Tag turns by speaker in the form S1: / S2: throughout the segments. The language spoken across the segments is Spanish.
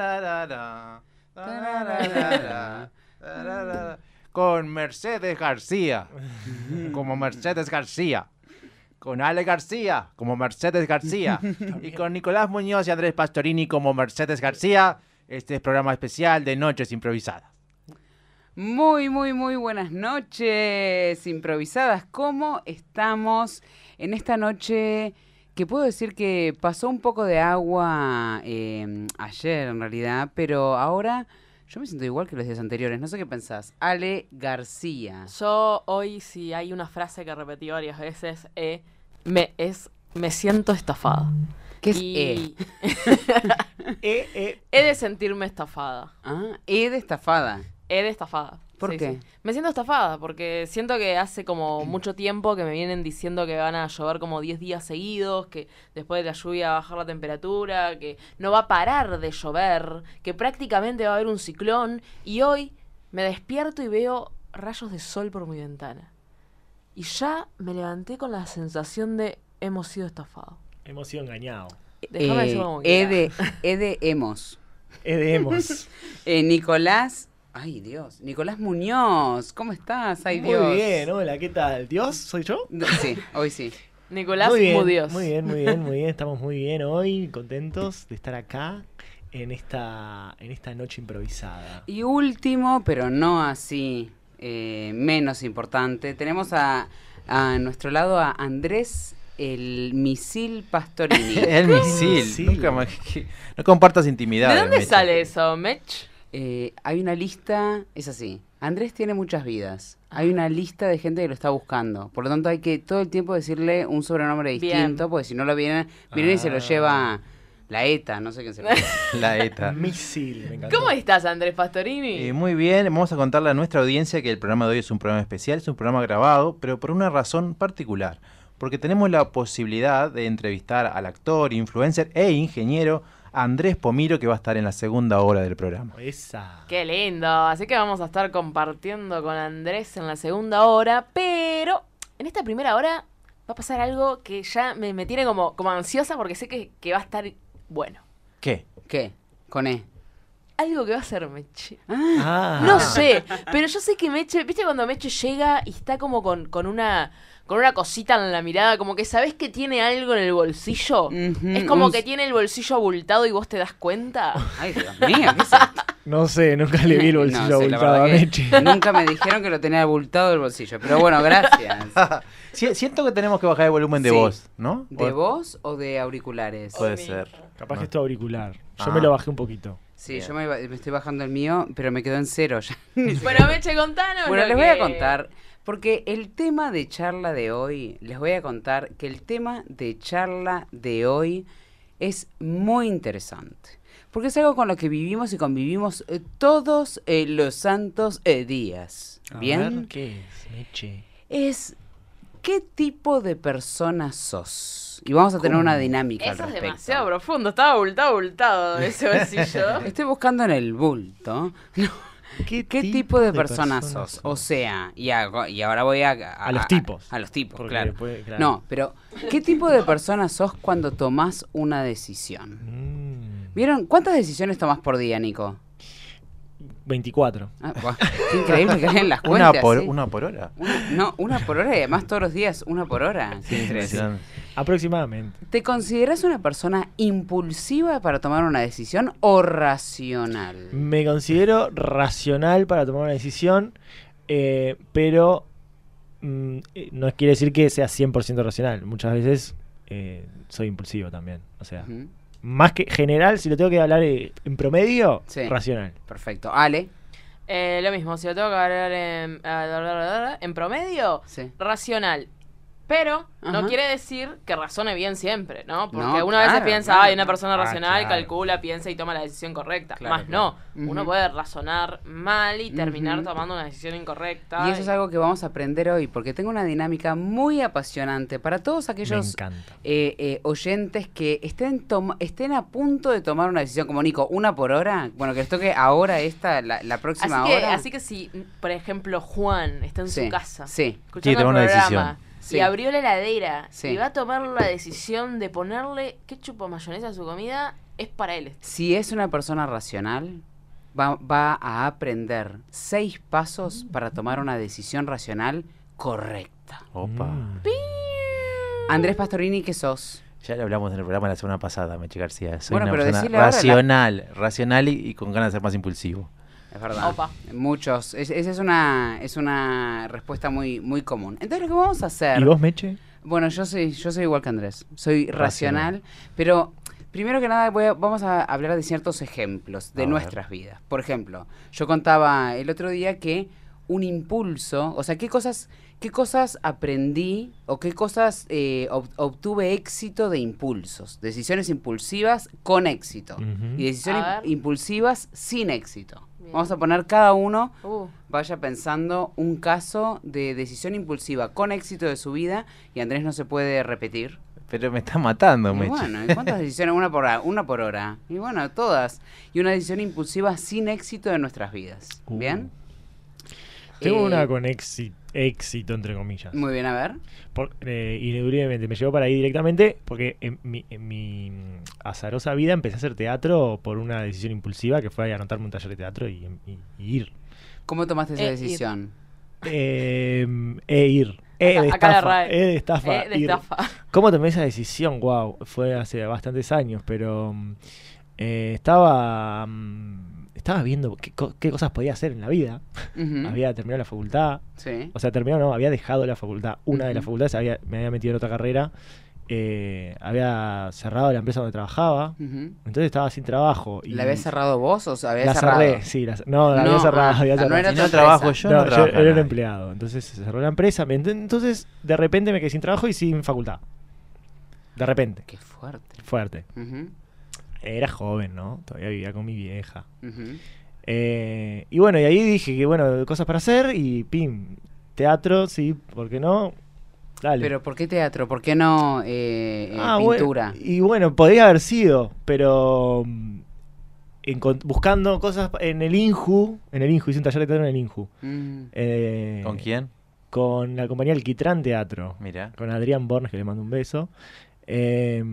S1: Tarararara, tarararara, tararara, Con Mercedes García, como Mercedes García. Con Ale García, como Mercedes García. Y con Nicolás Muñoz y Andrés Pastorini, como Mercedes García. Este es programa especial de Noches Improvisadas.
S2: Muy, muy, muy buenas noches, improvisadas. ¿Cómo estamos en esta noche? Que puedo decir que pasó un poco de agua eh, ayer en realidad, pero ahora yo me siento igual que los días anteriores. No sé qué pensás. Ale García.
S3: Yo hoy, si hay una frase que repetí varias veces, eh, me, es me siento estafada.
S2: ¿Qué es E?
S3: Y he de sentirme estafada.
S2: Ah, E de estafada.
S3: He de estafada.
S2: ¿Por
S3: Sí,
S2: qué?
S3: sí. Me siento estafada porque siento que hace como mucho tiempo que me vienen diciendo que van a llover como 10 días seguidos, que después de la lluvia va a bajar la temperatura, que no va a parar de llover, que prácticamente va a haber un ciclón y hoy me despierto y veo rayos de sol por mi ventana. Y ya me levanté con la sensación de hemos sido estafados.
S4: Hemos sido engañados.
S3: Déjame
S2: Eh,
S3: decirlo como
S2: E
S3: quiera.
S2: de, e de hemos.
S4: Edemos.
S2: Eh, Nicolás. Ay, Dios. Nicolás Muñoz. ¿Cómo estás? Ay,
S4: Muy
S2: Dios.
S4: bien, hola, ¿qué tal? ¿Dios? ¿Soy yo?
S2: No, Sí, hoy sí.
S3: Nicolás
S4: muy bien,
S3: Mudios.
S4: Muy bien, muy bien, muy bien. Estamos muy bien hoy, contentos de estar acá en esta, en esta noche improvisada.
S2: Y último, pero no así eh, menos importante, tenemos a, a nuestro lado a Andrés, el misil Pastorini.
S1: El misil.
S4: misil.
S1: Nunca me- no compartas intimidad.
S3: ¿De dónde sale eso, Mech?
S2: Eh, hay una lista, es así, Andrés tiene muchas vidas.
S3: Ah.
S2: Hay una lista de gente que lo está buscando. Por lo tanto, hay que todo el tiempo decirle un sobrenombre
S3: Bien.
S2: distinto, porque si no lo vienen, vienen y se lo
S4: Ah.
S2: lleva la ETA, no sé quién se lo lleva.
S1: La ETA.
S4: Misil, me encantó.
S3: ¿Cómo estás, Andrés Pastorini?
S1: Eh, muy bien, vamos a contarle a nuestra audiencia que el programa de hoy es un programa especial, es un programa grabado, pero por una razón particular, porque tenemos la posibilidad de entrevistar al actor, influencer e ingeniero Andrés Pomiro, que va a estar en la segunda hora del programa.
S4: Esa.
S3: Qué lindo. Así que vamos a estar compartiendo con Andrés en la segunda hora. Pero en esta primera hora va a pasar algo que ya me, me tiene como, como ansiosa porque sé que, que va a estar bueno.
S1: ¿Qué?
S2: ¿Qué? Con E.
S3: Algo que va a ser Meche.
S4: Ah.
S3: No sé, pero yo sé que Meche, viste cuando Meche llega y está como con, con una con una cosita en la mirada, como que sabes que tiene algo en el bolsillo.
S2: Ujú,
S3: Es como
S2: un-
S3: que tiene el bolsillo abultado y vos te das cuenta.
S2: Ay, Dios mío, ¿qué es esto?
S4: No sé, nunca le vi el bolsillo
S2: No sé, la
S4: abultado a
S2: verdad que
S4: Meche.
S2: Nunca me dijeron que lo tenía abultado el bolsillo, pero bueno, gracias.
S1: Si- siento que tenemos que bajar el volumen de
S2: Sí.
S1: voz, ¿no?
S2: ¿De
S1: O-
S2: voz o de auriculares?
S1: Puede ser.
S4: Capaz
S1: No.
S4: que es tu auricular. Yo
S1: Ah.
S4: me lo bajé un poquito.
S2: Sí,
S1: Bien.
S2: yo me, ba- me estoy bajando el mío, pero me quedó en cero ya.
S3: Bueno, eh, Meche, contanos.
S2: bueno,
S3: lo
S2: les voy a
S3: que-
S2: contar, porque el tema de charla de hoy, les voy a contar que el tema de charla de hoy es muy interesante. Porque es algo con lo que vivimos y convivimos eh, todos eh, los santos eh, días.
S4: A
S2: ¿Bien?
S4: ver, ¿Qué es, Meche?
S2: es qué tipo de persona sos. Y vamos a tener
S4: ¿Cómo?
S2: una dinámica al
S3: Eso es
S2: respecto.
S3: demasiado profundo, estaba abultado, abultado ese bolsillo.
S2: Estoy buscando en el bulto. No, ¿Qué, tipo de, persona, sos? O sea, y, hago- y ahora voy a...
S4: A los tipos.
S2: A, los tipos,
S4: Porque
S2: claro.
S4: después, claro.
S2: No, pero ¿qué tipo de persona sos cuando tomás una decisión?
S4: Mm.
S2: ¿Vieron? ¿Cuántas decisiones tomás por día, Nico?
S4: 24.
S2: Ah, buah, qué increíble que hagan las
S1: Una
S2: cuentas.
S1: por,
S2: ¿sí?
S1: una por hora.
S2: Una- no, una por hora y además todos los días una por hora. Qué impresionante.
S4: Aproximadamente.
S2: ¿Te consideras una persona impulsiva para tomar una decisión o racional?
S4: Me considero racional para tomar una decisión, eh, pero mm, eh, no quiere decir que sea 100% racional. Muchas veces eh, soy impulsivo también. O sea,
S2: Ujú,
S4: más que general, si lo tengo que hablar eh, en promedio,
S2: Sí.
S4: racional.
S2: Perfecto. Ale.
S3: Eh, lo mismo, si lo tengo que hablar en, ah, en promedio,
S2: Sí.
S3: racional. Pero
S2: Ajá.
S3: no quiere decir que razone bien siempre, ¿no? Porque
S2: No,
S3: uno a veces
S2: claro,
S3: piensa,
S2: claro,
S3: ay, una
S2: claro.
S3: persona
S4: Ah,
S3: racional
S4: claro.
S3: calcula, piensa y toma la decisión correcta.
S2: Claro,
S3: Más
S2: claro.
S3: no,
S2: Ujú.
S3: uno puede razonar mal y terminar
S2: Ujú.
S3: tomando una decisión incorrecta.
S2: Y eso es algo que vamos a aprender hoy porque tengo una dinámica muy apasionante para todos
S4: Me
S2: aquellos
S4: encanta.
S2: eh, eh, oyentes que estén, tom- estén a punto de tomar una decisión como Nico, una por hora. Bueno, que les toque ahora esta, la, la
S3: Así
S2: próxima
S3: que,
S2: hora.
S3: así que si, por ejemplo, Juan está en
S2: Sí,
S3: su casa.
S2: Sí.
S3: escuchando
S1: tomó
S3: el
S1: una
S3: programa
S2: decisión. Sí.
S3: y abrió la heladera
S2: Sí.
S3: y va a tomar la decisión de ponerle ketchup o mayonesa a su comida, es para él.
S2: Si es una persona racional, va, va a aprender seis pasos para tomar una decisión racional correcta.
S1: Opa.
S4: Mm.
S2: Andrés Pastorini, ¿qué sos?
S1: Ya lo hablamos en el programa la semana pasada, Meche García. Soy
S2: Bueno,
S1: una
S2: pero decile
S1: persona
S2: ahora la-
S1: racional, racional y, y con ganas de ser más impulsivo.
S2: Es verdad.
S3: Opa.
S2: Muchos. Es- Esa es una, es una respuesta muy, muy común. Entonces, lo que vamos a hacer.
S4: ¿Y vos, Meche?
S2: Bueno, yo soy, yo soy igual que Andrés. Soy racional,
S1: Racional.
S2: pero primero que nada voy a- vamos a hablar de ciertos ejemplos de
S1: A ver.
S2: nuestras vidas. Por ejemplo, yo contaba el otro día que un impulso, o sea, qué cosas, qué cosas aprendí o qué cosas eh, ob- obtuve éxito de impulsos, decisiones impulsivas con éxito
S4: Ujú.
S2: y decisiones
S3: A ver.
S2: impulsivas sin éxito.
S3: Bien.
S2: Vamos a poner cada uno
S3: Uh,
S2: vaya pensando un caso de decisión impulsiva con éxito de su vida y Andrés no se puede repetir.
S1: Pero me está matando,
S2: y
S1: Meche.
S2: bueno, ¿y ¿cuántas decisiones? Una por, hora- una por hora. Y bueno, todas. Y una decisión impulsiva sin éxito de nuestras vidas.
S4: Uh.
S2: ¿Bien?
S4: Tengo
S2: Eh,
S4: una con éxi- éxito, entre comillas.
S2: Muy bien, a ver.
S4: Por- eh, ineludiblemente me llevó para ahí directamente porque en mi, en mi, mm, azarosa vida empecé a hacer teatro por una decisión impulsiva que fue anotarme un taller de teatro y, y- y ir.
S2: ¿Cómo tomaste esa
S3: Eh, y-
S2: decisión?
S4: Eh, e ir. E de
S3: Acá- acá la
S4: estafa.
S3: RAE.
S4: E de estafa.
S3: eh, de
S4: ir.
S3: estafa.
S4: ¿Cómo tomé esa decisión? Wow, fue hace bastantes años, pero mm, eh, estaba, mm, estaba viendo qué, co- qué cosas podía hacer en la vida.
S3: Mm.
S2: Ujú,
S4: Había terminado la facultad,
S2: Sí.
S4: o sea, terminado no, había dejado la facultad. Una de las
S2: Ujú.
S4: facultades había, me había metido en otra carrera. eh, había cerrado la empresa donde trabajaba.
S2: Ujú.
S4: Entonces estaba sin trabajo. Y
S2: ¿La habías cerrado vos o sea, habías
S4: la
S2: cerrado?
S4: cerré, sí. la- no, la
S2: No,
S4: había cerrado.
S2: ah,
S4: había
S2: ah, no
S4: cerrado.
S2: era
S1: Si
S2: tu
S1: no trabajo
S2: empresa.
S1: yo, no,
S4: No, yo
S1: trabajo
S4: era un
S1: nadie.
S4: empleado. Entonces se cerró la empresa. me ent- Entonces, de repente me quedé sin trabajo y sin facultad. De repente.
S2: Qué fuerte.
S4: Fuerte.
S2: Ujú,
S4: Era joven, ¿no? Todavía vivía con mi vieja.
S2: ujú.
S4: Eh, y bueno, y ahí dije que, bueno, cosas para hacer y pim. Teatro, sí, ¿por qué no? Dale.
S2: Pero ¿por qué teatro? ¿Por qué no eh, eh,
S4: Ah, bueno,
S2: pintura?
S4: y bueno, podría haber sido, pero mm, encon- buscando cosas en el Inju, en el Inju, hice un taller de teatro en el Inju.
S2: Mm.
S4: Eh,
S1: ¿Con quién?
S4: Con la compañía Alquitrán Teatro,
S1: Mira.
S4: con Adrián Borges, que le mando un beso. Eh,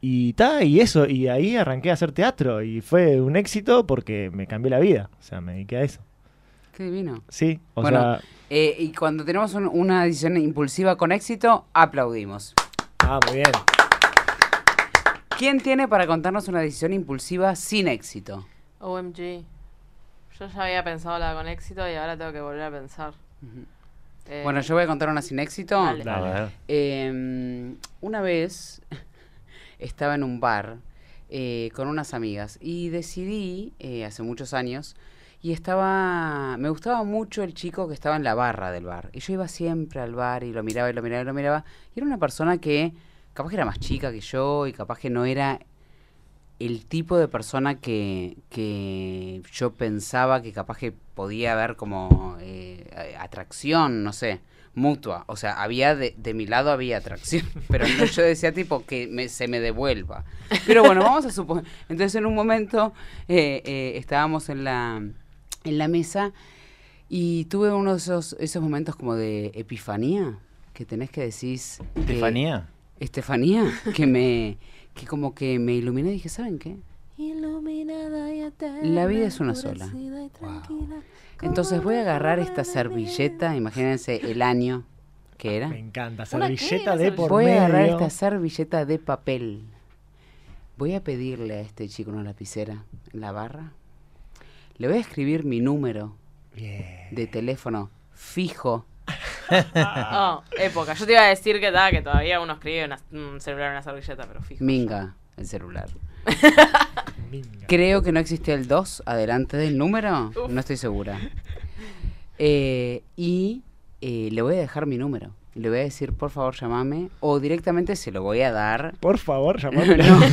S4: y ta, y eso, y ahí arranqué a hacer teatro y fue un éxito porque me cambió la vida, o sea, me dediqué a eso.
S2: Qué divino.
S4: Sí, o
S2: Bueno,
S4: sea,
S2: Eh, y cuando tenemos un- una decisión impulsiva con éxito, aplaudimos.
S4: ah, muy bien.
S2: ¿Quién tiene para contarnos una decisión impulsiva sin éxito?
S3: OMG. Yo ya había pensado la con éxito y ahora tengo que volver a pensar. Eh,
S2: Bueno, yo voy a contar una sin éxito.
S3: Dale.
S1: A ver.
S2: Eh, una vez estaba en un bar eh, con unas amigas y decidí, eh, hace muchos años, y estaba, me gustaba mucho el chico que estaba en la barra del bar. Y yo iba siempre al bar y lo miraba y lo miraba y lo miraba. Y era una persona que capaz que era más chica que yo y capaz que no era el tipo de persona que, que yo pensaba que capaz que podía haber como eh, a- atracción, no sé, mutua. O sea, había de, de mi lado había atracción, pero no, yo decía tipo que me- se me devuelva. Pero bueno, vamos a suponer. Entonces en un momento eh, eh, estábamos en la, en la mesa y tuve uno de esos, esos momentos como de epifanía que tenés que decir...
S1: ¿Estefanía?
S2: Estefanía, que me que como que me iluminó y dije, ¿saben qué?
S5: Iluminada y
S2: La vida es una sola.
S5: enfurecida y tranquila.
S2: Entonces voy a agarrar esta servilleta, imagínense el año que era.
S4: Ah, Me encanta,
S3: ¿Una qué?
S4: servilleta
S3: Una
S4: de por
S2: Voy a agarrar
S4: medio.
S2: esta servilleta de papel. Voy a pedirle a este chico una lapicera en la barra. Le voy a escribir mi número
S4: Bien.
S2: de teléfono fijo.
S3: oh, época. Yo te iba a decir que, ta, que todavía uno escribe una- un celular en una servilleta, pero fijo.
S2: Minga, el celular.
S4: Minga.
S2: Creo que no existía el 2 adelante del número.
S3: Uf.
S2: No estoy segura. Eh, y eh, le voy a dejar mi número. Le voy a decir, por favor, llamame. O directamente se lo voy a dar.
S4: Por favor,
S2: No,
S4: llamame.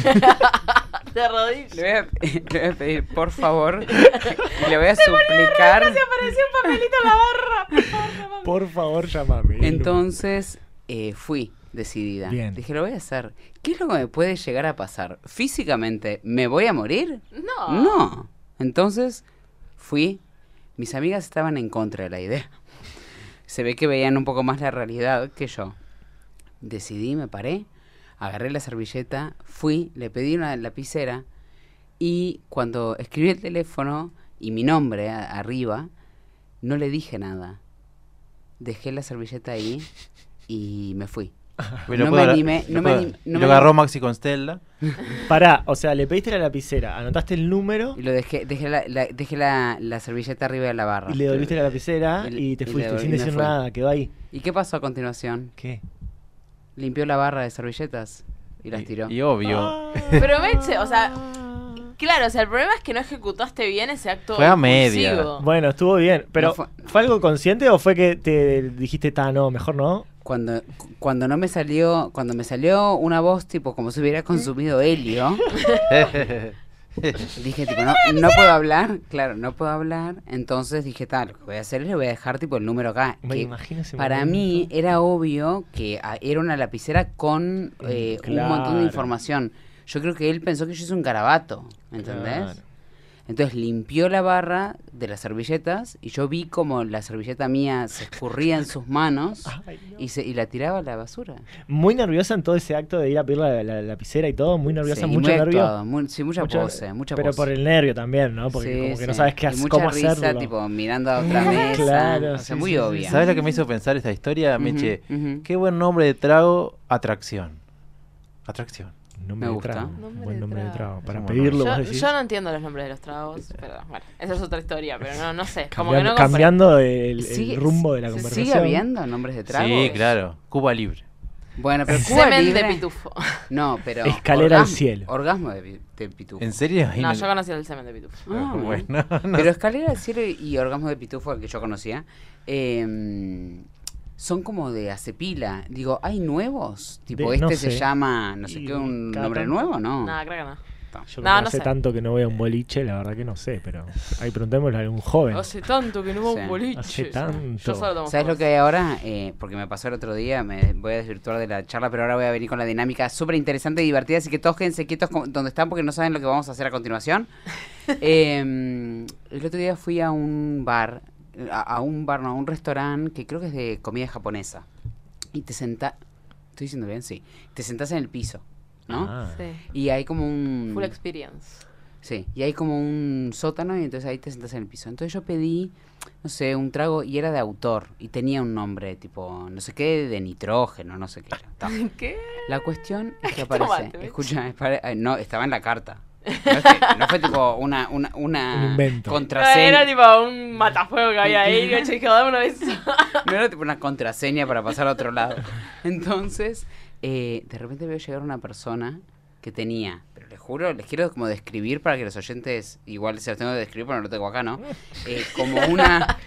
S3: De rodillas.
S2: le, voy a, le voy a pedir, por favor. Y le voy a suplicar.
S3: Apareció un papelito en la barra. Por favor, llamame.
S4: Por favor, llamame.
S2: Entonces eh, fui decidida.
S4: Bien.
S2: Dije, lo voy a hacer. ¿Qué es lo que me puede llegar a pasar? ¿Físicamente me voy a morir?
S3: No.
S2: No. Entonces fui. Mis amigas estaban en contra de la idea. Se ve que veían un poco más la realidad que yo. Decidí, me paré. agarré la servilleta, fui, le pedí una lapicera y cuando escribí el teléfono y mi nombre a- arriba, no le dije nada. Dejé la servilleta ahí y me fui.
S1: Pero
S2: No
S1: puedo-
S2: me animé, eh, no me
S1: puedo-
S2: anim-
S1: y
S2: no
S1: lo
S2: me-
S1: agarró Maxi Constella.
S4: Pará, o sea, le pediste la lapicera, anotaste el número
S2: Y lo dejé, dejé, la, la- dejé la, la servilleta arriba de la barra.
S4: y le devolviste la lapicera
S2: Y le-
S4: y
S2: y
S4: te
S2: le
S4: fuiste
S2: devolví,
S4: sin
S2: me
S4: decir
S2: fui.
S4: nada, quedó ahí.
S2: ¿Y qué pasó a continuación?
S4: ¿Qué?
S2: Limpió la barra de servilletas y las tiró.
S1: Y, y obvio.
S4: Ah.
S3: Pero Meche, o sea, Claro, o sea, el problema es que no ejecutaste bien ese acto.
S1: Fue a media.
S3: impulsivo.
S4: Bueno, estuvo bien, pero
S2: No fue-
S4: fue... algo consciente o fue que te Eh, dijiste, ta, no, mejor no?
S2: Cuando, cu- cuando no me salió, cuando me salió una voz tipo como si hubiera consumido helio, dije tipo, no, no puedo hablar, claro, no puedo hablar. Entonces dije, tal, lo que voy a hacer es le voy a dejar tipo el número acá.
S4: Me
S2: que
S4: imagino ese
S2: para
S4: momento.
S2: mí era obvio que ah, era una lapicera con eh, un montón
S4: Mm, Claro.
S2: de información. Yo creo que él pensó que yo hice un garabato, ¿entendés?
S4: Claro.
S2: Entonces limpió la barra de las servilletas y yo vi como la servilleta mía se escurría en sus manos
S4: Ay, no.
S2: y, se, y la tiraba a la basura.
S4: Muy nerviosa en todo ese acto de ir a pedir la, la- la lapicera y todo, muy nerviosa,
S2: Sí, y
S4: mucho
S2: muy
S4: nervio.
S2: actuado, muy- sí, mucha
S4: Mucho-
S2: pose, mucha
S4: Pero
S2: pose.
S4: por el nervio también, ¿no? Porque
S2: Sí,
S4: como que no
S2: sí.
S4: sabes qué
S2: Y
S4: hacer,
S2: mucha
S4: cómo
S2: risa,
S4: hacerlo.
S2: tipo mirando a otra mesa.
S4: Claro,
S2: o sea,
S4: sí,
S2: muy
S4: sí, sí,
S2: obvia.
S1: ¿Sabes lo que me hizo pensar esta historia,
S2: Ujú,
S1: Meche?
S2: ujú.
S1: Qué buen nombre de trago, atracción. Atracción.
S2: Me
S4: Nombre de
S2: gusta.
S4: trago,
S3: Nombre
S4: buen
S3: de
S4: nombre de
S3: trago.
S4: trago. Para
S1: un buen
S4: pedirlo, vos
S3: Yo,
S4: decís.
S3: yo no entiendo los nombres de los tragos, pero bueno, esa es otra historia, pero no, no sé. Como que
S4: Cambiando,
S3: no
S4: cambiando el, el
S2: Sigue-
S4: rumbo de la
S2: sí,
S4: conversación.
S2: ¿Sigue habiendo nombres de tragos?
S1: Sí, claro. Cuba Libre.
S2: Bueno, pero
S3: comprendo.
S2: Cuba
S3: Semen de
S2: Libre-
S3: pitufo.
S2: No, pero...
S4: Escalera al
S2: orgasmo-
S4: cielo.
S2: Orgasmo de, pi- de pitufo.
S1: ¿En serio? Y
S3: No,
S1: no-
S3: yo conocí el semen de pitufo. Mm,
S2: Ah, bueno.
S1: Bueno, no
S2: Pero Escalera al Cielo y y Orgasmo de Pitufo, el que yo conocía, eh, son como de acepila. Digo, ¿hay nuevos? Tipo,
S4: De-
S2: este
S4: no
S2: se
S4: sé.
S2: llama, no sé
S4: Y
S2: qué, un
S4: cada
S2: nombre
S4: tanto-
S2: nuevo, ¿no?
S3: Nada, creo que no.
S4: Yo
S3: No,
S4: como
S3: no
S4: hace
S3: sé.
S4: tanto que no voy a un boliche, la verdad que no sé, pero ahí preguntémosle a algún joven.
S3: Hace tanto que no va
S2: Sí.
S3: un boliche.
S4: Hace tanto.
S3: Yo solo tomo
S2: ¿Sabes lo
S3: fotos.
S2: que hay ahora? Eh, porque me pasó el otro día, me voy a desvirtuar de la charla, pero ahora voy a venir con la dinámica súper interesante y divertida, así que todos quédense quietos con- donde están porque no saben lo que vamos a hacer a continuación. Eh, el otro día fui a un bar, a, a un bar, no, a un restaurante que creo que es de comida japonesa. Y te sentás, estoy diciendo bien, sí, te sentás en el piso, ¿no?
S4: Ah.
S3: Sí.
S2: Y hay como un...
S3: Full experience.
S2: Sí, y hay como un sótano y entonces ahí te sentas en el piso. Entonces yo pedí, no sé, un trago y era de autor y tenía un nombre tipo, no sé qué, de nitrógeno, no sé qué. era. Ta.
S3: ¿Qué?
S2: La cuestión es que
S3: Tomate,
S2: aparece,
S3: bitch.
S2: escucha, es pare- eh, no, estaba en la carta. No, es que- no fue tipo una, una, una
S4: Un invento.
S2: contraseña.
S3: Era tipo un matafuego que había ahí. Yo dije, dame una vez.
S2: No era tipo una contraseña para pasar a otro lado. Entonces, eh, de repente veo llegar una persona que tenía, pero les juro, les quiero como describir para que los oyentes, igual se los tengo que describir, pero no lo tengo acá, ¿no? Eh, como una,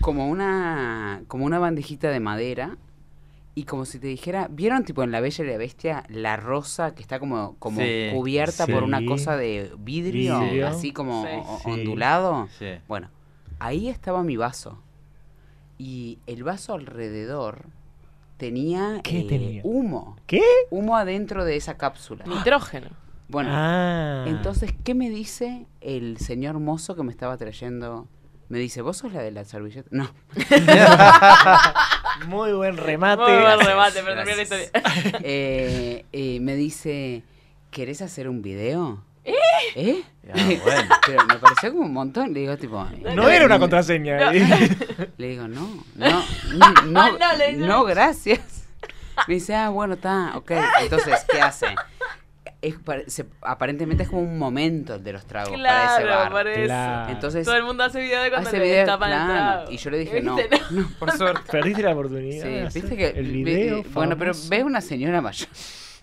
S2: como una, como una bandejita de madera. Y como si te dijera, ¿vieron tipo en La Bella y la Bestia la rosa que está como, como
S1: Sí,
S2: cubierta por una
S4: sí.
S2: cosa de vidrio,
S4: Vidrio.
S2: así como
S3: Sí.
S2: o-
S4: Sí.
S2: ondulado?
S1: Sí.
S2: Bueno, ahí estaba mi vaso. Y el vaso alrededor tenía, eh,
S4: ¿Qué tenía?
S2: humo.
S4: ¿Qué?
S2: Humo adentro de esa cápsula.
S3: Nitrógeno.
S2: Bueno,
S4: Ah.
S2: entonces, ¿qué me dice el señor mozo que me estaba trayendo? Me dice, ¿vos sos la de la servilleta? No.
S4: Muy buen remate.
S3: Muy buen remate, pero terminó la
S2: Gracias.
S3: historia.
S2: Eh, eh, me dice, ¿querés hacer un video? ¿Eh?
S1: Ah, bueno.
S2: Pero me pareció como un montón. Le digo, tipo...
S4: No era una contraseña. eh.
S2: Le digo, no, no, no, no,
S3: Ah, no, le dice.
S2: no, gracias. Me dice, ah, bueno, está, ok. Entonces, ¿qué hace? Es par- se- aparentemente es como un momento el de los tragos para ese
S3: Claro,
S2: bar.
S3: por eso.
S4: Claro.
S2: Entonces,
S3: Todo el mundo hace video de cuando
S2: hace
S3: le
S2: video,
S3: tapan el
S2: claro,
S3: trago.
S2: y yo le dije, no,
S3: ¿Viste?
S2: no, por suerte.
S4: Perdiste la oportunidad.
S2: Sí,
S4: de hacer
S2: viste que
S4: El
S2: vi-
S4: video.
S2: eh, bueno, pero
S4: famoso.
S2: ve una señora mayor.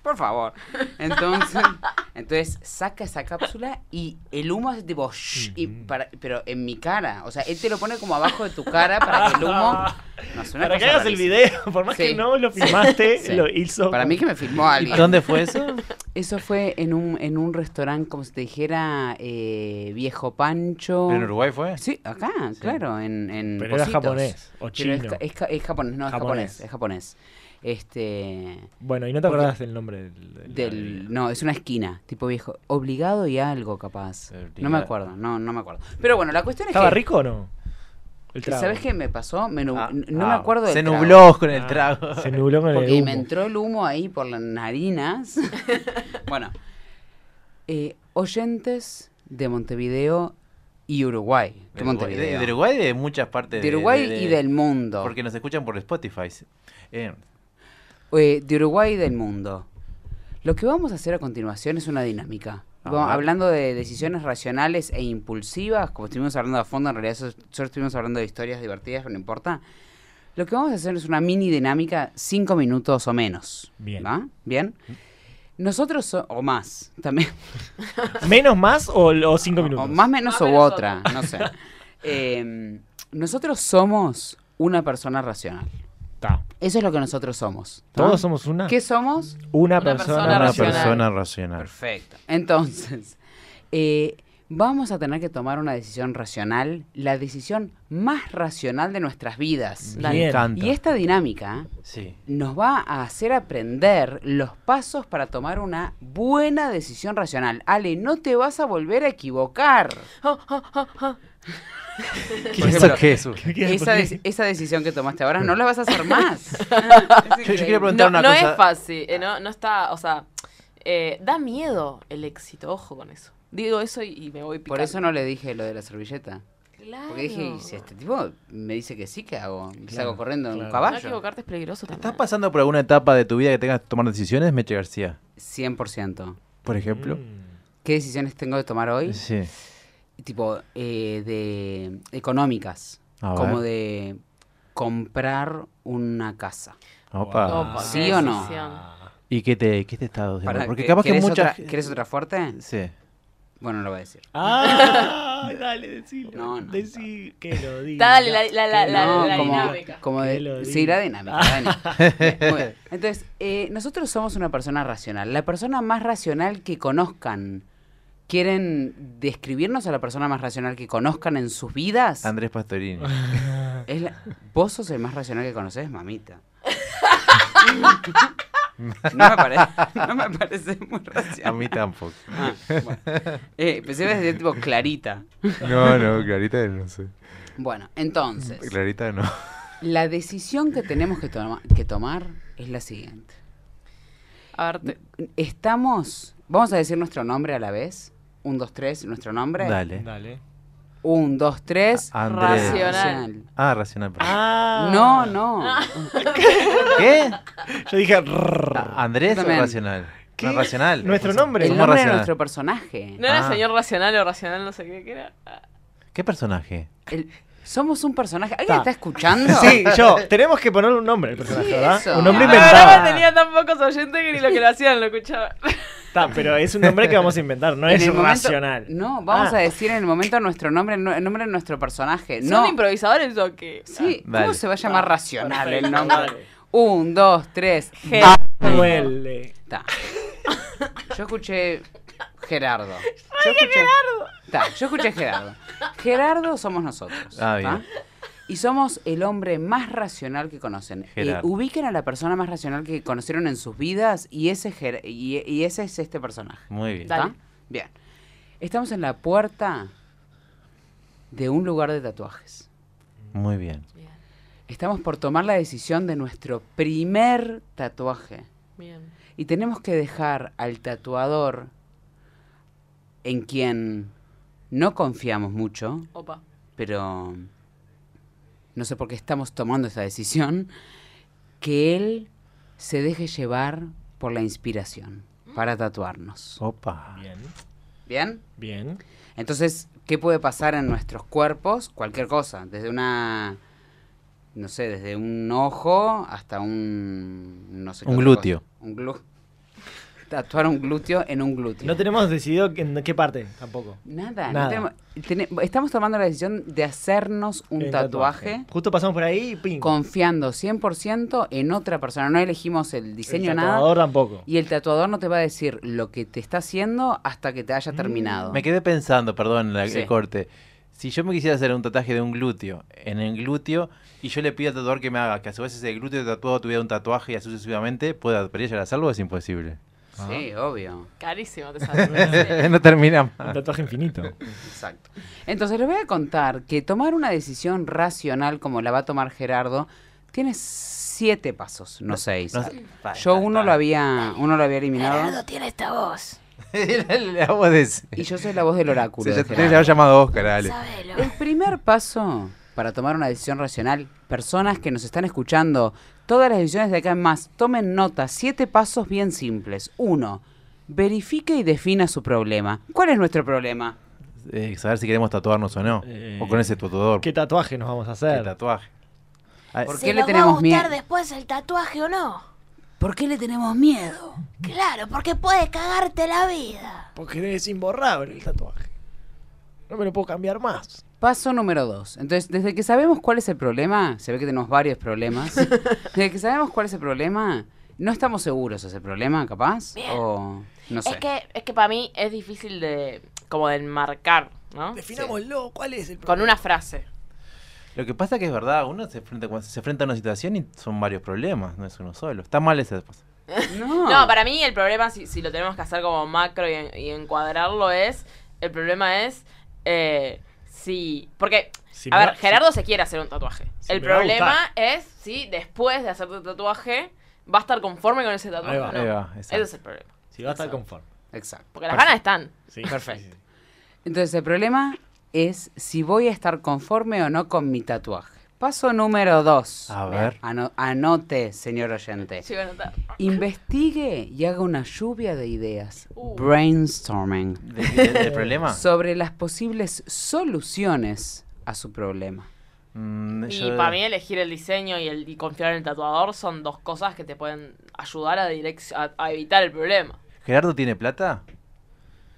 S2: Por favor. Entonces, entonces saca esa cápsula y el humo hace tipo shh, y para- pero en mi cara, o sea, él te lo pone como abajo de tu cara para que el humo no es una
S4: Para que
S2: cosa
S4: hagas el
S2: rarísima.
S4: video, por más
S2: Sí.
S4: que no lo filmaste,
S2: Sí.
S4: lo hizo.
S2: Para mí que me filmó
S1: ¿Y
S2: alguien.
S1: dónde fue eso?
S2: Eso fue en un, en un restaurante, como si te dijera, eh, Viejo Pancho.
S1: ¿En Uruguay fue?
S2: Sí, acá, claro, en, en
S4: Pero era
S2: Positos.
S4: japonés o
S2: Pero
S4: chino.
S2: es, ca- es ca- es japonés, no, es
S4: Japonés.
S2: japonés, es japonés. Este,
S4: Bueno, y no te
S2: Porque-
S4: acordás del nombre del. del-
S2: del, no, es una esquina, tipo viejo, obligado y algo capaz. No me
S1: Obligado.
S2: acuerdo, no, no me acuerdo. Pero bueno, la cuestión es
S4: ¿Estaba
S2: que
S4: rico o no? El
S2: ¿Y
S4: trago.
S2: ¿Sabes qué me pasó? Me nu-
S6: Ah,
S2: n- no me
S6: ah,
S2: acuerdo del
S6: Se
S2: trago,
S6: nubló con el trago.
S4: Ah. Se nubló con el
S2: Porque
S4: humo.
S2: me entró el humo ahí por las narinas. bueno, eh, oyentes de Montevideo y Uruguay. ¿Qué
S6: De Uruguay,
S2: Montevideo?
S6: de, de Uruguay y de muchas partes.
S2: De Uruguay
S6: de-
S2: y del mundo.
S6: Porque nos escuchan por Spotify. Eh,
S2: Eh, de Uruguay y del mundo. Lo que vamos a hacer a continuación es una dinámica.
S4: Ah,
S2: Vamos-
S6: Ajá.
S2: hablando de decisiones racionales e impulsivas, como estuvimos hablando a fondo, en realidad eso- solo estuvimos hablando de historias divertidas, pero no importa. Lo que vamos a hacer es una mini dinámica, cinco minutos o menos.
S4: Bien.
S2: ¿va? ¿Bien? Nosotros, so- o más, también.
S4: ¿Menos más o, o cinco minutos?
S2: O más menos
S3: Más
S2: o
S3: menos
S2: otra, no sé. Eh, nosotros somos una persona racional.
S4: Ta.
S2: Eso es lo que nosotros somos. ¿tá?
S4: Todos somos una.
S2: ¿Qué somos?
S4: Una,
S3: Una
S4: persona,
S3: persona
S6: una
S4: racional.
S6: persona racional.
S2: Perfecto. Entonces, eh, vamos a tener que tomar una decisión racional, la decisión más racional de nuestras vidas.
S3: Dale.
S4: Bien.
S6: Me encanta.
S2: Y esta dinámica
S6: Sí.
S2: nos va a hacer aprender los pasos para tomar una buena decisión racional. Ale, no te vas a volver a equivocar.
S6: Ah, ¿Qué eso qué es? Yo,
S2: Esa, de- esa decisión que tomaste ahora Ah, no la vas a hacer más.
S6: yo quería preguntar
S3: No,
S6: una
S3: no
S6: cosa.
S3: es fácil, eh, no, no está, o sea, eh, da miedo el éxito, ojo con eso. Digo eso y, y me voy
S2: Por eso no le dije lo de la servilleta.
S3: Claro.
S2: Porque dije, "Y si este tipo me dice que sí, ¿qué hago?
S4: Claro,
S2: Salgo corriendo en un
S4: claro.
S3: No
S2: caballo.
S3: equivocarte es peligroso también.
S6: ¿Estás pasando por alguna etapa de tu vida que tengas que tomar decisiones, Meche García?
S2: 100%.
S6: Por
S4: Mm,
S6: ejemplo.
S2: ¿Qué decisiones tengo que tomar hoy?
S6: Sí.
S2: Tipo, eh, de económicas.
S6: A
S2: como
S6: ver.
S2: de comprar una casa.
S6: Opa.
S3: Opa,
S2: ¿Sí
S3: qué
S2: o no?
S3: decisión.
S6: ¿Y qué te, qué te está dando?
S2: Pará,
S6: Porque
S2: ¿que-
S6: capaz que
S2: ¿querés
S6: muchas.
S2: otra- ¿Quieres otra fuerte?
S6: Sí.
S2: Bueno, no lo voy a decir.
S4: Ah, dale, decilo.
S2: No, no.
S4: Decí que lo diga.
S3: Dale la, la, la, la,
S2: No,
S3: la
S2: como,
S3: dinámica.
S2: como
S4: Que
S2: de-
S4: lo
S2: sí,
S4: diga.
S2: la dinámica. la dinámica. Muy bien. Entonces, eh, nosotros somos una persona racional. La persona más racional que conozcan. ¿Quieren describirnos a la persona más racional que conozcan en sus vidas?
S6: Andrés Pastorini.
S2: Es la- Vos sos el más racional que conoces, mamita. No me, parece, no me parece muy
S6: A
S2: racional.
S6: mí tampoco.
S2: Ah, bueno. Eh, pensé que ibas a decir tipo clarita.
S6: No, no, Clarita no sé.
S2: Bueno, entonces,
S6: Clarita no.
S2: la decisión que tenemos que, toma- que tomar es la siguiente.
S3: A ver, te-
S2: Estamos, vamos a decir nuestro nombre a la vez. Un, dos, tres, nuestro nombre.
S6: Dale.
S4: Dale.
S2: Un, dos, tres.
S6: Andrés.
S3: Racional.
S6: Ah, racional. perdón.
S4: Ah.
S2: No, no.
S6: ¿Qué?
S4: Yo dije. rrr.
S6: Andrés o
S2: También.
S6: racional.
S4: ¿Qué?
S6: No, racional.
S4: Nuestro
S6: Somos
S4: nombre.
S2: El
S6: racional.
S2: nombre de nuestro personaje.
S3: ¿No era
S6: Ah.
S3: señor racional o racional no sé qué, qué era? Ah,
S6: ¿Qué personaje?
S2: El- somos un personaje. ¿Alguien
S4: Ta.
S2: está escuchando?
S4: Sí, yo. Tenemos que ponerle un nombre al personaje,
S2: Sí,
S4: ¿verdad?
S2: eso.
S4: Un nombre
S3: No,
S2: Ah.
S4: inventado.
S3: no me tenía tan pocos oyentes que ni lo que lo hacían lo escuchaba.
S4: Está, pero es un nombre que vamos a inventar, no
S2: En
S4: es
S2: el momento-
S4: racional.
S2: No, vamos
S4: Ah.
S2: a decir en el momento nuestro nombre, no- el nombre de nuestro personaje.
S3: ¿Son
S2: No,
S3: improvisadores o qué?
S2: sí,
S6: Ah, dale.
S2: ¿cómo se va a llamar
S4: Ah,
S2: racional
S4: perfecto,
S2: el nombre?
S4: dale.
S2: Un, dos, tres.
S3: Ge-
S4: Duele.
S2: Ta. Yo escuché Gerardo. Yo escuché Gerardo. yo escuché Gerardo. Gerardo somos nosotros.
S6: Ah,
S2: ¿tá?
S6: bien.
S2: Y somos el hombre más racional que conocen. Eh,
S6: Gerardo.
S2: ubiquen a la persona más racional que conocieron en sus vidas y ese, es Ger- y, y ese es este personaje.
S6: Muy bien.
S3: Da- Dale.
S2: ¿tá? Bien. Estamos en la puerta de un lugar de tatuajes.
S6: Muy bien.
S3: Bien,
S2: Estamos por tomar la decisión de nuestro primer tatuaje.
S3: bien.
S2: Y tenemos que dejar al tatuador en quien no confiamos mucho,
S3: Opa.
S2: pero no sé por qué estamos tomando esa decisión, que él se deje llevar por la inspiración para tatuarnos.
S6: Opa.
S4: Bien,
S2: ¿Bien?
S4: bien.
S2: Entonces, ¿qué puede pasar en nuestros cuerpos? Cualquier cosa, desde una, no sé, desde un ojo hasta un, no sé qué
S6: Un
S2: otra cosa.
S6: glúteo.
S2: Un glúteo. Tatuar un glúteo en un glúteo.
S4: No tenemos decidido en qué parte tampoco.
S2: Nada, no
S4: Nada.
S2: tenemos- tene- estamos tomando la decisión de hacernos un
S4: El
S2: tatuaje,
S4: Justo pasamos por ahí y ping.
S2: confiando 100% en otra persona. No elegimos el diseño,
S4: el
S2: nada.
S4: tatuador tampoco.
S2: Y el tatuador no te va a decir lo que te está haciendo hasta que te
S4: Mm,
S2: haya terminado.
S6: Me quedé pensando, perdón, la-
S2: Sí.
S6: el corte. Si yo me quisiera hacer un tatuaje de un glúteo en el glúteo y yo le pido al tatuador que me haga, que a su vez ese glúteo tatuado tuviera un tatuaje y así sucesivamente, ¿pueda llegar a hacerlo o es imposible? Ah.
S2: Sí,
S4: Ah.
S2: obvio.
S3: Carísimo te sale.
S6: Eh, no termina
S4: Un
S6: más.
S4: tatuaje infinito.
S2: Exacto. Entonces les voy a contar que tomar una decisión racional como la va a tomar Gerardo tiene siete pasos, no seis.
S6: No sé.
S2: Yo uno lo había, uno lo había eliminado
S5: Gerardo tiene esta voz.
S6: La voz de ese.
S2: y yo soy la voz del
S6: Sí,
S2: oráculo.
S6: ya
S2: de
S6: te
S2: Gerardo.
S6: había llamado Oscar, dale.
S5: Sabelo.
S2: El primer paso para tomar una decisión racional, personas que nos están escuchando, todas las decisiones de acá en más, tomen nota, siete pasos bien simples. Uno, verifique y defina su problema. ¿Cuál es nuestro problema?
S6: Eh, saber si queremos tatuarnos o no.
S4: Eh,
S6: o con ese tatuador.
S4: ¿Qué tatuaje nos vamos a
S6: ¿Qué
S4: hacer?
S6: tatuaje? Ah, Ay,
S2: ¿Por
S5: ¿Se
S2: qué le
S5: nos va
S2: tenemos
S5: a gustar
S2: miedo?
S5: después el tatuaje o no?
S2: ¿Por qué le tenemos miedo?
S5: Claro, porque puede cagarte la vida.
S4: Porque es imborrable el tatuaje. No me lo puedo cambiar más.
S2: Paso número dos. Entonces, desde que sabemos cuál es el problema, se ve que tenemos varios problemas. desde que sabemos cuál es el problema, no estamos seguros ese problema, capaz.
S5: Bien.
S2: O no sé.
S3: Es que, es que para mí es difícil de como de enmarcar, ¿no?
S4: Definámoslo, ¿cuál es el
S3: Con una frase.
S6: Lo que pasa que es verdad, uno se enfrenta, cuando se enfrenta a una situación y son varios problemas, no es uno solo. Está mal ese paso.
S2: No.
S3: No, para mí el problema, si, si lo tenemos que hacer como macro y, en- y encuadrarlo, es. El problema es. Eh, si. Porque.
S4: Si
S3: a
S4: me
S3: ver,
S4: va-
S3: Gerardo se quiere hacer un tatuaje.
S4: si
S3: el
S4: me va a
S3: problema
S4: gustar.
S3: es si después de hacerte el tatuaje va a estar conforme con ese tatuaje.
S4: Ahí va,
S3: o no.
S6: ahí va, exacto.
S3: Ese es el problema.
S4: Si va a estar conforme.
S2: Exacto.
S3: Porque las ganas están.
S4: Sí,
S2: Perfecto.
S4: sí, sí.
S2: Entonces, el problema es si voy a estar conforme o no con mi tatuaje. Paso número dos. Eh,
S6: A ver.
S2: Ano- anote, señor oyente.
S3: Sí, van a estar.
S2: Investigue y haga una lluvia de ideas.
S3: Uh.
S2: Brainstorming.
S6: ¿De, de- del problema?
S2: sobre las posibles soluciones a su problema.
S6: Mm,
S3: Y
S6: yo-
S3: para mí elegir el diseño y, el, y confiar en el tatuador son dos cosas que te pueden ayudar a, direc- a, a evitar el problema.
S6: ¿Gerardo tiene plata?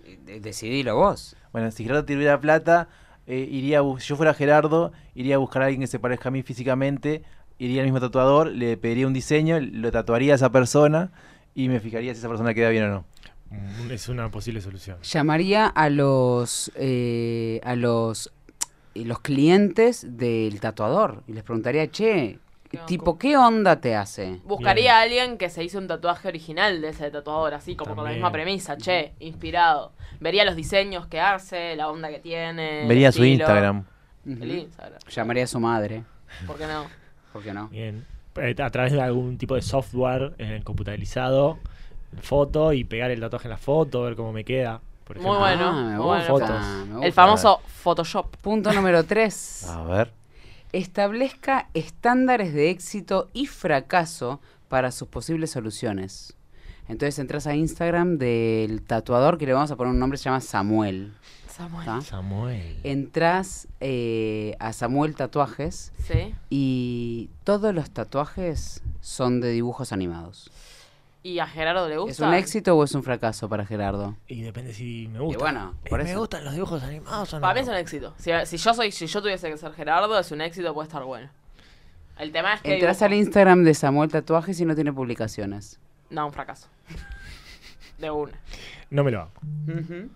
S3: Eh,
S2: De- Decidilo vos.
S6: Bueno, si Gerardo tuviera plata, eh, iría a bus- si yo fuera Gerardo, iría a buscar a alguien que se parezca a mí físicamente, iría al mismo tatuador, le pediría un diseño, lo tatuaría a esa persona y me fijaría si esa persona queda bien o no.
S4: Mm, Es una posible solución.
S2: Llamaría a los eh, a los y los clientes del tatuador y les preguntaría, che,
S3: ¿Qué onda?
S2: tipo, ¿qué onda te hace?
S3: Buscaría a alguien que se hizo un tatuaje original de ese tatuador, así como con la
S4: También.
S3: misma premisa, che, inspirado. Vería los diseños que hace, la onda que tiene. el
S6: Vería su
S3: estilo.
S6: Instagram.
S2: Ujú.
S3: El Instagram,
S2: Llamaría a su madre,
S3: ¿por qué no?
S2: ¿por qué no?
S4: Bien. Eh, A través de algún tipo de software eh, computarizado, foto y pegar el tatuaje en la foto, ver cómo me queda. por
S3: Muy
S4: ejemplo.
S3: bueno,
S2: Ah,
S3: muy
S2: me gusta,
S4: bueno.
S2: me gusta.
S3: El famoso Photoshop.
S2: Punto número 3.
S6: A ver.
S2: Establezca estándares de éxito y fracaso para sus posibles soluciones. Entonces entras a Instagram del tatuador que le vamos a poner un nombre, se llama Samuel.
S3: Samuel.
S2: ¿tá?
S4: Samuel.
S2: Entras eh, a Samuel Tatuajes
S3: Sí.
S2: y todos los tatuajes son de dibujos animados.
S3: Y a Gerardo le gusta.
S2: ¿Es un éxito o es un fracaso para Gerardo?
S4: Y depende si me
S2: Y
S4: gusta.
S2: bueno, por
S4: Eh, me
S2: eso.
S4: gustan los dibujos animados o no.
S3: Para mí es un éxito. Si, si yo soy, si yo tuviese que ser Gerardo, es un éxito, puede estar bueno. El tema es que.
S2: Entras
S3: dibujo-
S2: al Instagram de Samuel Tatuajes y no tiene publicaciones.
S3: No, un fracaso. De una.
S4: No me lo hago.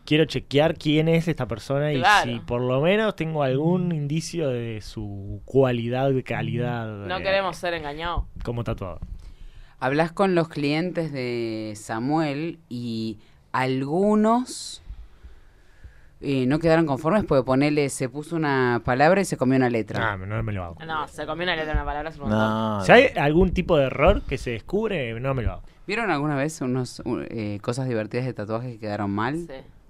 S4: Quiero chequear quién es esta persona y
S3: Claro.
S4: si por lo menos tengo algún indicio de su cualidad, de calidad.
S3: No
S4: eh,
S3: queremos ser engañados.
S4: Como tatuado.
S2: Hablas con los clientes de Samuel y algunos eh, no quedaron conformes porque ponele, se puso una palabra y se comió una letra.
S4: No, Ah, no me lo hago.
S3: No, se comió una letra, una palabra, es un montón.
S6: No.
S4: Si hay algún tipo de error que se descubre, no me lo hago.
S2: ¿Vieron alguna vez unos u- eh, cosas divertidas de tatuajes que quedaron mal?
S3: Sí,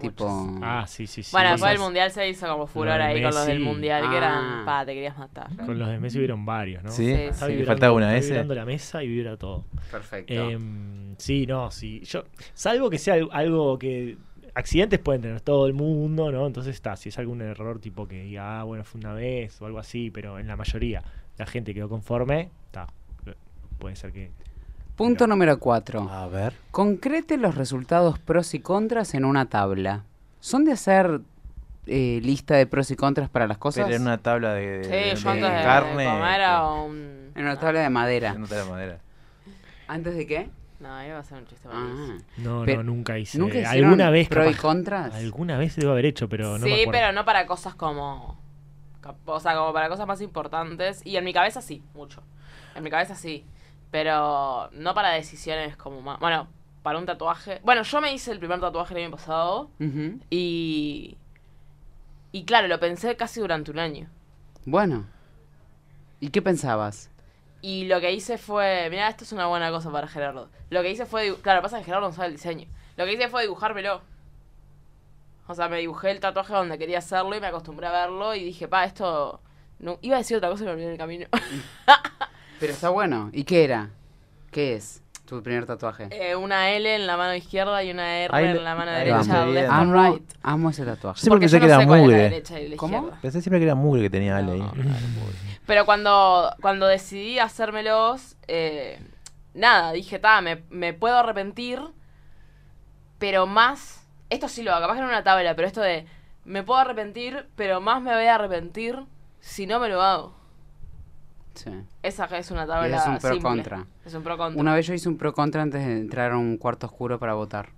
S2: tipo.
S3: muchos.
S4: Ah, sí, sí, sí.
S3: Bueno,
S4: Cosas-
S3: después del mundial se hizo como furor
S4: de
S3: ahí con los del
S4: Messi.
S3: mundial, que
S2: Ah.
S3: eran. Pa, te querías matar.
S4: Con los de Messi hubieron varios, ¿no?
S6: Sí,
S3: Sí,
S4: Está
S3: sí.
S6: le
S4: vibrando-
S6: faltaba ¿eh? una
S4: está
S6: S.
S4: vibrando la mesa y vibra todo.
S2: Perfecto.
S4: Em, sí, no, sí. Yo, salvo que sea al- algo que. Accidentes pueden tener todo el mundo, ¿no? Entonces está, si es algún error tipo que diga, ah, bueno, fue una vez o algo así, pero en la mayoría la gente quedó conforme, está. Puede ser que.
S2: Punto número 4.
S6: A ver.
S2: Concrete los resultados pros y contras en una tabla. ¿Son de hacer eh, lista de pros y contras para las cosas?
S6: Pero en una tabla de,
S3: Sí,
S6: de-
S3: yo
S6: de
S3: antes de
S6: carne.
S3: comer a un.
S2: En una tabla de
S6: sí,
S2: madera.
S6: en una tabla de madera.
S2: ¿Antes de qué?
S3: No, iba a ser un chiste
S2: Ah.
S3: malísimo.
S4: No,
S2: Pero-
S4: no, nunca hice.
S2: ¿Nunca hicieron
S4: alguna vez
S2: pro y
S4: capaz-
S2: contras?
S4: Alguna vez debo haber hecho, pero no me
S3: sí,
S4: acuerdo.
S3: pero no para cosas como. cap- O sea, como para cosas más importantes. Y en mi cabeza sí, mucho. En mi cabeza sí. Pero no para decisiones como más. Bueno, pa- para un tatuaje. Bueno, yo me hice el primer tatuaje el año pasado
S2: Ujú.
S3: y. Y claro, lo pensé casi durante un año.
S2: Bueno. ¿Y qué pensabas?
S3: Y lo que hice fue. Mira, esto es una buena cosa para Gerardo. Lo que hice fue. dibu- Claro, pasa que Gerardo no sabe el diseño. Lo que hice fue dibujármelo. O sea, me dibujé el tatuaje donde quería hacerlo y me acostumbré a verlo y dije, pa, esto. No, iba a decir otra cosa y me olvidé en el camino.
S2: Pero está bueno. ¿Y qué era? ¿Qué es tu primer tatuaje?
S3: Eh, una L en la mano izquierda y una R
S6: Ahí le-
S3: en la mano
S6: ahí
S2: Lo
S3: derecha.
S6: le-
S3: left and
S2: amo,
S3: right.
S2: amo ese tatuaje.
S6: Siempre
S3: Porque
S6: pensé
S3: yo
S6: que
S3: no
S6: era
S3: sé cuál es la
S6: mugre.
S3: derecha y la
S2: ¿Cómo?
S3: izquierda.
S6: Pensé siempre que era mugre que tenía Ale.
S3: No, Pero cuando, cuando decidí hacérmelos, eh, nada, dije, ta, me, me puedo arrepentir, pero más. Esto sí lo hago, capaz que en una tabla, pero esto de. Me puedo arrepentir, pero más me voy a arrepentir si no me lo hago.
S2: Sí.
S3: Esa es una tabla.
S2: es un pro
S3: simple.
S2: contra.
S3: Es un pro contra.
S2: Una vez yo hice un pro contra antes de entrar a un cuarto oscuro para votar.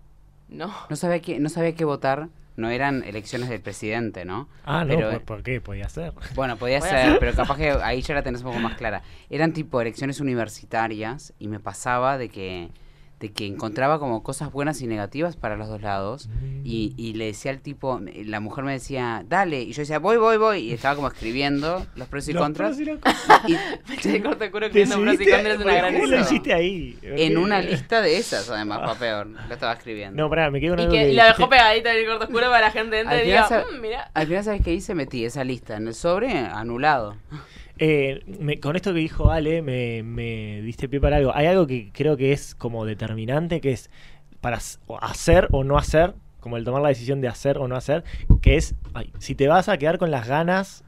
S3: No.
S2: No sabía qué, no sabía qué votar. No eran elecciones del presidente, ¿no?
S4: Ah, no,
S2: Pero,
S4: ¿por,
S2: eh,
S4: por qué? Podía ser.
S2: Bueno, podía
S3: Voy a
S2: ser, pero capaz que ahí ya la tenés un poco más clara. Eran tipo elecciones universitarias y me pasaba de que, de que encontraba como cosas buenas y negativas para los dos lados.
S4: Mm.
S2: Y, y le decía al tipo, la mujer me decía, dale, y yo decía, voy, voy, voy, y estaba como escribiendo los pros y
S4: Los
S2: contras.
S4: pros y los contras.
S2: y-
S3: Te corto el culo escribiendo pros y
S4: Decidiste-
S3: contras es una gran
S4: ¿Cómo lo
S3: idea.
S4: hiciste ahí?
S2: en una lista de esas, además, pa' peor, lo estaba escribiendo.
S4: No, pará, me quedo con
S3: Y,
S4: algo
S3: que,
S4: que
S3: y la
S4: dijiste.
S3: dejó pegadita en el corto oscuro para que la gente entre
S2: Al
S3: y diga,
S2: final se-
S3: "Mm, mirá".
S2: Al final, ¿sabes qué hice? Metí esa lista en el sobre, anulado.
S4: Eh, me- con esto que dijo Ale, me, me diste pie para algo. Hay algo que creo que es como determinante, que es para s- o hacer o no hacer, como el tomar la decisión de hacer o no hacer, que es ay, si te vas a quedar con las ganas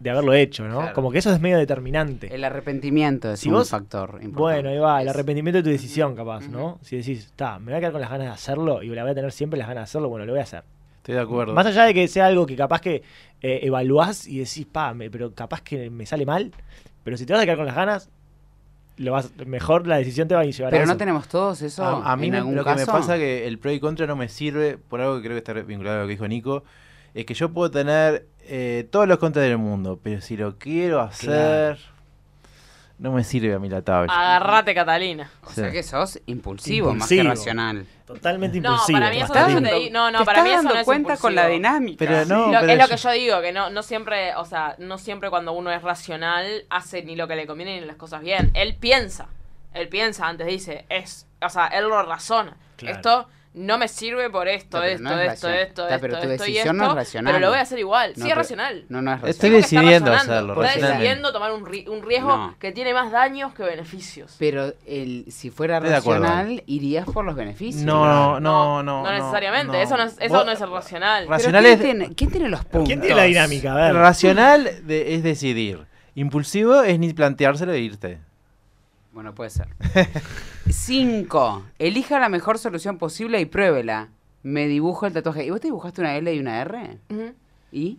S4: de haberlo hecho, ¿no?
S2: Claro.
S4: Como que eso es medio determinante.
S2: El arrepentimiento es
S4: Si
S2: un
S4: vos-
S2: factor importante.
S4: Bueno, ahí va, el
S2: Es-
S4: arrepentimiento de tu decisión, capaz,
S2: Ujú.
S4: ¿no? Si decís, está, me voy a quedar con las ganas de hacerlo y la voy a tener siempre las ganas de hacerlo, bueno, lo voy a hacer.
S6: Estoy de acuerdo.
S4: Más allá de que sea algo que capaz que eh, evaluás y decís, pa, me- pero capaz que me sale mal, pero si te vas a quedar con las ganas, lo vas, mejor la decisión te va a llevar a
S2: Pero
S4: eso.
S2: no tenemos todos eso.
S6: A, a mí
S2: en
S6: me-
S2: algún
S6: lo que me
S2: caso?
S6: pasa es que el pro y contra no me sirve, por algo que creo que está vinculado a lo que dijo Nico, es que yo puedo tener eh, todos los contras del mundo, pero si lo quiero hacer, no me sirve a mí la tabla.
S3: Agarrate, Catalina.
S2: O
S6: Sí.
S2: sea que sos impulsivo, más que
S4: Impulsivo.
S2: racional.
S4: Totalmente
S3: No,
S4: impulsivo.
S3: para mí eso
S4: bastante.
S3: no te digo. No, no, para mí
S2: estás
S3: eso no
S2: dando
S3: es
S2: cuenta con la
S3: impulsivo.
S2: dinámica.
S6: Pero no,
S3: Lo-
S6: pero
S3: es lo
S6: yo-
S3: que yo digo, que no, no siempre, o sea, no siempre cuando uno es racional hace ni lo que le conviene ni las cosas bien. Él piensa, él piensa antes, dice, es, o sea, él lo razona.
S4: Claro.
S3: Esto no me sirve por esto,
S2: No, pero
S3: esto,
S2: no es
S3: esto,
S2: racional.
S3: esto,
S2: Ta,
S3: esto,
S2: pero tu
S3: esto y esto.
S2: decisión no es racional.
S3: Pero lo voy a hacer igual,
S2: No,
S3: sí es
S2: pero-
S3: racional.
S2: No, no es
S6: Estoy
S2: racional.
S3: Tengo que estar
S6: decidiendo
S3: razonando.
S6: hacerlo,
S3: Está
S6: racionalmente.
S3: decidiendo tomar un, ri- un riesgo
S2: No.
S3: que tiene más daños que beneficios.
S2: Pero el, si fuera
S6: Estoy de acuerdo.
S2: racional, irías por los beneficios.
S6: No, no, no,
S3: No,
S6: no.
S3: necesariamente, eso no es, eso
S6: Vos-
S3: no es el racional.
S2: Pero
S6: Racional
S2: ¿quién,
S6: es-
S2: tiene, quién tiene los puntos?
S4: ¿Quién tiene la dinámica? A ver.
S6: El racional de- es decidir. Impulsivo es ni planteárselo e irte.
S2: Bueno, puede ser. Cinco. Elija la mejor solución posible y pruébela. Me dibujo el tatuaje. ¿Y vos te dibujaste una L y una R?
S3: Ujú.
S2: ¿Y?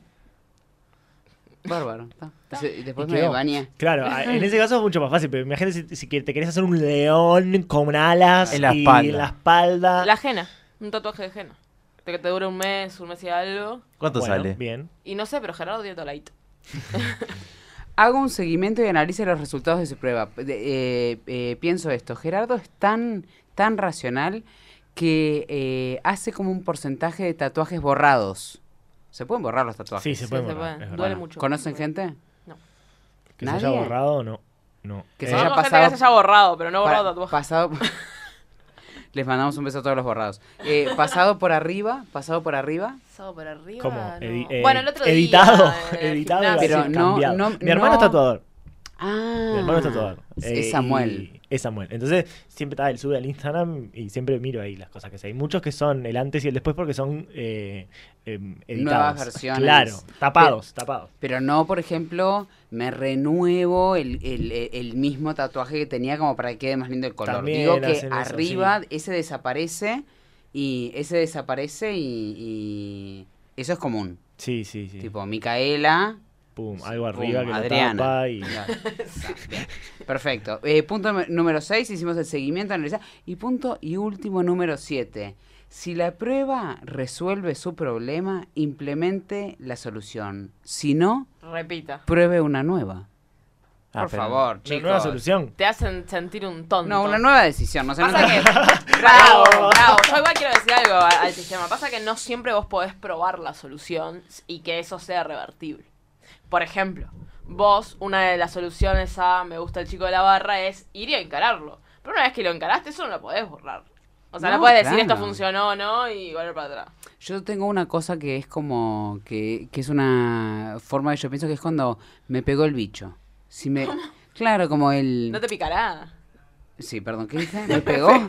S2: Bárbaro. está. Entonces, después pues
S4: Y
S2: me
S4: quedó.
S2: bañé.
S4: Claro, a- en ese caso es mucho más fácil, pero imagínate si, si que te querés hacer un león con alas
S6: En la
S4: y
S6: espalda.
S4: en la espalda.
S3: La ajena, un tatuaje de ajena. De que te dure un mes, un mes y algo.
S6: ¿Cuánto
S4: Bueno,
S6: sale?
S4: Bien.
S3: Y no sé, pero Gerardo tiene tolaito.
S2: Hago un seguimiento y analice los resultados de su prueba. De- eh, eh, pienso esto, Gerardo es tan, tan racional que eh, hace como un porcentaje de tatuajes borrados. ¿Se pueden borrar los tatuajes?
S4: Sí, se
S3: Sí,
S4: puede.
S3: se puede.
S4: borrar, es verdad.
S3: Duele mucho.
S2: ¿Conocen gente?
S4: Que se haya
S2: ¿Nadie?
S4: borrado, no. no.
S2: Que
S4: Eh,
S2: se haya
S3: Conozco gente
S2: pasado-
S3: que se haya borrado, pero no
S2: Pa-
S3: borrado tatuaje.
S2: Pasado... Les mandamos un beso a todos los borrados. Eh, pasado por arriba, pasado por arriba.
S3: Pasado por arriba.
S4: ¿Cómo?
S3: no.
S4: Edi- eh,
S3: bueno, el otro día. eh,
S4: editado,
S3: en el
S4: editado, iba a
S3: gimnasio.
S2: Pero
S4: decir,
S2: no-
S4: cambiado.
S2: no-
S4: Mi hermano es
S2: no-
S4: tatuador.
S2: Ah,
S4: Mi hermano es tatuador.
S2: Es,
S4: Eh,
S2: es Samuel.
S4: y- es Samuel. Entonces, siempre está, él sube al Instagram y siempre miro ahí las cosas que sé. Hay muchos que son el antes y el después porque son eh, em, editados.
S2: Nuevas versiones.
S4: Claro, tapados, tapados.
S2: Pero no, por ejemplo, me renuevo el, el- el- el mismo tatuaje que tenía como para que quede más lindo el color.
S4: También
S2: Digo que
S4: hacen eso,
S2: arriba ese desaparece y ese desaparece y, y eso es común.
S4: Sí, sí, sí.
S2: Tipo, Micaela.
S4: Pum, algo arriba
S2: pum,
S4: que
S2: Adriana.
S4: lo tapa y...
S2: Claro. Está, bien. Perfecto. Eh, punto nú- número 6, hicimos el seguimiento, analizar. Y punto y último número 7. Si la prueba resuelve su problema, implemente la solución. Si no,
S3: Repita.
S2: pruebe una nueva.
S6: Ah,
S2: Por
S6: pero-
S1: favor,
S4: Una
S1: chicos.
S4: nueva solución.
S3: Te hacen sentir un tonto.
S2: No, una nueva decisión. No sé,
S3: Pasa
S2: no-
S3: que. bravo, bravo. Yo igual quiero decir algo a- al sistema. Pasa que no siempre vos podés probar la solución y que eso sea revertible. Por ejemplo, vos, una de las soluciones a me gusta el chico de la barra es ir y encararlo. Pero una vez que lo encaraste, eso no lo podés borrar. O sea, no,
S2: No,
S3: podés decir
S2: claro.
S3: esto funcionó o no y volver para atrás.
S2: Yo tengo una cosa que es como que, que es una forma que yo pienso que es cuando me pegó el bicho. Si me claro, como el
S3: No te picará.
S2: Sí, perdón, ¿qué dije? ¿Me pegó? no,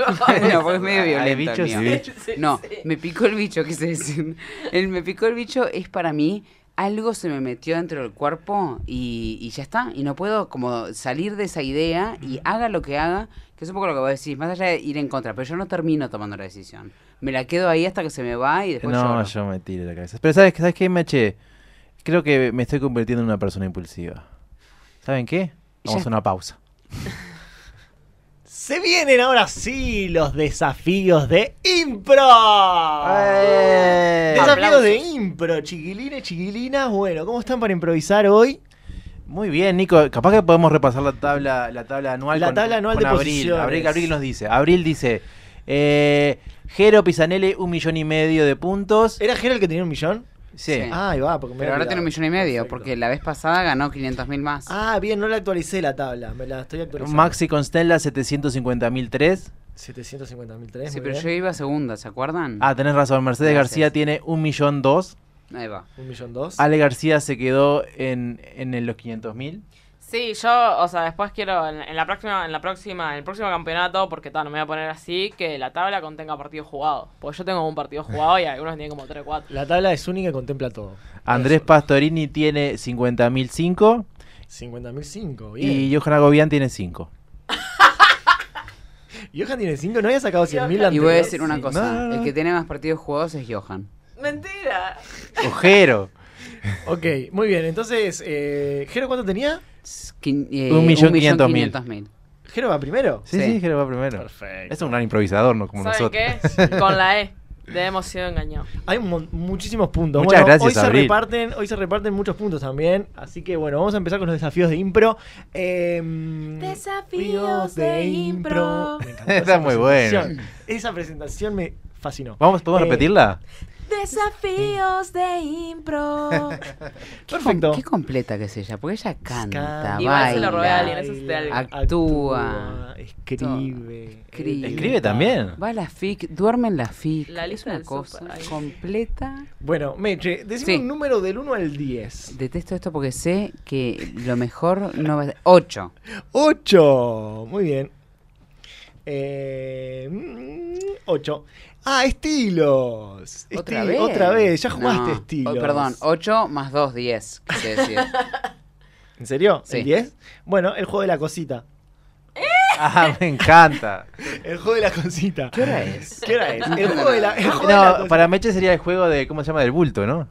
S2: porque es medio
S1: Ah,
S2: violento.
S1: de
S2: el
S1: bichos y
S2: mío.
S1: bichos.
S3: Sí,
S2: No,
S3: sí.
S2: me picó el bicho, quise decir. El me picó el bicho es para mí algo se me metió dentro del cuerpo y, y ya está. Y no puedo como salir de esa idea y haga lo que haga, que es un poco lo que vos decís, más allá de ir en contra, pero yo no termino tomando la decisión. Me la quedo ahí hasta que se me va y después
S6: No,
S2: lloro.
S6: yo me tiro la cabeza. Pero ¿sabes, qué- ¿sabes qué, Meche? Creo que me estoy convirtiendo en una persona impulsiva. ¿Saben qué? Vamos a una pausa.
S4: Se vienen ahora sí los desafíos de impro.
S6: ¡Eh!
S4: Desafíos
S3: Aplausos.
S4: de impro, chiquilines, chiquilinas. Bueno, ¿cómo están para improvisar hoy?
S6: Muy bien, Nico. Capaz que podemos repasar la tabla, la tabla anual.
S4: La tabla anual de
S6: abril.
S4: posiciones.
S6: abril. Abril nos dice. Abril dice. eh, Jero Pisanelli, un millón y medio de puntos.
S4: ¿Era Jero el que tenía un millón?
S6: Sí.
S2: sí.
S4: Ah, ahí va, porque me
S2: Pero
S4: había
S2: ahora tiene un
S4: olvidado.
S2: millón y medio,
S4: Perfecto.
S2: porque la vez pasada ganó 500 mil más.
S4: Ah, bien, no la actualicé la tabla, me la estoy actualizando.
S6: Maxi Constella, 750.003.
S4: 750.003.
S2: sí,
S4: muy
S2: pero
S4: bien.
S2: yo iba a segunda, ¿se acuerdan?
S6: Ah, tenés razón. Mercedes
S2: Mm. Gracias.
S6: García tiene un millón dos.
S2: Ahí va.
S4: Un millón dos.
S6: Ale García se quedó en, en el- los 500.000. mil.
S3: Sí, yo, o sea, después quiero en, en la próxima, en la próxima, en el próximo campeonato, porque tal, no me voy a poner así, que la tabla contenga partidos jugados. Porque yo tengo un partido jugado y algunos tienen como 3 o 4.
S4: La tabla es única y contempla todo.
S6: Andrés Pastorini tiene 50.005
S4: 50.005, bien.
S6: y Johanna Gobián tiene 5.
S4: Johan tiene 5, no había sacado 100.000
S3: Johan-
S4: antes.
S2: Y voy a decir una
S6: Sí.
S2: cosa,
S6: No, no, no.
S2: el que tiene más partidos jugados es Johan.
S3: Mentira.
S6: Ojero.
S4: Ok, muy bien. Entonces, eh, ¿Jero cuánto tenía?
S2: Quin- eh,
S6: Un millón quinientos mil.
S2: 500 mil.
S4: ¿Jero va primero?
S6: Sí,
S2: Sí.
S6: sí, Jero va primero.
S4: Perfecto.
S6: Es un gran improvisador, ¿no? Como
S3: ¿Saben
S6: nosotros.
S3: qué? Con la E. Le hemos sido engañados.
S4: Hay mon- muchísimos puntos.
S6: Muchas
S4: Bueno,
S6: gracias,
S4: hoy se,
S6: Abril.
S4: reparten, hoy se reparten muchos puntos también. Así que bueno, vamos a empezar con los desafíos de impro. Em,
S5: Desafíos de impro.
S4: Me encantó
S6: Está
S4: esa
S6: muy
S4: presentación. Esa presentación me fascinó.
S6: Vamos, ¿podemos
S4: Eh,
S6: repetirla?
S5: Desafíos de impro.
S4: Perfecto.
S2: Qué completa que es ella, porque ella canta,
S4: Canta,
S3: Igual se lo robé a alguien,
S2: baila,
S3: eso es de alguien.
S2: actúa,
S4: escribe,
S2: Escribe.
S6: Escribe también.
S2: va a la FIC, duerme en la FIC.
S3: La
S2: es
S3: lista
S2: una
S3: del
S2: cosa
S3: súper, ahí.
S2: completa.
S4: Bueno, Meche, decime
S2: Sí.
S4: un número del 1 al 10.
S2: Detesto esto porque sé que lo mejor no va a ser. 8.
S4: 8. Muy bien. 8. eh, mm, Ah, estilos.
S2: ¿Otra
S4: Esti-
S2: vez?
S4: Otra vez, ya jugaste
S2: No.
S4: estilos.
S2: Oh, perdón, 8 más 2, 10. Quise decir.
S4: ¿En serio?
S2: Sí.
S4: ¿El 10? Bueno, el juego de la cosita.
S6: Ah, me encanta.
S4: El juego de la cosita.
S2: ¿Qué hora es?
S4: ¿Qué hora es? El juego de la, el juego de la
S6: No,
S4: cosita.
S6: para Meche sería el juego de, ¿cómo se llama? Del bulto, ¿no?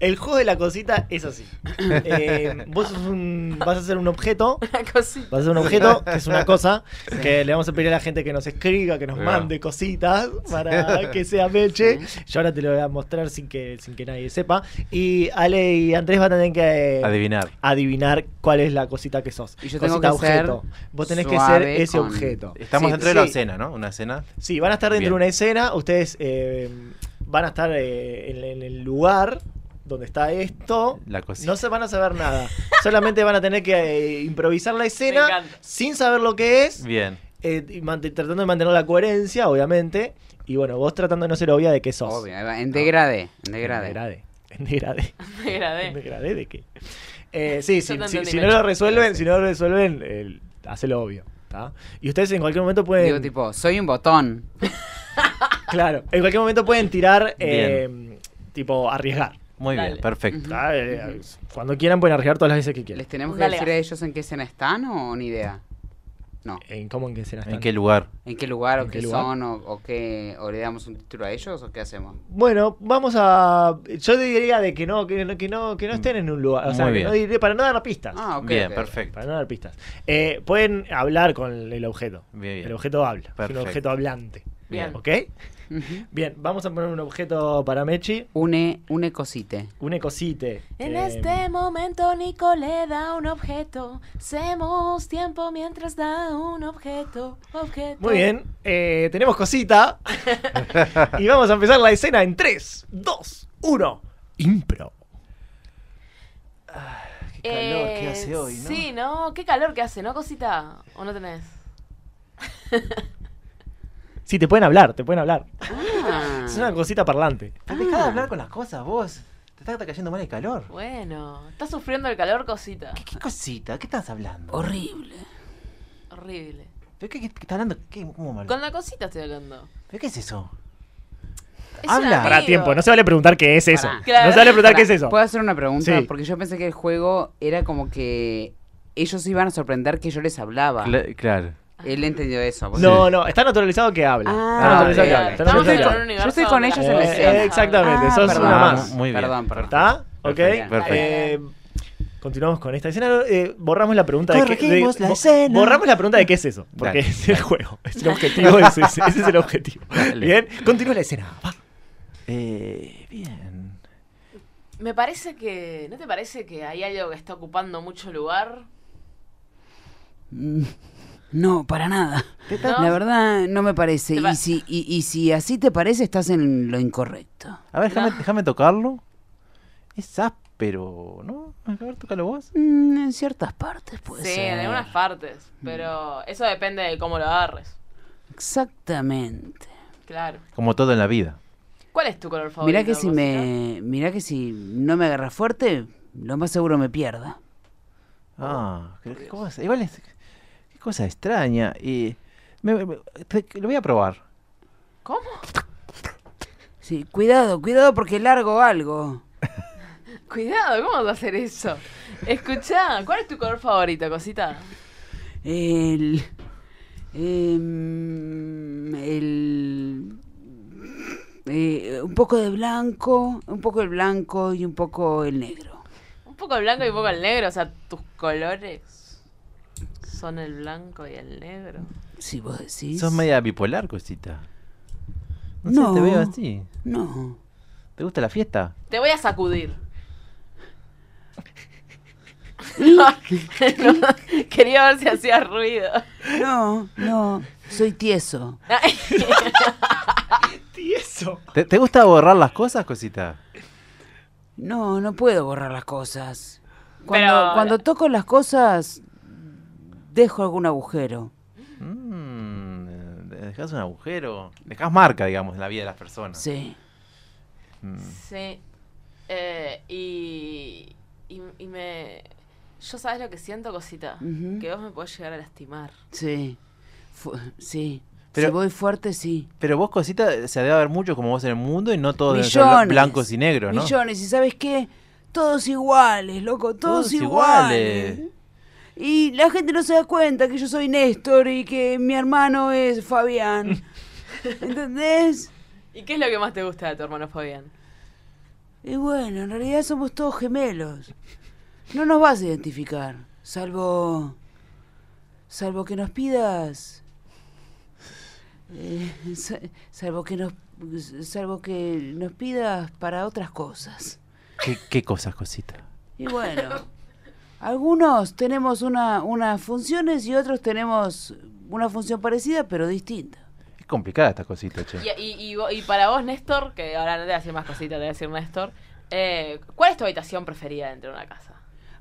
S4: El juego de la cosita es así. Eh, vos sos un- vas a hacer un objeto
S3: Una cosita.
S4: Va a ser un objeto, que es una cosa, que le vamos a pedir a la gente que nos escriba, que nos
S6: Ahí va.
S4: mande cositas para que sea Meche. Yo ahora te lo voy a mostrar sin que, sin que nadie sepa. Y Ale y Andrés van a tener que eh,
S6: Adivinar.
S4: adivinar cuál es la cosita que sos.
S2: Y yo tengo
S4: Cosita
S2: que ser
S4: Vos tenés que ser
S2: suave
S4: ese
S2: con-
S4: objeto.
S6: Estamos
S2: Sí,
S6: dentro de la
S4: sí.
S6: cena, ¿no? Una cena.
S4: Sí, van a estar dentro
S6: Bien.
S4: de una escena. Ustedes eh, van a estar eh, en, en el lugar donde está esto.
S6: La
S2: Pues
S6: cosita.
S4: No se van a saber nada. Solamente van a tener que eh, improvisar la escena
S3: encanta.
S4: sin saber lo que es.
S6: Bien.
S4: eh, y mant- tratando de mantener la coherencia, obviamente. Y bueno, vos tratando de no ser obvia de qué sos.
S2: Obvio, ahí va, en degradé. En degradé.
S4: Degrade. En degradé.
S3: Me
S4: ¿En
S3: agradé.
S4: degradé de qué? Eh, sí, sí,
S3: te
S4: sí,
S3: entendí,
S4: si no
S3: Nacho.
S4: lo resuelven, si no lo resuelven, eh, hacelo obvio. ¿tá? Y ustedes en cualquier momento pueden.
S2: Digo, tipo, soy un botón.
S4: Claro, en cualquier momento pueden tirar, eh, tipo, arriesgar.
S6: Muy
S3: Dale.
S6: bien, perfecto.
S4: ¿tá? Eh, Cuando quieran pueden arriesgar todas las veces que
S2: ¿Les
S4: quieran.
S2: tenemos que
S3: Dale,
S2: decir
S3: gas.
S2: a ellos en qué escena están o ni idea? No.
S4: ¿En cómo en qué será?
S6: ¿En qué lugar?
S2: ¿En qué lugar o
S4: ¿En
S2: qué,
S4: qué lugar?
S2: son o, o qué? ¿O le damos un título a ellos o qué hacemos?
S4: Bueno, vamos a. Yo diría de que no, que no, que no, que no estén en un lugar. O sea,
S6: Mm. Muy
S4: que
S6: bien.
S4: no diré- para no dar pistas.
S2: Ah, ok.
S6: bien,
S2: ok.
S6: perfecto.
S4: Para no dar pistas. Eh, pueden hablar con el objeto.
S6: Bien, bien.
S4: El objeto habla. Es un
S6: Perfecto.
S4: objeto hablante.
S3: Bien.
S4: ¿Ok? Bien, vamos a poner un objeto para Mechi.
S7: Une, une cosite.
S4: Un ecosite.
S5: En
S4: eh,
S5: este momento Nico le da un objeto. Hacemos tiempo mientras da un objeto. objeto.
S4: Muy bien, eh, tenemos cosita. y vamos a empezar la escena en 3, 2, 1. Impro.
S6: Qué calor que hace hoy, ¿no?
S3: Eh, Sí, ¿no? Qué calor que hace, ¿no, cosita? ¿O no tenés?
S4: Sí, te pueden hablar, te pueden hablar.
S7: Ah.
S4: Es una cosita parlante.
S6: Pero dejá de hablar con las cosas, vos. Te está cayendo mal el calor.
S3: Bueno, ¿estás sufriendo el calor, cosita?
S6: ¿Qué, qué cosita? ¿Qué estás hablando?
S7: Horrible.
S3: Horrible.
S6: ¿Pero qué, qué- qué estás hablando? ¿Qué, ¿Cómo mal?
S3: Con la cosita estoy hablando.
S6: ¿Pero qué es eso?
S3: Es
S6: Habla.
S3: un amigo.
S4: Para tiempo, no se vale preguntar qué es eso.
S7: Pará.
S4: No se vale preguntar qué es
S7: Pará,
S4: eso.
S7: ¿Puedo hacer una pregunta?
S4: Sí.
S7: Porque yo pensé que el juego era como que ellos se iban a sorprender que yo les hablaba.
S6: claro.
S7: Él entendió eso. vos
S4: No, no, está naturalizado que habla.
S7: Ah,
S4: Está naturalizado que
S7: bien.
S4: habla, está
S3: Estamos en un
S4: naturalizado que habla.
S3: universo
S7: Yo estoy con
S3: donde
S7: ellos
S3: las
S7: en
S3: cosas
S7: escena.
S4: Eh, exactamente,
S7: Ah,
S4: sos
S7: perdón.
S4: una más.
S6: Muy bien.
S7: Perdón, perdón.
S4: ¿Está? ¿Ok?
S7: Perfecto.
S4: Eh, continuamos con esta escena. Eh, borramos la pregunta de qué
S6: Corregimos
S4: de-
S6: la
S4: bo-
S6: escena.
S4: Borramos la pregunta de qué es eso. Porque
S6: Dale.
S4: es el juego. Es el objetivo. es ese, ese es el objetivo.
S6: Dale.
S4: Bien, continúa la escena. va.
S6: Eh, bien.
S3: Me parece que. ¿No te parece que hay algo que está ocupando mucho lugar?
S7: Mm, No, para nada.
S3: estás-
S7: La verdad no me parece.
S3: Te va-
S7: Y si, y, y si así te parece, estás en lo incorrecto.
S6: A ver, déjame
S3: No.
S6: déjame tocarlo. Es áspero, ¿no? A ver, tócalo vos.
S7: Mm, en ciertas partes puede
S3: sí,
S7: ser.
S3: en algunas partes.
S6: Mm.
S3: Pero eso depende de cómo lo agarres.
S7: Exactamente.
S3: Claro.
S6: Como todo en la vida.
S3: ¿Cuál es tu color favorito?
S7: Mirá que si
S3: cosita?
S7: me. Mirá que si no me agarras fuerte, lo más seguro me pierda.
S6: Ah, pero qué cosa. Igual es. Qué cosa extraña. Y. me- me- te- lo voy a probar.
S3: ¿Cómo?
S7: Sí, cuidado, cuidado porque largo algo.
S3: Cuidado, ¿cómo vas a hacer eso? Escuchá, ¿cuál es tu color favorito, cosita?
S7: El. em, el. eh, un poco de blanco, un poco el blanco y un poco el negro.
S3: Un poco el blanco y un poco el negro, o sea, tus colores son el blanco y el negro.
S7: Si vos decís.
S6: Sos media bipolar, cosita. No,
S7: No.
S6: sé, te veo así.
S7: No.
S6: ¿Te gusta la fiesta?
S3: Te voy a sacudir. No, no, quería ver si hacía ruido.
S7: No, no. Soy tieso.
S4: Tieso.
S6: ¿Te, te gusta borrar las cosas, cosita?
S7: No, no puedo borrar las cosas. Cuando,
S3: Pero-
S7: cuando toco las cosas, dejo algún agujero.
S6: Mm, eh, dejas un agujero. Dejas marca, digamos, en la vida de las personas.
S7: Sí.
S6: Mm.
S3: Sí. Eh, y, y. y me. Yo sabes lo que siento, cosita.
S7: Ujú.
S3: Que vos me podés llegar a lastimar.
S7: Sí. Fu- sí.
S6: Pero-
S7: si voy fuerte, sí.
S6: Pero vos, cosita, se debe haber muchos como vos en el mundo y no todos deben ser
S7: Millones.
S6: blancos y negros, ¿no?
S7: Millones. ¿Y sabes qué? Todos iguales, loco. Todos,
S6: Todos
S7: iguales.
S6: iguales.
S7: Y la gente no se da cuenta que yo soy Néstor y que mi hermano es Fabián. ¿Entendés?
S3: ¿Y qué es lo que más te gusta de tu hermano Fabián?
S7: Y bueno, en realidad somos todos gemelos. No nos vas a identificar, salvo. Salvo que nos pidas. eh, sa- salvo que nos. Salvo que nos pidas para otras cosas.
S6: ¿Qué, qué cosas, cosita?
S7: Y bueno, algunos tenemos una, unas funciones y otros tenemos una función parecida pero distinta.
S6: Es complicada esta cosita, che.
S3: Y, y- y vo- y para vos, Néstor, que ahora no te voy a decir más cositas, te voy a decir Néstor. eh, ¿Cuál es tu habitación preferida dentro de una casa?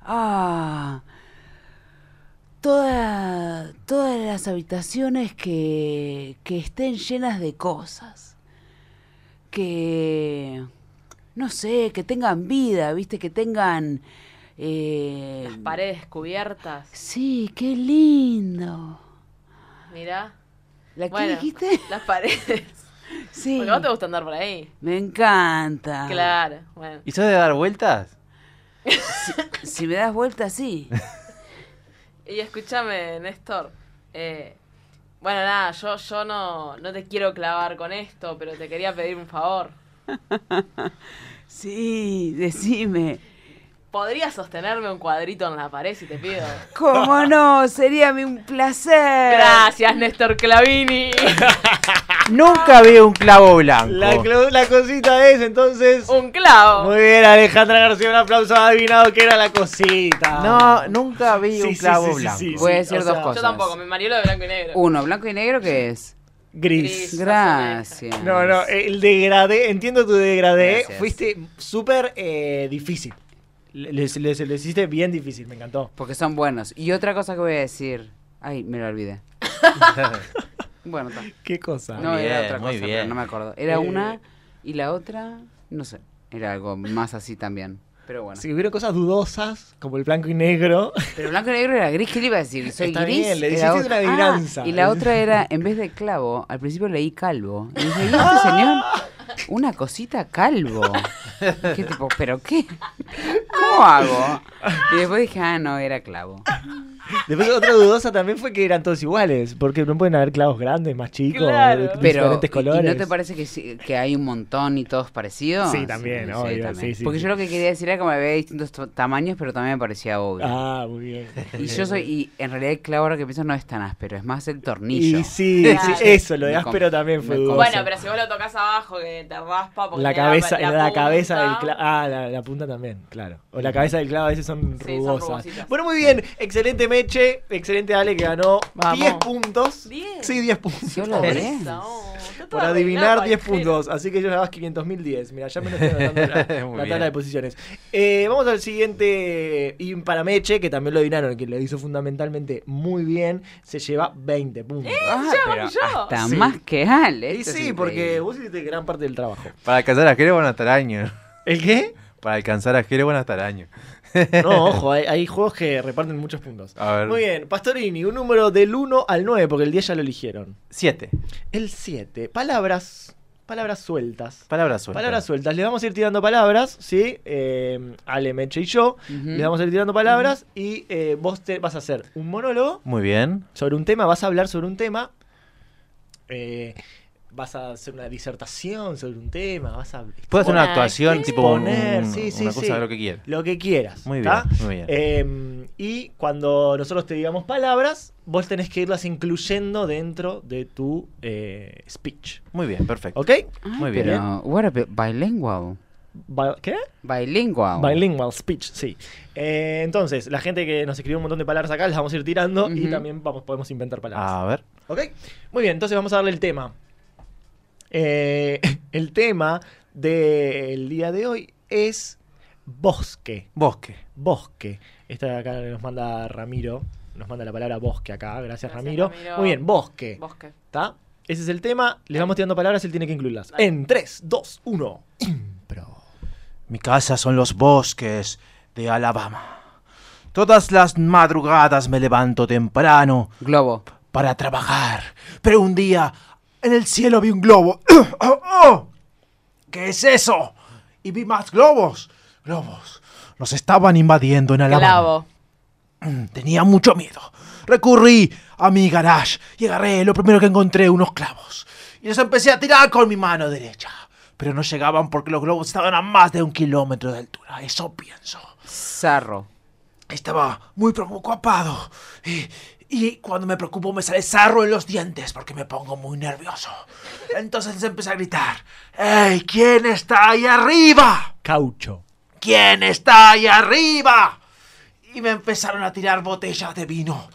S7: Ah, toda- todas las habitaciones que, que estén llenas de cosas. Que, no sé, que tengan vida, viste, que tengan... eh,
S3: Las paredes cubiertas.
S7: Sí, qué lindo.
S3: Mirá.
S7: ¿La qué
S3: Bueno,
S7: dijiste?
S3: Las paredes.
S7: Sí.
S3: Porque a vos te gusta andar por ahí.
S7: Me encanta.
S3: Claro. Bueno.
S6: ¿Y sos de dar vueltas?
S7: Si me das vuelta, sí.
S3: Y escúchame, Néstor. eh, bueno, nada, yo, yo no, no te quiero clavar con esto, pero te quería pedir un favor.
S7: Sí, decime.
S3: ¿Podrías sostenerme un cuadrito en la pared si te pido?
S7: ¿Cómo no? Sería mi un placer.
S3: Gracias, Néstor Clavini.
S6: Nunca veo un clavo blanco.
S4: La, clo- la cosita es entonces.
S3: Un clavo.
S4: Muy bien, Alejandra García, un aplauso adivinado que era la cosita.
S6: No, nunca vi
S4: Sí,
S6: un
S4: sí,
S6: clavo
S4: sí, sí,
S6: blanco.
S4: sí, sí.
S2: Voy a decir
S4: o
S2: dos
S4: sea,
S2: cosas.
S3: Yo tampoco, me mariolo de blanco y negro.
S2: Uno, blanco y negro, ¿qué es?
S4: Gris.
S2: Gracias.
S4: No, no, el degradé, entiendo tu degradé.
S2: Gracias.
S4: Fuiste súper eh, difícil. Le les- les- les hiciste bien difícil, me encantó.
S2: Porque son buenos. Y otra cosa que voy a decir. Ay, me lo olvidé. bueno, está.
S4: ¿Qué cosa?
S2: No, era
S1: bien,
S2: otra cosa,
S1: muy
S2: pero
S1: bien.
S2: no me acuerdo. Era
S4: Eh.
S2: una y la otra, no sé. Era algo más así también. Pero bueno.
S4: Si hubiera cosas dudosas, como el blanco y negro,
S2: Pero blanco y negro era gris, ¿qué le iba a decir? Soy
S4: Está
S2: gris.
S4: bien, le
S2: era
S4: hiciste
S2: otra-
S4: una adivinanza.
S2: Ah, y la otra era, en vez de clavo, al principio leí calvo. Y dije, ¿y este señor? Una cosita calvo. ¿Qué tipo, pero qué? ¿Cómo hago? Y después dije, ah, no, era clavo.
S4: después otra dudosa también fue que eran todos iguales, porque no pueden haber clavos grandes, más chicos,
S3: Claro.
S4: de
S2: Pero,
S4: diferentes
S2: ¿y-
S4: colores.
S2: ¿y no te parece que, sí- que hay un montón y todos parecidos?
S4: Sí, también, obvio, sí, sí,
S2: Porque
S4: sí.
S2: yo lo que quería decir era que me había distintos to- tamaños, pero también me parecía obvio.
S4: Ah, muy bien.
S2: Y yo soy, y en realidad el clavo ahora que pienso no es tan áspero, es más el tornillo. Ah,
S4: Y sí,
S3: Claro.
S4: sí, eso, lo de
S2: Me
S4: áspero
S2: com-
S4: también fue
S2: me com-
S4: dudoso.
S3: Bueno, pero si vos lo tocas abajo, que te raspa porque
S4: la
S3: tiene
S4: cabeza, la,
S3: la
S4: cabeza del
S3: punta.
S4: clavo. Ah, la, la punta también, claro. O la cabeza del clavo a veces son
S3: Sí, son
S4: rugosas.
S3: rugositas.
S4: bueno, muy bien. Excelente Meche, excelente Ale que ganó
S3: Vamos.
S4: 10 puntos.
S3: Diez.
S4: Sí, 10 puntos.
S2: Yo lo
S3: Pobreza,
S2: ¿Eh?
S3: oh, está
S4: Por
S3: todo
S4: adivinar
S3: arreglado,
S4: 10
S3: Alfredo.
S4: puntos. Así que yo llevabas 500.010. Mira, ya me lo estoy anotando la,
S6: Muy
S4: la
S6: bien.
S4: tabla de posiciones. Eh, vamos al siguiente. Y para Meche, que también lo adivinaron, que lo hizo fundamentalmente muy bien. Se lleva 20 puntos.
S2: Ah, pero
S3: yo.
S2: hasta
S4: Sí.
S2: más que Ale.
S4: Y
S2: esto es
S4: sí,
S2: increíble.
S4: porque vos hiciste gran parte del trabajo.
S1: Para alcanzar a Jero van hasta el año.
S4: ¿El qué?
S1: Para alcanzar a Jero van hasta el año.
S4: No, ojo, hay, hay juegos que reparten muchos puntos.
S1: A ver.
S4: Muy bien, Pastorini, un número del 1 al 9, porque el 10 ya lo eligieron.
S1: Siete.
S4: El 7, palabras, palabras sueltas.
S1: Palabras sueltas.
S4: Palabras sueltas, le vamos a ir tirando palabras, ¿sí? Eh, Ale, Meche y yo,
S2: Ujú.
S4: le vamos a ir tirando palabras y eh, vos te vas a hacer un monólogo
S1: Muy bien.
S4: sobre un tema, vas a hablar sobre un tema, eh, vas a hacer una disertación sobre un tema, vas a...
S1: Puedo hacer una
S3: Poner,
S1: actuación
S3: ¿qué?
S1: tipo un-
S4: Poner, sí, sí,
S1: una cosa
S4: sí.
S1: de lo que quiera.
S4: Lo que quieras.
S1: Muy bien,
S4: ¿tá?
S1: muy bien.
S4: Eh, y cuando nosotros te digamos palabras, vos tenés que irlas incluyendo dentro de tu eh, speech.
S1: Muy bien, perfecto.
S4: ¿Ok?
S2: Ay,
S1: Muy
S4: ¿Eh?
S1: bien.
S2: Ah, Pero, what a bi- bilingual.
S4: Ba- ¿Qué?
S2: Bilingual.
S4: Bilingual speech, sí. Eh, entonces, la gente que nos escribió un montón de palabras acá, las vamos a ir tirando y
S2: Ujú.
S4: también vamos, podemos inventar palabras.
S1: A ver.
S4: ¿Ok? Muy bien, entonces vamos a darle el tema. Eh, el tema del día de hoy es bosque.
S1: Bosque.
S4: Bosque. Esta acá nos manda Ramiro. Nos manda la palabra bosque acá. Gracias,
S3: Gracias,
S4: Ramiro.
S3: Ramiro.
S4: Muy bien, bosque.
S3: Bosque.
S4: ¿Está? Ese es el tema. Les vamos tirando palabras, él tiene que incluirlas.
S3: Dale.
S4: En 3, 2, 1. Impro.
S1: Mi casa son los bosques de Alabama. Todas las madrugadas me levanto temprano
S2: Globo.
S1: para trabajar. Pero un día en el cielo vi un globo. ¡Oh, oh! ¿Qué es eso? Y vi más globos. Globos. Nos estaban invadiendo en Alabama.
S3: Clavo.
S1: Tenía mucho miedo. Recurrí a mi garage y agarré lo primero que encontré, unos clavos. Y los empecé a tirar con mi mano derecha. Pero no llegaban porque los globos estaban a más de un kilómetro de altura. Eso pienso.
S2: Zarro.
S1: Estaba muy preocupado. Y, y cuando me preocupo me sale sarro en los dientes porque me pongo muy nervioso. Entonces empecé a gritar. ¡Ey! ¿Quién está ahí arriba?
S4: Caucho.
S1: ¿Quién está ahí arriba? Y me empezaron a tirar botellas de vino.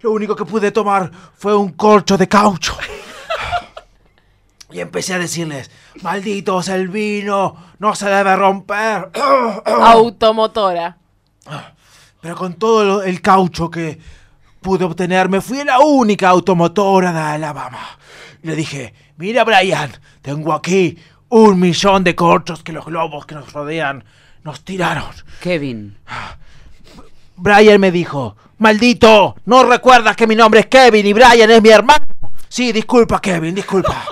S1: Lo único que pude tomar fue un corcho de caucho. Y empecé a decirles, malditos, el vino no se debe romper.
S3: Automotora.
S1: Pero con todo lo- el caucho que pude obtener, me fui a la única automotora de Alabama. Y le dije, mira Brian, tengo aquí un millón de corchos que los globos que nos rodean nos tiraron.
S2: Kevin.
S1: Brian me dijo, maldito, ¿no recuerdas que mi nombre es Kevin y Brian es mi hermano? Sí, disculpa Kevin, disculpa.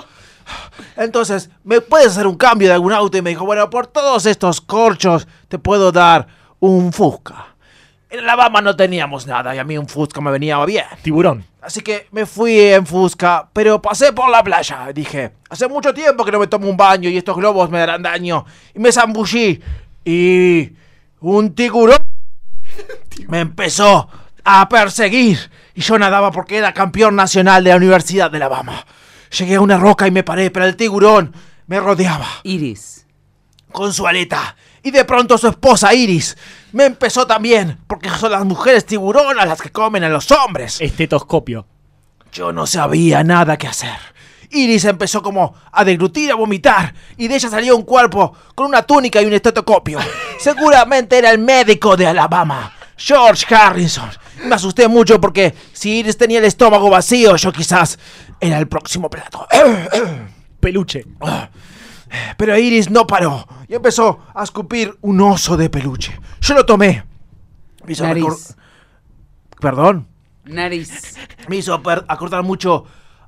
S1: Entonces, ¿me puedes hacer un cambio de algún auto? Y me dijo, bueno, por todos estos corchos te puedo dar un Fusca. En Alabama no teníamos nada y a mí un Fusca me venía bien.
S4: Tiburón.
S1: Así que me fui en Fusca, pero pasé por la playa. Dije, hace mucho tiempo que no me tomo un baño y estos globos me darán daño. Y me zambullí y un tiburón me empezó a perseguir. Y yo nadaba porque era campeón nacional de la Universidad de Alabama. Llegué a una roca y me paré, pero el tiburón me rodeaba
S2: Iris.
S1: con su aleta. Y de pronto su esposa Iris me empezó también, porque son las mujeres tiburonas las que comen a los hombres.
S4: Estetoscopio.
S1: Yo no sabía nada que hacer. Iris empezó como a deglutir, a vomitar, y de ella salió un cuerpo con una túnica y un estetoscopio. Seguramente era el médico de Alabama, George Harrison. Me asusté mucho porque si Iris tenía el estómago vacío, yo quizás era el próximo plato.
S4: Peluche.
S1: Ah. Pero Iris no paró y empezó a escupir un oso de peluche. Yo lo tomé. Me hizo
S2: Nariz.
S1: recor- Perdón.
S2: Nariz.
S1: Me hizo per- acordar mucho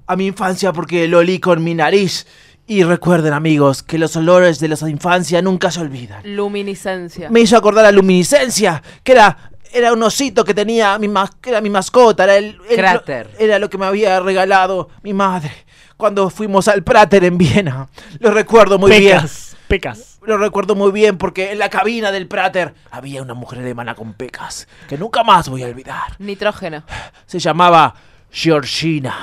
S1: a mi infancia porque lo olí con mi nariz. Y recuerden, amigos, que los olores de la infancia nunca se olvidan.
S8: Luminiscencia.
S1: Me hizo acordar a Luminiscencia, que era, era un osito que tenía mi, mas- que era mi mascota, era el, el-
S2: Cráter.
S1: era lo que me había regalado mi madre cuando fuimos al Prater en Viena. Lo recuerdo muy bien.
S4: pecas. Pecas.
S1: Lo recuerdo muy bien porque en la cabina del Prater había una mujer alemana con pecas que nunca más voy a olvidar.
S8: Nitrógeno.
S1: Se llamaba Georgina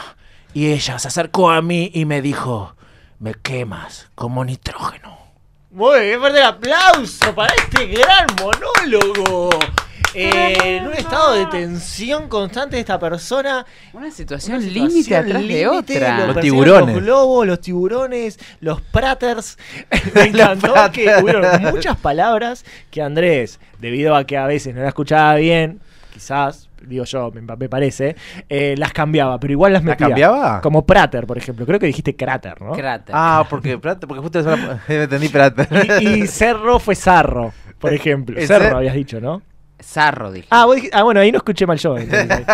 S1: y ella se acercó a mí y me dijo, me quemas como nitrógeno.
S4: Muy bien, fuerte el aplauso para este gran monólogo. Eh, en un estado de tensión constante de esta persona.
S2: Una
S4: una
S2: situación,
S4: situación
S2: límite atrás de
S4: límite,
S2: otra.
S4: lo
S1: Los
S4: persiguen
S1: tiburones.
S4: Los globos, los tiburones, los praters. Me encantó que
S1: praters.
S4: hubieron muchas palabras que Andrés, debido a que a veces no la escuchaba bien, quizás, digo yo, me, me parece, eh, las cambiaba, pero igual las
S1: ¿Las
S4: metía.
S1: cambiaba?
S4: Como prater, por ejemplo. Creo que dijiste cráter, ¿no?
S2: Cráter.
S1: Ah, porque Prater, porque justo la semana- entendí Prater.
S4: Y, y cerro fue zarro, por ejemplo.
S1: ¿El
S4: Cerro
S1: cer-
S4: habías dicho, ¿no?
S2: Zarro, dije.
S4: Ah, vos dijiste- ah, bueno, ahí no escuché mal yo. entonces.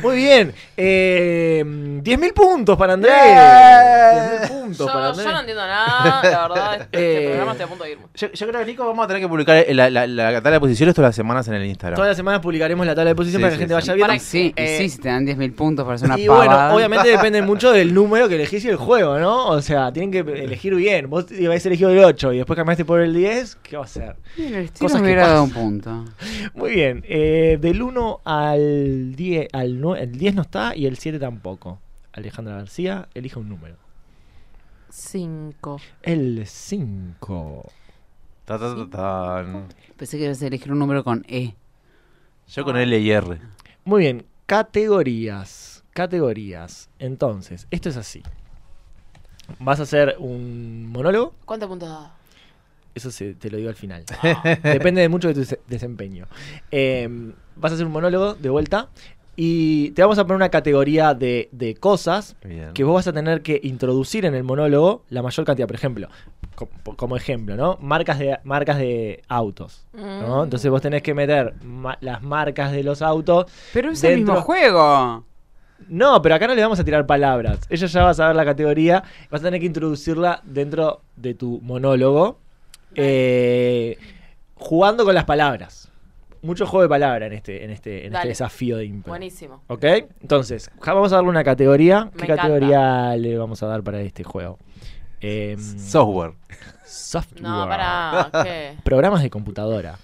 S4: Muy bien. Eh, 10.000 puntos para Andrés.
S1: Yeah.
S4: 10.000 puntos
S8: Yo,
S4: para
S8: yo no
S4: Andrés.
S8: entiendo nada, la verdad, este
S1: Eh.
S8: programa estoy a punto de irme.
S1: Yo, yo creo que Nico vamos a tener que publicar la, la, la tabla de posiciones todas las semanas en el Instagram.
S4: Todas las semanas publicaremos la tabla de posición
S1: Sí,
S4: para que
S1: sí,
S4: la gente
S1: sí.
S4: vaya
S8: Y
S4: viendo.
S8: para-
S2: sí, y
S4: Eh,
S2: sí, si te dan 10.000 puntos para hacer una
S4: Y
S2: pavada.
S4: bueno, obviamente depende mucho del número que elegís y el juego, ¿no? O sea, tienen que elegir bien. Vos habéis elegido el 8 y después cambiaste por el 10, ¿qué va a ser?
S2: Mira, el tiro
S4: cosas
S2: me
S4: que
S2: hubiera dado un
S4: pasan.
S2: punto.
S4: Muy bien, eh, del 1 al 10, al nue- el 10 no está y el 7 tampoco. Alejandra García, elija un número.
S8: Cinco.
S4: El 5.
S1: Ta, ta, ta, tan.
S2: Pensé que ibas a elegir un número con E.
S1: Yo con L y R.
S4: Muy bien, categorías. Categorías. Entonces, esto es así. Vas a hacer un monólogo,
S8: ¿Cuántos puntos da?
S4: eso se- te lo digo al final. Ah, Depende de mucho de tu des- desempeño. Eh, vas a hacer un monólogo de vuelta y te vamos a poner una categoría de, de cosas
S1: Bien.
S4: que vos vas a tener que introducir en el monólogo la mayor cantidad, por ejemplo, co- po- como ejemplo, ¿no? Marcas de marcas de autos, ¿no?
S8: Mm.
S4: Entonces vos tenés que meter ma- las marcas de los autos.
S2: Pero es el
S4: Dentro-
S2: mismo juego.
S4: No, pero acá no le vamos a tirar palabras. Ella ya va a saber la categoría, vas a tener que introducirla dentro de tu monólogo eh, jugando con las palabras. Mucho juego de palabras en este en este en este
S8: Dale.
S4: desafío de impro.
S8: Buenísimo.
S4: ¿Ok? Entonces, ja- vamos a darle una categoría. ¿Qué
S8: Me encanta.
S4: categoría le vamos a dar para este juego? Em,
S1: Software.
S4: software.
S8: No, pará. ¿Qué?
S4: Programas de computadora.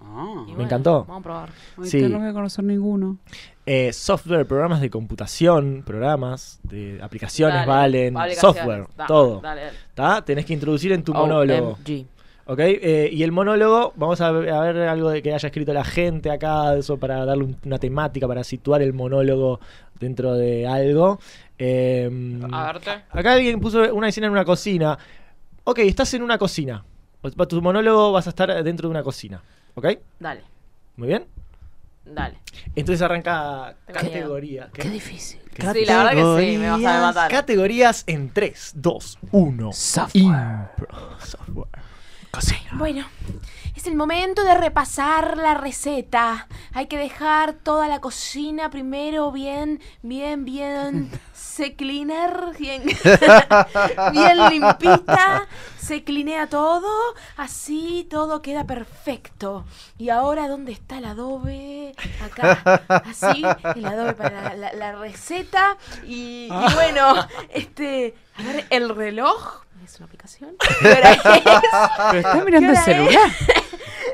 S2: Ah,
S8: Y
S4: Me encantó.
S8: Vamos a probar.
S2: Ay,
S4: sí.
S2: yo no voy a conocer ninguno.
S4: Eh, software, programas de computación, programas, de aplicaciones
S8: Dale,
S4: valen,
S8: aplicaciones,
S4: software,
S8: dale,
S4: todo.
S8: Dale, dale.
S4: ¿Tá? Tenés que introducir en tu
S8: OMG.
S4: monólogo. ¿Ok? Eh, y el monólogo, vamos a ver, a ver algo de que haya escrito la gente acá, eso para darle un- una temática, para situar el monólogo dentro de algo. Em,
S8: A verte.
S4: Acá alguien puso una escena en una cocina. Ok, estás en una cocina. O- va- Tu monólogo vas a estar dentro de una cocina. ¿Ok?
S8: Dale,
S4: Muy bien.
S8: dale.
S4: Entonces arranca
S8: Tengo
S4: categoría. ¿Qué?
S2: difícil.
S8: Sí, la verdad que sí, me vas a matar.
S4: Categorías en 3, 2, 1.
S2: Software.
S4: Software.
S5: Bueno, es el momento de repasar la receta. Hay que dejar toda la cocina primero bien, bien, bien se cleaner, bien, bien limpita. Se clinea todo, así todo queda perfecto. Y ahora, ¿dónde está el adobe? Acá, así, el adobe para la, la- la receta. Y,
S2: Ah.
S5: y bueno, este, a ver, el reloj. Es una aplicación. ¿Qué hora es?
S2: Pero estás mirando el
S5: ¿Qué hora
S2: celular.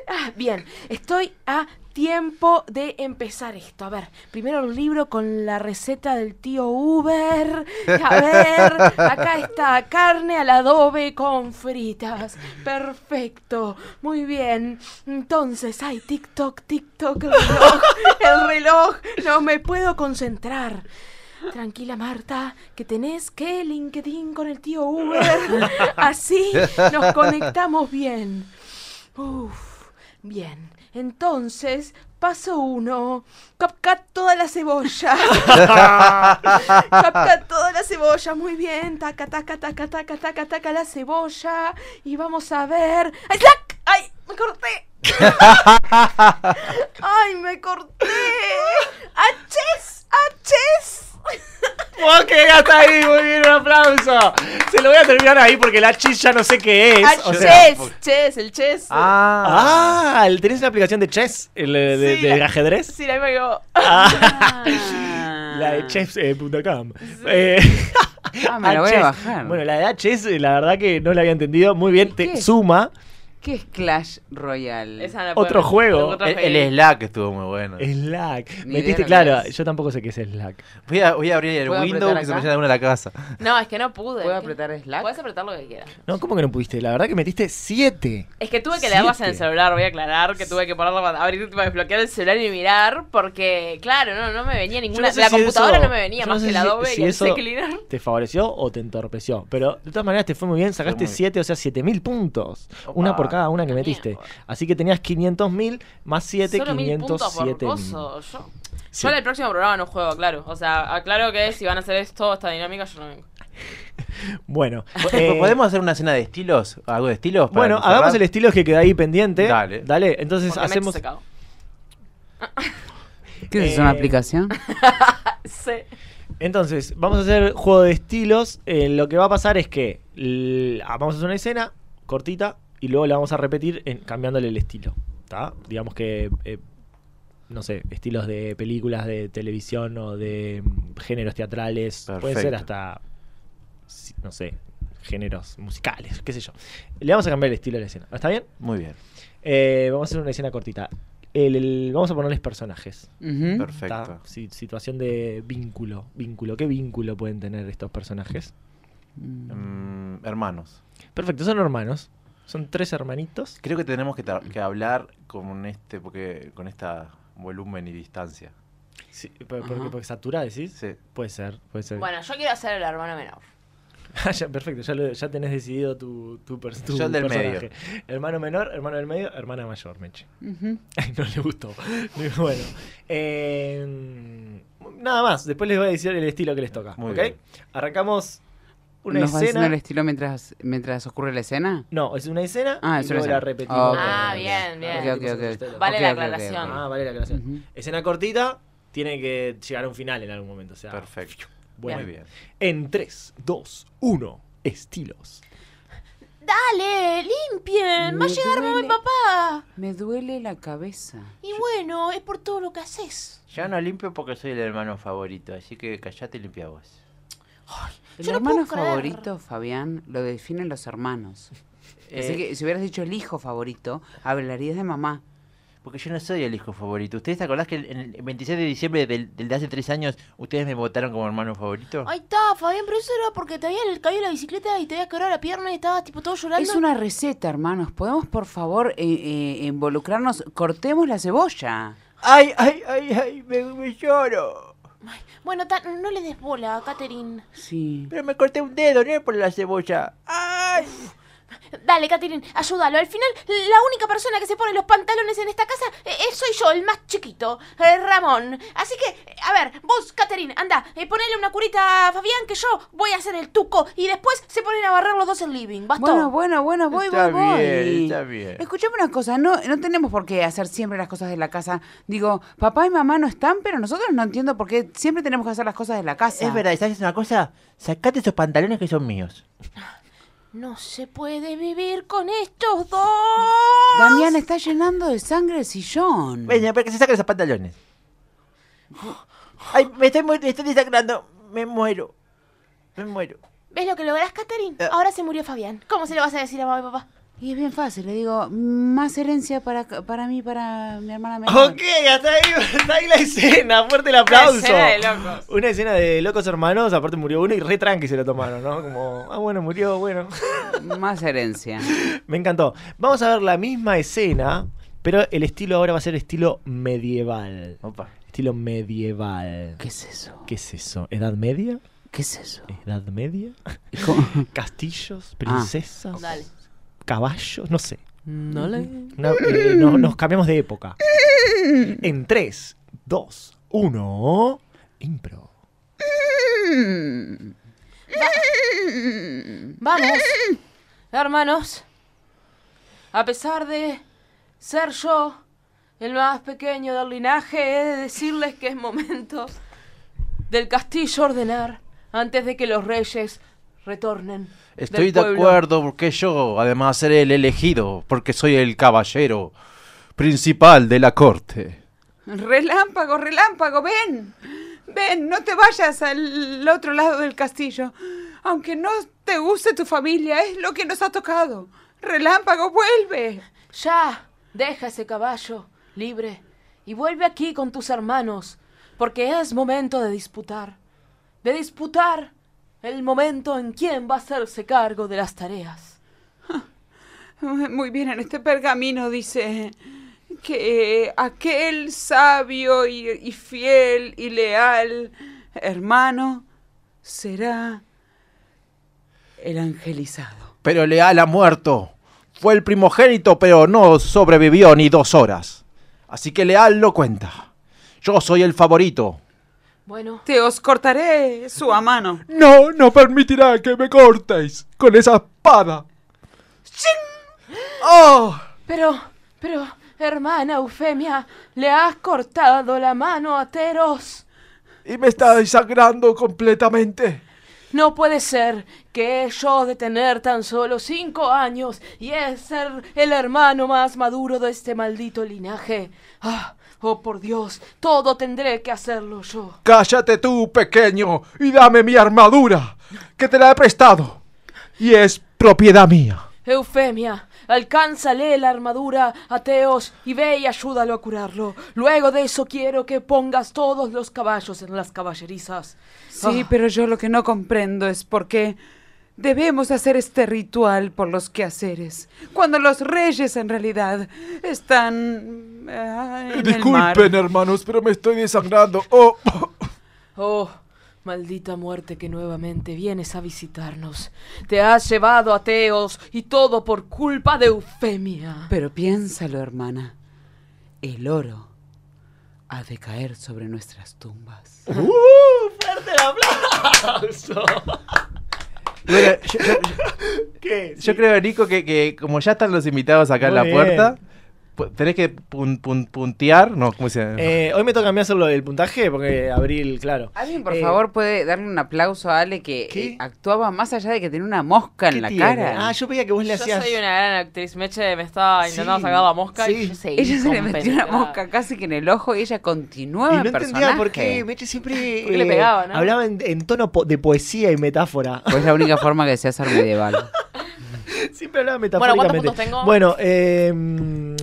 S5: Ah, Bien, estoy a tiempo de empezar esto. A ver, primero el libro con la receta del tío Uber. A ver, acá está carne al adobe con fritas. Perfecto, muy bien. Entonces, ay, TikTok, TikTok, el reloj, el reloj, no me puedo concentrar. Tranquila Marta, que tenés que LinkedIn con el tío Uber. Así nos conectamos bien. Uf, bien. Entonces, paso uno. Capca toda la cebolla. Capca toda la cebolla. Muy bien. Taca, taca, taca, taca, taca, taca la cebolla. Y vamos a ver. ¡Ay, ¡slac! ¡Ay! ¡Me corté! ¡Ay, me corté! ¡Aches! ¡Aches!
S4: Ok, hasta ¡Oh, ahí, muy bien, un aplauso. Se lo voy a terminar ahí porque la chilla no sé qué
S2: Ah,
S8: Ah,
S4: es. o
S5: ¡Aches!
S4: sea-
S5: ¡Chess! ¡El chess!
S6: Ah,
S4: ah, ¿tenés una aplicación de chess? El, de, de-
S5: Sí,
S4: de
S5: la-
S4: ajedrez?
S5: Sí, la misma que vos.
S4: La
S8: Ah.
S4: de chefs.com. Eh,
S2: Ah, me la voy a
S4: chess.
S2: bajar.
S4: Bueno, la de Hs, eh, la verdad que no la había entendido. Muy bien, te
S2: ¿Qué?
S4: suma.
S2: ¿Qué es Clash Royale?
S3: Esa la
S4: Otro
S3: podemos-
S4: juego.
S3: otro
S6: el,
S3: jueguito.
S6: el Slack estuvo muy bueno.
S4: Slack.
S2: Ni idea
S4: Metiste,
S2: lo que
S4: claro,
S2: es.
S4: yo tampoco sé qué es Slack.
S6: Voy a, voy a abrir el
S2: ¿Puedo
S6: Windows
S2: apretar
S6: que se
S2: acá?
S6: me llena de uno a la casa.
S3: No, es que no pude.
S2: ¿Puedo apretar Slack?
S3: Puedes apretar lo que quieras.
S4: No, ¿cómo que no pudiste? La verdad que metiste 7.
S3: Es que tuve que le darlas en el
S4: Siete.
S3: celular, voy a aclarar que tuve que ponerlo para abrir para desbloquear el celular y mirar, porque claro, no, no me venía ninguna.
S4: sé
S3: la
S4: si
S3: computadora
S4: eso-
S3: no me venía
S4: yo
S3: más
S4: no sé
S3: que la
S4: si-
S3: Adobe
S4: si
S3: y el
S4: eso-
S3: Cleaner.
S4: ¿Te favoreció o te entorpeció? Pero de todas maneras te fue muy bien, sacaste
S6: muy bien.
S4: 7, o sea, 7000 puntos.
S6: Opa.
S4: Una por cada una que metiste. Así que tenías 500.000 más 7,
S3: Solo mil puntos por
S4: 507.
S3: coso. Yo,
S4: Sí.
S3: yo en el próximo programa no juego, claro. O sea, aclaro que si van a hacer esto, esta dinámica, yo no vengo.
S4: Bueno, eh,
S6: ¿Podemos hacer una cena de estilos? ¿Algo de estilos? para
S4: Bueno,
S6: cerrar?
S4: hagamos el estilo que queda ahí pendiente.
S6: Dale.
S4: Dale, entonces
S3: Porque Mex
S4: hacemos.
S3: se cagó.
S2: ¿Qué es eso, una
S4: Eh,
S2: aplicación?
S3: Ah, Sí.
S4: Entonces, vamos a hacer juego de estilos. Eh, lo que va a pasar es que l- ah, vamos a hacer una escena cortita y luego la vamos a repetir en- cambiándole el estilo. ¿tá? Digamos que, eh, no sé, estilos de películas, de televisión o de mm, géneros teatrales. Pueden ser
S6: Perfecto.
S4: hasta, si- no sé, géneros musicales, qué sé yo. Le vamos a cambiar el estilo de la escena. ¿Está bien?
S6: Muy bien,
S4: Eh, vamos a hacer una escena cortita. El- el- vamos a ponerles personajes.
S2: Ujú.
S6: perfecto.
S4: Ta, si- situación de vínculo. Vínculo. ¿Qué vínculo pueden tener estos personajes?
S6: Mm, hermanos,
S4: Perfecto, son hermanos. Son tres hermanitos.
S6: creo que tenemos que,
S3: Mm.
S6: tra- que hablar con este, porque con esta volumen y distancia.
S4: Sí, po- porque, porque satura, decís.
S6: Sí.
S4: Puede ser, puede ser.
S3: Bueno, yo quiero hacer el hermano menor.
S4: Ah, ya, perfecto, ya, lo- ya tenés decidido tu, tu, pers- tu
S6: Yo el del
S4: personaje. Hermano menor, hermano del medio, hermana mayor, Meche.
S2: Ujú.
S4: no le gustó. bueno. eh, nada más, después les voy a decir el estilo que les toca.
S6: Muy
S4: ¿ok?
S6: bien.
S4: Arrancamos una
S2: ¿Nos va diciendo
S4: escena.
S2: el estilo mientras, mientras ocurre la escena?
S4: No, es una escena
S2: Ah,
S4: y
S2: es una
S4: luego la
S2: escena.
S4: repetimos.
S2: Ah, ok.
S3: Ah, bien, bien.
S2: Ok, ok, ok.
S3: Vale
S2: Ok,
S3: la
S2: ok, ok, ok.
S3: aclaración.
S4: Ah, vale la aclaración.
S2: Ujú.
S4: Escena cortita, tiene que llegar a un final en algún momento. O sea,
S6: Perfecto.
S4: bueno.
S6: Muy bien.
S4: En 3, 2, 1, estilos.
S5: Dale, limpien. Va a
S2: Me
S5: llegar mamá
S2: duele.
S5: y papá.
S2: Me duele la cabeza.
S5: Y bueno, es por todo lo que haces.
S6: Yo no limpio porque soy el hermano favorito, así que callate y limpia vos.
S2: El
S5: Yo no
S2: hermano
S5: puedo creer.
S2: favorito, Fabián, lo definen los hermanos.
S4: Eh.
S2: Así que si hubieras dicho el hijo favorito, hablarías de mamá.
S6: Porque yo no soy el hijo favorito. ¿Ustedes te acordás que el- en el 26 de diciembre del, del de hace tres años ustedes me votaron como hermano favorito?
S5: Ahí está, Fabián, pero eso era porque te había caído la bicicleta y te había quebrado la pierna y estabas tipo todo llorando.
S2: Es una receta, hermanos. ¿Podemos, por favor, eh, eh, involucrarnos? Cortemos la cebolla.
S6: ¡Ay, ay, ay, ay! Me, me lloro.
S5: Bueno, ta- no le des bola, Catherine.
S2: Sí.
S6: Pero me corté un dedo, ¿no? Por la cebolla. ¡Ay!
S5: Dale, Catherine, ayúdalo. Al final, la única persona que se pone los pantalones en esta casa eh, eh, soy yo, el más chiquito, eh, Ramón. Así que, eh, a ver, vos, Catherine, anda, eh, ponele una curita a Fabián que yo voy a hacer el tuco y después se ponen a barrer los dos el living. Bastó.
S2: Bueno, bueno, bueno, voy,
S6: Está
S2: voy, voy.
S6: bien, está bien.
S2: Escuchame una cosa, no, no tenemos por qué hacer siempre las cosas de la casa. Digo, papá y mamá no están, pero nosotros no entiendo por qué siempre tenemos que hacer las cosas de la casa.
S6: Es verdad, ¿sabes una cosa? Sacate esos pantalones que son míos.
S5: No se puede vivir con estos dos.
S2: Damián está llenando de sangre el sillón.
S6: Venga, para que se saquen esos pantalones. ¡Ay, me estoy, mu- me estoy desangrando! ¡Me muero! ¡Me muero! Eh.
S5: ¿Ves lo que lográs, Catherine? Ahora se murió Fabián. ¿Cómo se lo vas a decir a mamá y papá?
S2: Y es bien fácil, le digo, más herencia para, ca- para mí, para mi hermana menor.
S4: Ok, hasta ahí, hasta ahí la escena. Fuerte el aplauso. Una escena de locos hermanos, aparte murió uno y re tranqui se lo tomaron, ¿no? Como, ah, bueno, murió, bueno.
S2: Más herencia.
S4: Me encantó. Vamos a ver la misma escena, pero el estilo ahora va a ser estilo medieval.
S6: Opa.
S4: Estilo medieval.
S2: ¿Qué es eso?
S4: ¿Qué es eso? ¿Edad media?
S2: ¿Qué es eso?
S4: ¿Edad media?
S2: ¿Y cómo- Ah.
S4: ¿Castillos? ¿Princesas?
S3: Dale.
S4: ¿Caballos? No sé.
S3: No le.
S4: Una- eh, no- nos cambiamos de época. En 3, 2, 1. Impro.
S2: Mm,
S3: Vamos, hermanos. A pesar de ser yo el más pequeño del linaje, he de decirles que es momento del castillo ordenar antes de que los reyes retornen. del
S6: Estoy de
S3: pueblo.
S6: acuerdo porque yo, además, seré el elegido, porque soy el caballero principal de la corte.
S2: Relámpago, relámpago, ven. Ven, no te vayas al otro lado del castillo. Aunque no te guste tu familia, es lo que nos ha tocado. Relámpago, vuelve.
S3: Ya, deja ese caballo libre y vuelve aquí con tus hermanos, porque es momento de disputar. De disputar el momento en quién va a hacerse cargo de las tareas.
S2: Muy bien, en este pergamino dice que eh, aquel sabio y, y fiel y leal hermano será el angelizado.
S6: Pero Leal ha muerto. Fue el primogénito, pero no sobrevivió ni dos horas. Así que Leal no cuenta. Yo soy el favorito.
S3: Bueno,
S2: Te os cortaré su a mano.
S1: No, no permitirá que me cortéis con esa espada.
S6: ¡Oh!
S3: pero, pero, hermana Eufemia, le has cortado la mano a Teros.
S1: Y me está desangrando completamente.
S3: No puede ser que yo de tener tan solo cinco años y es ser el hermano más maduro de este maldito linaje. Ah, oh por Dios, todo tendré que hacerlo yo.
S1: Cállate tú, pequeño, y dame mi armadura, que te la he prestado. Y es propiedad mía.
S3: Eufemia, alcánzale la armadura a Teos y ve y ayúdalo a curarlo. Luego de eso quiero que pongas todos los caballos en las caballerizas.
S2: Sí,
S3: Ah.
S2: pero yo lo que no comprendo es por qué debemos hacer este ritual por los quehaceres, cuando los reyes en realidad están ah, en el mar.
S1: Disculpen, hermanos, pero me estoy desangrando. Oh,
S3: Oh, maldita muerte que nuevamente vienes a visitarnos. Te has llevado a Teos y todo por culpa de Eufemia.
S2: Pero piénsalo, hermana. El oro ha de caer sobre nuestras tumbas.
S4: Uh-huh.
S6: Bueno, yo, yo-
S4: ¿Qué?
S6: yo creo, Nico, que, que como ya están los invitados acá
S4: Muy
S6: en la
S4: bien.
S6: puerta, pu- tenés que pun- pun- puntear. No, ¿cómo se llama?
S4: Eh, hoy me toca a mí hacerlo del puntaje porque abril, claro.
S2: Alguien, por
S4: Eh,
S2: favor, puede darle un aplauso a Ale que
S4: ¿Qué?
S2: eh, actuaba más allá de que tenía una mosca
S4: ¿qué
S2: en la
S4: tiene?
S2: cara.
S4: Ah, yo veía que vos le hacías.
S3: gran actriz. Meche me estaba
S4: intentando sacar la mosca y yo
S2: Ella se le metió una mosca casi que en el ojo y ella continuaba
S4: Y no
S2: en
S4: entendía por
S2: personaje.
S4: qué Meche siempre
S3: Porque le pegaba, ¿no?
S4: Eh, hablaba en, en tono po- de poesía y metáfora.
S2: Pues es la única forma que se hace al medieval.
S4: siempre hablaba
S3: ¿cuántos
S4: metafóricamente.
S3: puntos tengo?
S4: Bueno, eh,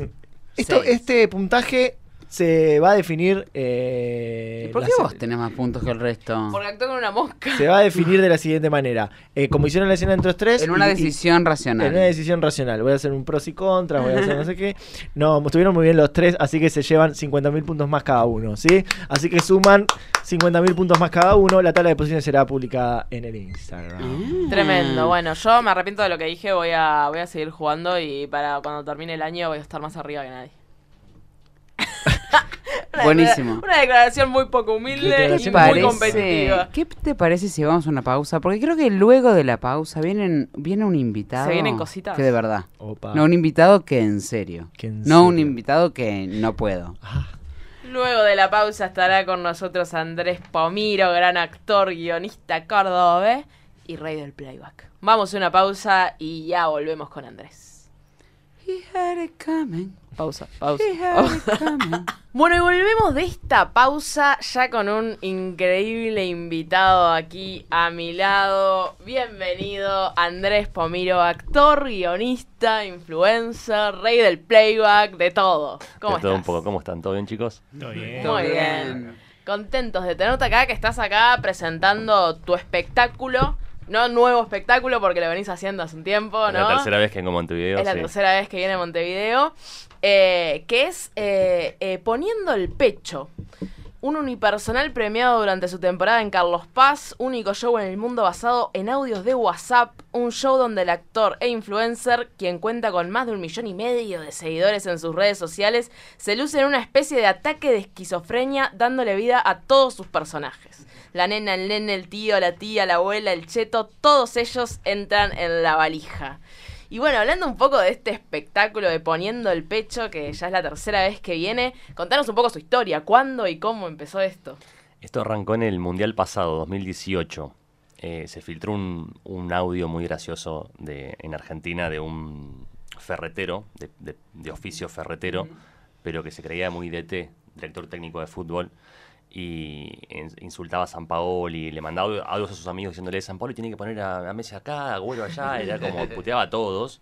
S4: esto,
S2: Seis.
S4: este puntaje se va a definir. eh,
S2: ¿Y por
S4: la
S2: qué
S4: se-
S2: vos tenés más puntos que el resto?
S3: actuó con una mosca.
S4: Se va a definir de la siguiente manera. Eh, como hicieron la escena entre los tres.
S2: En una
S4: y- y-
S2: decisión
S4: En una
S2: racional.
S4: decisión racional. Voy a hacer un pros y contras, voy a hacer no sé qué. No, estuvieron muy bien los tres, así que se llevan 50.000 puntos más cada uno, ¿sí? Así que suman 50.000 puntos más cada uno. La tabla de posiciones será publicada en el Instagram.
S3: Tremendo. Bueno, yo me arrepiento de lo que dije. Voy a, voy a seguir jugando y para cuando termine el año voy a estar más arriba que nadie. Una
S2: Buenísimo.
S3: declara- Una declaración muy poco humilde
S2: ¿Qué
S3: y
S2: te,
S4: Declaración muy
S2: parece,
S3: competitiva.
S2: ¿Qué te parece si vamos a una pausa? Porque creo que luego de la pausa vienen, viene un invitado.
S3: Se vienen cositas.
S2: Que de verdad.
S4: Opa.
S2: No, un invitado que en serio.
S4: Que en
S2: no
S4: serio.
S2: un invitado que no puedo.
S3: Luego de la pausa estará con nosotros Andrés Pomiro, gran actor, guionista cordobés y rey del playback. Vamos a una pausa y ya volvemos con Andrés.
S2: He had it coming.
S3: pausa, pausa. Bueno, y volvemos de esta pausa ya con un increíble invitado aquí a mi lado. Bienvenido, Andrés Pomiro, actor, guionista, influencer, rey del playback, de todo. ¿Cómo
S9: De todo un
S3: estás?
S9: poco. ¿Cómo están? ¿Todo bien, chicos?
S3: Muy bien. Contentos de tenerte acá, que estás acá presentando tu espectáculo. No nuevo espectáculo, porque lo venís haciendo hace un tiempo, ¿no?
S9: Es la tercera vez que vengo a Montevideo.
S3: Es la
S9: sí.
S3: tercera vez que viene a Montevideo. eh, que es eh, eh, Poniendo el Pecho. Un unipersonal premiado durante su temporada en Carlos Paz, único show en el mundo basado en audios de WhatsApp, un show donde el actor e influencer, quien cuenta con más de un millón y medio de seguidores en sus redes sociales, se luce en una especie de ataque de esquizofrenia dándole vida a todos sus personajes. La nena, el nene, el tío, la tía, la abuela, el cheto, todos ellos entran en la valija. Y bueno, hablando un poco de este espectáculo de Poniendo el Pecho, que ya es la tercera vez que viene, contanos un poco su historia, cuándo y cómo empezó esto.
S9: Esto arrancó en el Mundial pasado, 2018. Eh, se filtró un, un audio muy gracioso de, en Argentina de un ferretero, de, de- de oficio ferretero, pero que se creía muy DT, director técnico de fútbol, y en- insultaba a San Paoli, le mandaba audio- audios a sus amigos diciéndole, San Paoli tiene que poner a, a Messi acá, a Agüero allá, era como puteaba a todos,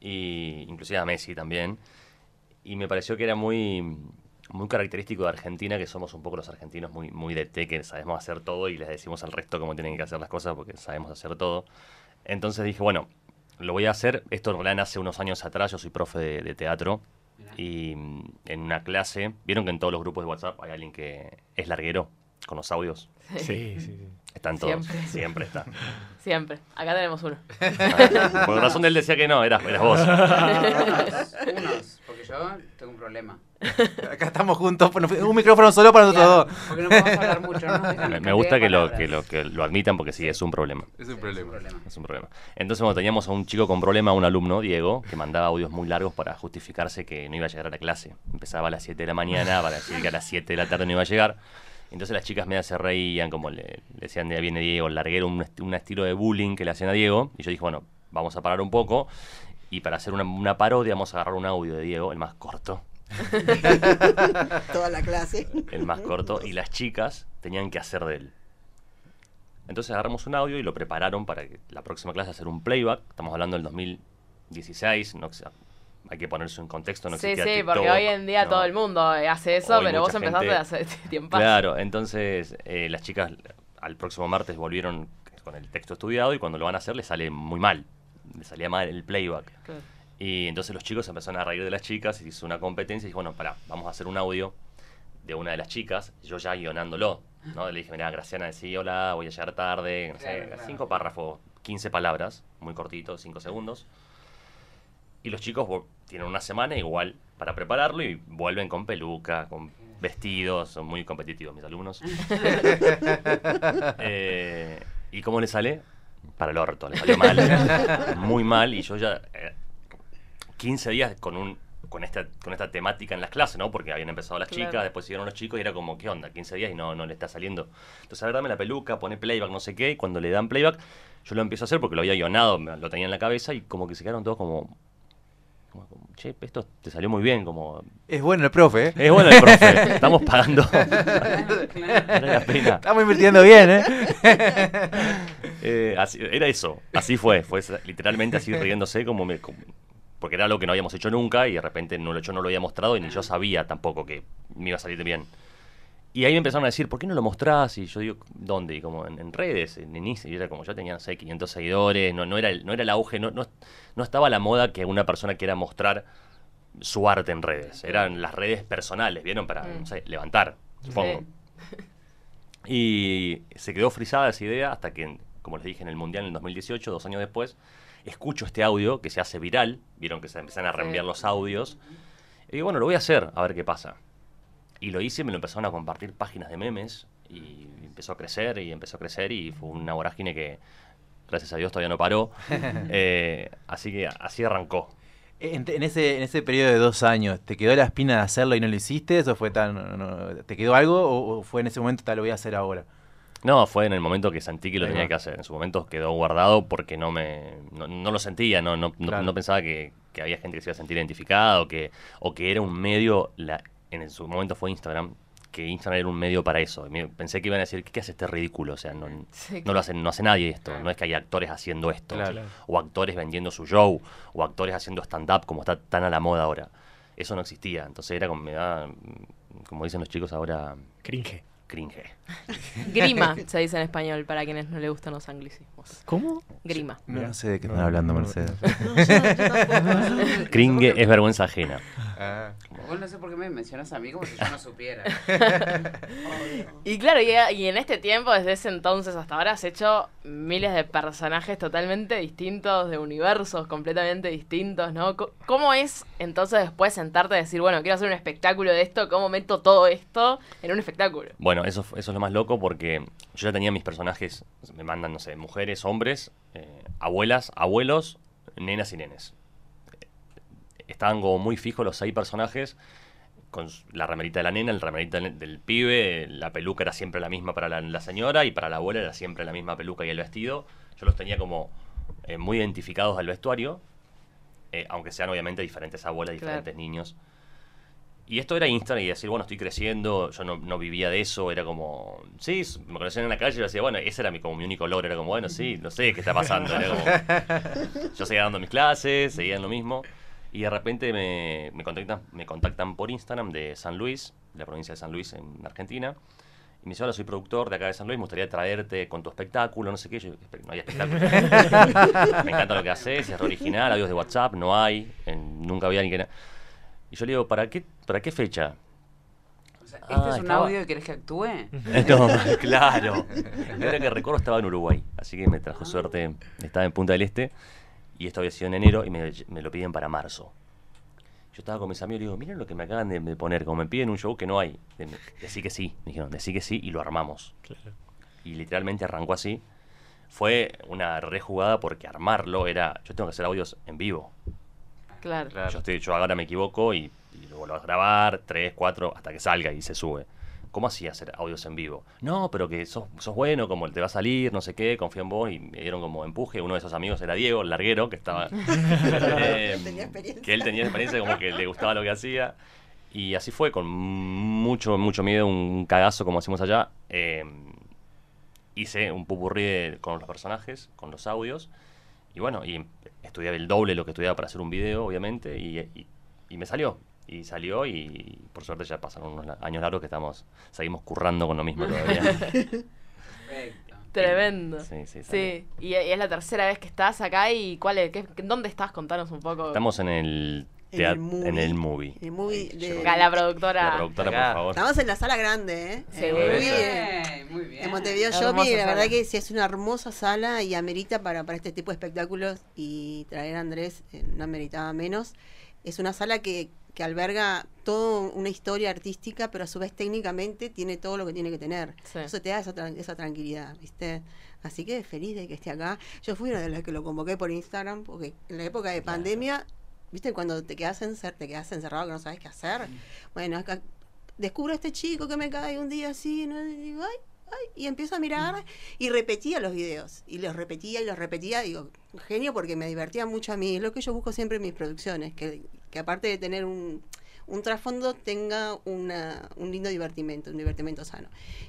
S9: y inclusive a Messi también y me pareció que era muy, muy característico de Argentina, que somos un poco los argentinos muy, muy de té, que sabemos hacer todo y les decimos al resto cómo tienen que hacer las cosas porque sabemos hacer todo. Entonces dije, bueno, lo voy a hacer. Esto en realidad nace unos años atrás, yo soy profe de, de teatro. Y mm, en una clase, vieron que en todos los grupos de WhatsApp hay alguien que es larguero, con los audios.
S4: Sí, sí, sí.
S9: Están todos.
S3: Siempre.
S9: Siempre, está.
S3: Siempre. Acá tenemos uno.
S9: Ah, Por razón de él decía que no, eras, eras vos.
S2: Unos, unos, porque yo tengo un problema.
S6: Acá estamos juntos, bueno, un micrófono solo para nosotros
S2: Claro,
S6: dos.
S2: Porque no podemos hablar mucho. no nos dejan
S9: Me, me
S2: cantidad
S9: gusta
S2: de
S9: que lo,
S2: palabras.
S9: que, lo, que lo admitan porque sí, es un problema.
S6: Es
S2: Es
S6: un
S2: un problema.
S9: Es un problema. Entonces, bueno, teníamos a un chico con problema, un alumno, Diego, que mandaba audios muy largos para justificarse que no iba a llegar a la clase. Empezaba a las 7 de la mañana para decir que a las 7 de la tarde no iba a llegar. Entonces las chicas medio se reían, como le, le decían, ya viene Diego, el larguero, un, est- un estilo de bullying que le hacían a Diego. Y yo dije, bueno, vamos a parar un poco. Y para hacer una, una parodia, vamos a agarrar un audio de Diego, el más corto,
S10: toda la clase.
S9: el más corto, y las chicas tenían que hacer de él. Entonces agarramos un audio y lo prepararon para que la próxima clase hacer un playback. Estamos hablando del 2016, no, o sea, hay que ponerse en contexto. No
S3: sí, sí,
S9: existía
S3: porque
S9: TikTok,
S3: hoy en día
S9: no.
S3: todo el mundo eh, hace eso,
S9: Hoy
S3: pero vos
S9: mucha
S3: empezaste
S9: gente-
S3: hace este tiempo.
S9: Claro, entonces eh, las chicas al próximo martes volvieron con el texto estudiado y cuando lo van a hacer les sale muy mal. Les salía mal el playback.
S3: Claro.
S9: Y entonces los chicos empezaron a reír de las chicas y se hizo una competencia y dije, bueno, pará, vamos a hacer un audio de una de las chicas, yo ya guionándolo. ¿no? Le dije, mira, Graciana, decí, hola, voy a llegar tarde, no sé,
S2: Claro, claro.
S9: cinco párrafos, 15 palabras, muy cortito, cinco segundos. Y los chicos vo- tienen una semana igual para prepararlo y vuelven con peluca, con vestidos, son muy competitivos mis alumnos. Eh, ¿Y cómo le sale? Para el orto, le salió mal, muy mal, y yo ya eh, 15 días con un con esta, con esta temática en las clases, ¿no? Porque habían empezado las
S3: Claro.
S9: chicas, después siguieron los chicos y era como, ¿qué onda? 15 días y no, no le está saliendo. Entonces, a ver, dame la peluca, pone playback, no sé qué, y cuando le dan playback, yo lo empiezo a hacer porque lo había guionado, me- lo tenía en la cabeza y como que se quedaron todos como, como, como, che, esto te salió muy bien, como,
S6: Es bueno el profe, ¿eh?
S9: es bueno el profe, estamos pagando,
S2: Claro, claro.
S9: vale la pena.
S6: Estamos invirtiendo bien, ¿eh?
S9: Eh, así- era eso, así fue, fue esa- literalmente así riéndose como me... como- porque era algo que no habíamos hecho nunca y de repente no lo, yo no lo había mostrado y ni yo sabía tampoco que me iba a salir bien. Y ahí me empezaron a decir, ¿por qué no lo mostrás? Y yo digo, ¿dónde? Y como en, en redes, en Instagram, y era como yo tenía, no sé, 500 seguidores, no, no, era, el, no era el auge, no, no, no estaba la moda que una persona quiera mostrar su arte en redes. Eran las redes personales, ¿vieron? Para,
S3: Mm.
S9: no sé, levantar, supongo. Y se quedó frisada esa idea hasta que, como les dije, en el Mundial en el 2018, dos años después, escucho este audio que se hace viral. Vieron que se empiezan a reenviar los audios. Y digo, bueno, lo voy a hacer, a ver qué pasa. Y lo hice, me lo empezaron a compartir páginas de memes y empezó a crecer y empezó a crecer y fue una vorágine que, gracias a Dios, todavía no paró. Eh, así que así arrancó.
S6: En, en ese, en ese periodo de dos años, ¿te quedó la espina de hacerlo y no lo hiciste? ¿Eso fue tan. no, no, ¿Te quedó algo? O, o fue en ese momento, tal, lo voy a hacer ahora?
S9: No, fue en el momento que sentí que lo
S6: Ahí
S9: tenía
S6: va.
S9: que hacer. En su momento quedó guardado porque no me no, no lo sentía, no, no, no-
S6: Claro.
S9: no pensaba que, que había gente que se iba a sentir identificada o que, o que era un medio, la, en su momento fue Instagram, que Instagram era un medio para eso. Y me- pensé que iban a decir, ¿qué hace este ridículo? O sea, no, no lo hacen, no hace nadie esto, no es que hay actores haciendo esto,
S6: Claro.
S9: o actores vendiendo su show, o actores haciendo stand-up como está tan a la moda ahora. Eso no existía, entonces era como, me da, mm, como dicen los chicos ahora,
S4: Cringe.
S9: cringe.
S3: Grima, se dice en español, para quienes no le gustan los anglicismos.
S4: ¿Cómo?
S3: Grima.
S6: No,
S4: Mira.
S6: no sé de qué
S4: No,
S6: están hablando,
S4: no,
S6: Mercedes.
S9: Cringe es vergüenza ajena.
S3: Ah.
S2: Vos no sé por qué me mencionas a mí como si yo no supiera. ¿Este
S3: Y claro, y, y en este tiempo, desde ese entonces hasta ahora, has hecho miles de personajes totalmente distintos, de universos completamente distintos, ¿no? Co- ¿Cómo es entonces después sentarte a decir, bueno, quiero hacer un espectáculo de esto, cómo meto todo esto en un espectáculo?
S9: Bueno, eso, fu- eso es lo más loco porque yo ya tenía mis personajes, me mandan, no sé, mujeres, hombres, eh, abuelas, abuelos, nenas y nenes. Eh, Estaban como muy fijos los seis personajes, con s- la remerita de la nena, el remerita del, del pibe, la peluca era siempre la misma para la, la señora y para la abuela era siempre la misma peluca y el vestido. Yo los tenía como eh, muy identificados al vestuario, eh, aunque sean obviamente diferentes abuelas,
S3: Claro.
S9: diferentes niños. Y esto era Instagram y decir, bueno, estoy creciendo, yo no, no vivía de eso, era como, sí, s- me conocían en la calle y yo decía, bueno, ese era mi, como mi único logro, era como, bueno, sí, no sé qué está pasando, era como- yo seguía dando mis clases, seguía en lo mismo, y de repente me, me, contactan, me contactan por Instagram de San Luis, de la provincia de San Luis en Argentina, y me dice, ahora soy productor de acá de San Luis, me gustaría traerte con tu espectáculo, no sé qué. Yo, "Espe- no hay espectáculo. me encanta lo que haces, es re original, audios de WhatsApp, no hay, en- nunca había alguien. Y yo le digo, ¿para qué, ¿para qué fecha?
S2: O sea, ¿Este
S9: Ah,
S2: es un
S9: estaba-
S2: audio que querés que actúe?
S9: No, claro. La hora que recuerdo estaba en Uruguay, así que me trajo suerte. Estaba en Punta del Este y esto había sido en enero y me, me lo piden para marzo. Yo estaba con mis amigos y le digo, miren lo que me acaban de, de poner, como me piden un show que no hay. De- Decí que sí, me dijeron, decí que sí y lo armamos. Y literalmente arrancó así. Fue una rejugada porque armarlo era, yo tengo que hacer audios en vivo.
S3: Claro.
S9: Yo, estoy, yo ahora me equivoco y, y lo vuelvo a grabar, tres, cuatro, hasta que salga y se sube. ¿Cómo hacía hacer audios en vivo? No, pero que sos, sos bueno, como te va a salir, no sé qué, confío en vos y me dieron como empuje. Uno de esos amigos era Diego, el larguero, que estaba... eh,
S10: Tenía experiencia.
S9: que él tenía experiencia, como que le gustaba lo que hacía. Y así fue, con mucho, mucho miedo, un cagazo, como decimos allá. Eh, hice un pupurrí de- con los personajes, con los audios. Y bueno, y estudié el doble de lo que estudiaba para hacer un video, obviamente, y, y- y me salió. Y salió y por suerte ya pasaron unos la- años largos que estamos, seguimos currando con lo mismo todavía.
S2: Perfecto.
S3: Tremendo.
S9: Sí,
S3: Sí.
S9: sí, salió.
S3: y, y es la tercera vez que estás acá y cuál es, qué- dónde estás, contanos un poco.
S9: Estamos en el
S10: En el
S9: teatro,
S10: movie.
S9: en el movie.
S10: El movie
S9: Ahí
S10: de-
S9: llegó.
S3: Acá la productora.
S9: La productora,
S6: Acá.
S9: por favor.
S10: Estamos en la sala grande, ¿eh?
S3: Sí.
S10: Eh,
S3: Muy
S10: muy
S3: bien.
S10: bien.
S2: Bien, Muy bien.
S10: En Montevideo
S3: Hermosa
S10: Shopping, la
S3: sala.
S10: verdad que sí es una hermosa sala y amerita para, para este tipo de espectáculos y traer a Andrés eh, no ameritaba menos. Es una sala que, que alberga toda una historia artística, pero a su vez técnicamente tiene todo lo que tiene que tener.
S3: Sí.
S10: Eso te da esa, tran- esa tranquilidad, ¿viste? Así que feliz de que esté acá. Yo fui una de las que lo convoqué por Instagram, porque en la época de pandemia, ¿viste? Cuando te quedas, encer te quedas encerrado que no sabes qué hacer. Bueno, acá descubro a este chico que me cae un día así, ¿no? Y digo, ay, ay, y empiezo a
S9: Mm.
S10: mirar y repetía los videos. Y los repetía y los repetía. Digo, genio porque me divertía mucho a mí. Es lo que yo busco siempre en mis producciones, que, que aparte de tener un, un trasfondo, tenga una, un lindo divertimento, un divertimento sano.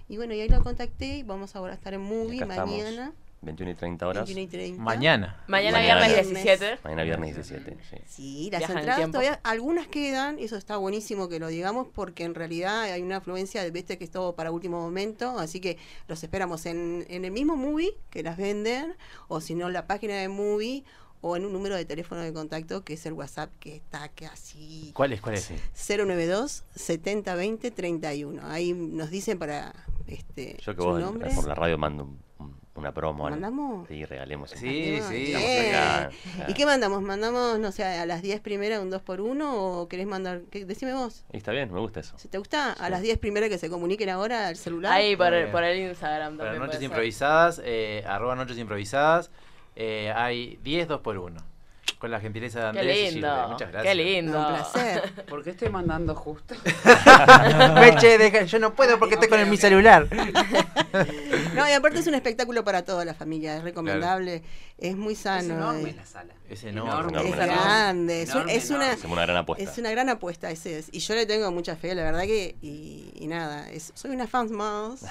S10: Y bueno, y ahí lo contacté y vamos ahora a estar en
S9: Y
S10: Movie
S9: acá estamos,
S10: mañana.
S9: 21 y 30 horas.
S10: 21 y 30.
S6: Mañana.
S3: Mañana,
S9: Mañana.
S3: viernes 17.
S9: Mañana viernes 17. sí.
S10: Sí, las
S3: Viajan en el
S10: entradas
S3: tiempo.
S10: todavía, algunas quedan, eso está buenísimo que lo digamos, porque en realidad hay una afluencia de viste que es todo para último momento, así que los esperamos en, en el mismo movie que las venden, o si no, en la página de movie, o en un número de teléfono de contacto que es el WhatsApp que está que así.
S6: ¿Cuál es? ¿Cuál es?
S10: 092 7020 31. Ahí nos dicen para este
S9: Yo que
S10: su
S9: vos en-
S10: nombre.
S9: por la radio mando un- un- una promo. algo.
S10: ¿Mandamos?
S9: Sí, regalemos.
S6: Sí, sí.
S9: Estamos
S10: Bien.
S9: acá, Ah,
S10: ¿Y
S9: acá.
S10: qué mandamos? ¿Mandamos, no sé, a las 10 primera un 2 por 1 o querés mandar? qué- decime vos.
S9: Y está bien, me gusta eso.
S10: Si te gusta, a las 10 primero que se comuniquen ahora al celular.
S3: Ahí por,
S6: Muy
S3: el-
S6: bien.
S3: por el Instagram
S6: Para
S3: también. puede
S6: noches
S3: ser.
S6: improvisadas, eh, arroba noches improvisadas, eh, hay 10 2 por 1 Con la gentileza de
S3: Qué
S6: Andrés. y Gilbert.
S3: lindo.
S6: Muchas gracias.
S3: Qué lindo.
S10: Un placer.
S2: ¿Por qué estoy mandando justo?
S6: Peche, deja- yo no puedo porque estoy con el- mi celular.
S10: No, y aparte es un espectáculo para toda la familia, es recomendable, es muy
S2: es
S10: sano.
S2: enorme
S10: eh,
S2: la sala.
S6: Es enorme.
S10: Es
S9: Enorme,
S2: la sala.
S10: grande, es, un-
S2: Enorme,
S10: es una,
S9: Hacemos una gran apuesta.
S10: es una gran apuesta. es- es- y yo le tengo mucha fe, la verdad que. Y, y nada, es- soy una fan más.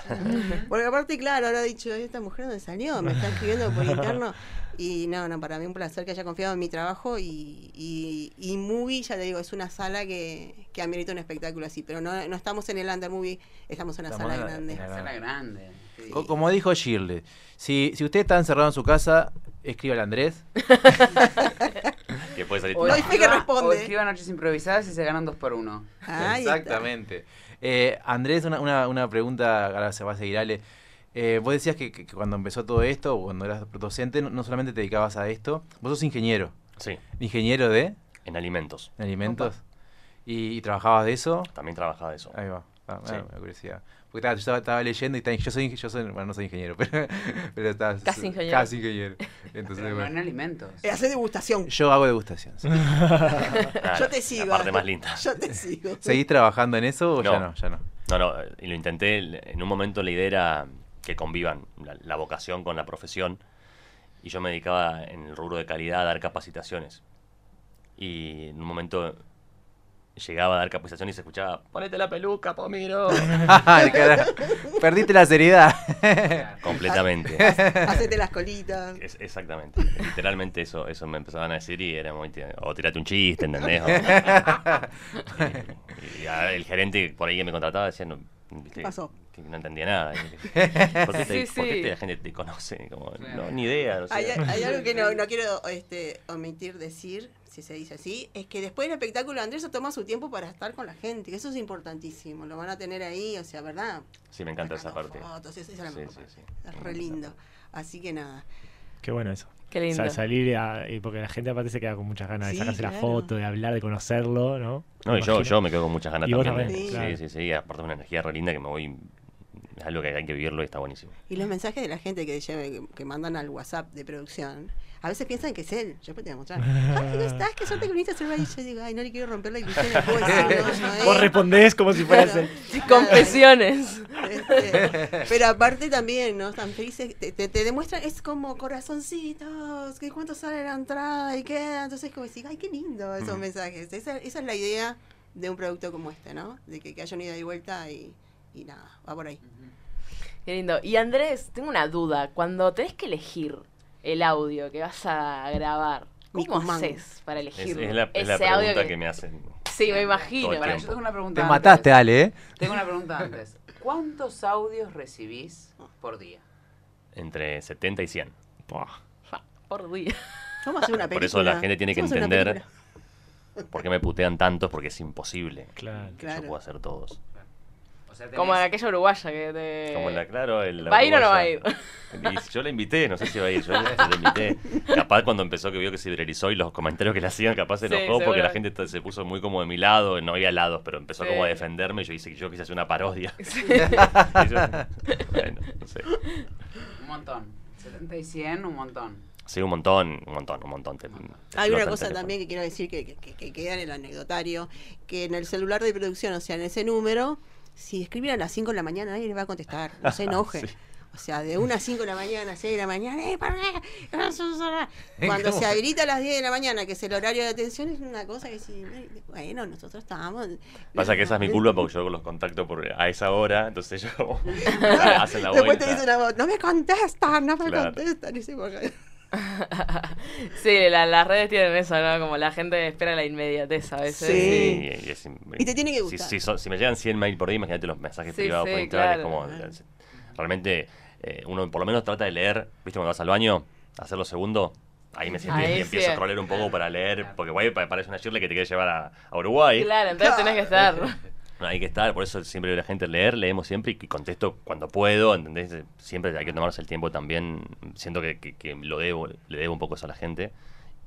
S10: Porque aparte, claro, ahora he dicho, esta mujer dónde salió, me está escribiendo por interno. Y no, no, para mí un placer que haya confiado en mi trabajo. Y, y, y Movie, ya te digo, es una sala que, que amerita un espectáculo así. Pero no, no estamos en el Under Movie, estamos en una
S6: Estamos
S10: sala
S6: en la-
S10: grande.
S6: en la
S2: Una sala grande. Sí.
S6: Co- Como dijo Shirley, si, si usted está encerrado en su casa, escriba al Andrés.
S9: Que puede salir-
S2: O
S10: No hay
S9: no,
S10: fe que
S2: escriba-
S10: responde. Ah,
S2: O escriba noches improvisadas y se ganan dos por uno.
S10: Ahí está.
S6: Exactamente. Eh, Andrés, una, una, una pregunta, ahora se va a seguir Ale. Eh, vos decías que, que- que cuando empezó todo esto, o cuando eras docente, no, no solamente te dedicabas a esto, vos sos ingeniero.
S9: Sí,
S6: Ingeniero de,
S9: en alimentos.
S6: de alimentos. Y, y trabajabas de eso.
S9: También trabajaba de eso.
S6: Ahí va. Ah,
S9: Sí.
S6: ah, me da curiosidad. Porque estaba, yo estaba, estaba leyendo y está- yo soy, yo soy, bueno, no soy ingeniero, pero, pero estaba-
S3: Casi ingeniero.
S6: Casi ingeniero. Entonces,
S2: Pero no en
S6: bueno.
S2: alimentos.
S10: Eh, Hace degustación.
S6: Yo hago degustación. sí.
S9: Nada,
S10: Yo te sigo.
S9: La parte más linda.
S10: Yo te sigo.
S6: ¿Seguís trabajando en eso o ya
S9: No.
S6: no? Ya no.
S9: No, no, eh, y lo intenté. l- En un momento la idea era que convivan la, la vocación con la profesión. Y yo me dedicaba en el rubro de calidad a dar capacitaciones. Y en un momento llegaba a dar capacitación y se escuchaba: ponete la peluca, Pomiro.
S6: Ay, carajo. Perdiste la seriedad.
S9: Completamente.
S10: Hacete las colitas.
S9: Es- exactamente. Literalmente eso, eso me empezaban a decir y era muy... tira- O tirate un chiste, ¿entendés? O- y, y a- el gerente por ahí que me contrataba decía... No, ¿viste?
S10: pasó?
S9: Que no entendía nada. Y dije, ¿Por qué, te-
S3: Sí,
S9: por qué
S3: sí.
S9: te- la gente te conoce? Como,
S2: Claro.
S9: no, ni idea. no sé.
S10: Hay, hay algo que no, no quiero este, omitir decir, si se dice así, es que después del espectáculo Andrés se toma su tiempo para estar con la gente, que eso es importantísimo, lo van a tener ahí, o sea, ¿verdad?
S9: Sí, me encanta esa
S10: Sacando
S9: parte.
S10: fotos, esa es la
S9: Sí,
S10: mejor
S9: sí,
S10: parte.
S9: sí.
S10: Es re lindo. Así que nada.
S4: Qué bueno eso.
S3: Qué
S4: O
S3: lindo.
S4: sea, salir a- eh, porque la gente aparte se queda con muchas ganas
S10: Sí,
S4: de sacarse la
S10: claro.
S4: foto, de hablar, de conocerlo, ¿no?
S9: No,
S4: Me
S9: y yo,
S4: imagino.
S9: yo me quedo con muchas ganas
S4: Y vos
S9: también. de-
S10: también,
S9: sí,
S4: claro.
S9: sí, sí. Aparte una energía re linda que me voy... Es algo que hay que vivirlo y está buenísimo.
S10: Y los mensajes de la gente que, lleve- que, que mandan al WhatsApp de producción, a veces piensan que es él. Yo te voy a mostrar. Ay, ¿no estás? ¿Qué suerte que viniste a hacer radio? Y yo digo, ay, no le quiero romper la ilusión. al pobre, si no, no es.
S4: Vos respondés como si fueras
S10: Claro.
S4: él.
S3: Confesiones.
S10: Este, pero aparte también, ¿no? Tan felices, te, te- te demuestran, es como corazoncitos, que cuánto sale la entrada y queda. Entonces, como decir, ay, qué lindo esos mensajes. Esa, esa es la idea de un producto como este, ¿no? De que, que haya un ida y vuelta y, y nada, va por ahí.
S3: Qué lindo. Y Andrés, tengo una duda. Cuando tenés que elegir el audio que vas a grabar, ¿cómo
S10: Nicumán.
S3: haces para
S9: Es,
S3: elegir
S9: es la, es la
S3: ese audio
S9: pregunta que... me hacen.
S3: Sí, me imagino.
S9: Todo el
S2: Pará, yo
S9: tiempo.
S2: tengo una pregunta.
S3: Ah,
S6: Te
S2: antes.
S6: mataste, Ale, ¿eh?
S2: Tengo una pregunta antes. ¿Cuántos audios recibís por día?
S9: Entre 70 y 100.
S4: Buah.
S3: Por día.
S10: Vamos a hacer una película.
S9: Por eso la gente tiene que
S10: Vamos a hacer una
S9: entender
S10: película.
S9: por qué me putean tantos, porque es imposible.
S4: Claro.
S9: Que
S10: Claro.
S9: Yo puedo hacer todos.
S2: O sea, tenés-
S3: Como aquella uruguaya que te.
S9: Como la, claro, el- la
S3: ¿Va a ir o no va a ir?
S9: uruguaya. Y yo la invité, no sé si va a ir, yo la la invité. Capaz cuando empezó que vio que se viralizó y los comentarios que le hacían, capaz se
S3: Sí,
S9: enojó porque la
S3: seguramente.
S9: gente t- se puso muy como de mi lado, no había lados, pero empezó
S3: Sí.
S9: como a defenderme y yo hice yo quise hacer una parodia.
S3: Sí.
S9: Y yo, bueno, no sé.
S2: Un montón. 70 y 100, un montón.
S9: Sí, un montón, un montón, un montón. Te- te
S10: Hay
S9: explota
S10: una
S9: el
S10: cosa
S9: teléfono.
S10: también que quiero decir que, que, que- que queda en el anecdotario, que en el celular de producción, o sea, en ese número, si escriben a las 5 de la mañana nadie le va a contestar, no se enoje.
S9: Sí.
S10: O sea, de 1 a 5 de la mañana, 6 de la mañana, ¡eh, ¿por qué? No, no, no, no. Cuando se habilita a las 10 de la mañana, que es el horario de atención, es una cosa que si, bueno, nosotros estábamos...
S9: Pasa que esa es mi culpa porque yo los contacto por, a esa hora, entonces yo como, hacen la
S10: Después
S9: vuelta.
S10: te dicen a vos, no me contestan, no me
S9: Claro.
S10: contestan. Y se borra.
S3: Sí, la- las redes tienen eso, ¿no? Como la gente espera la inmediatez a veces.
S10: Sí.
S9: Sí, y, es im-
S10: Y te tiene que
S9: si-
S10: gustar.
S9: Si, so- si me llegan 100 mail por día, imagínate los mensajes
S3: Sí,
S9: privados
S3: sí,
S9: por Instagram.
S3: claro.
S9: Es como, es- realmente, eh, uno por lo menos trata de leer, ¿viste? Cuando vas al baño, hacerlo segundo. Ahí me siento
S3: Ahí
S9: y empiezo
S3: sí.
S9: a trolear un poco para leer, porque guay pa- parece una Shirley que te quiere llevar a, a Uruguay.
S3: Claro, entonces tenés que estar.
S9: No, hay que estar, por eso siempre la gente leer, leemos siempre y contesto cuando puedo, ¿entendés? Siempre hay que tomarse el tiempo también, siento que, que- que lo debo, le debo un poco eso a la gente.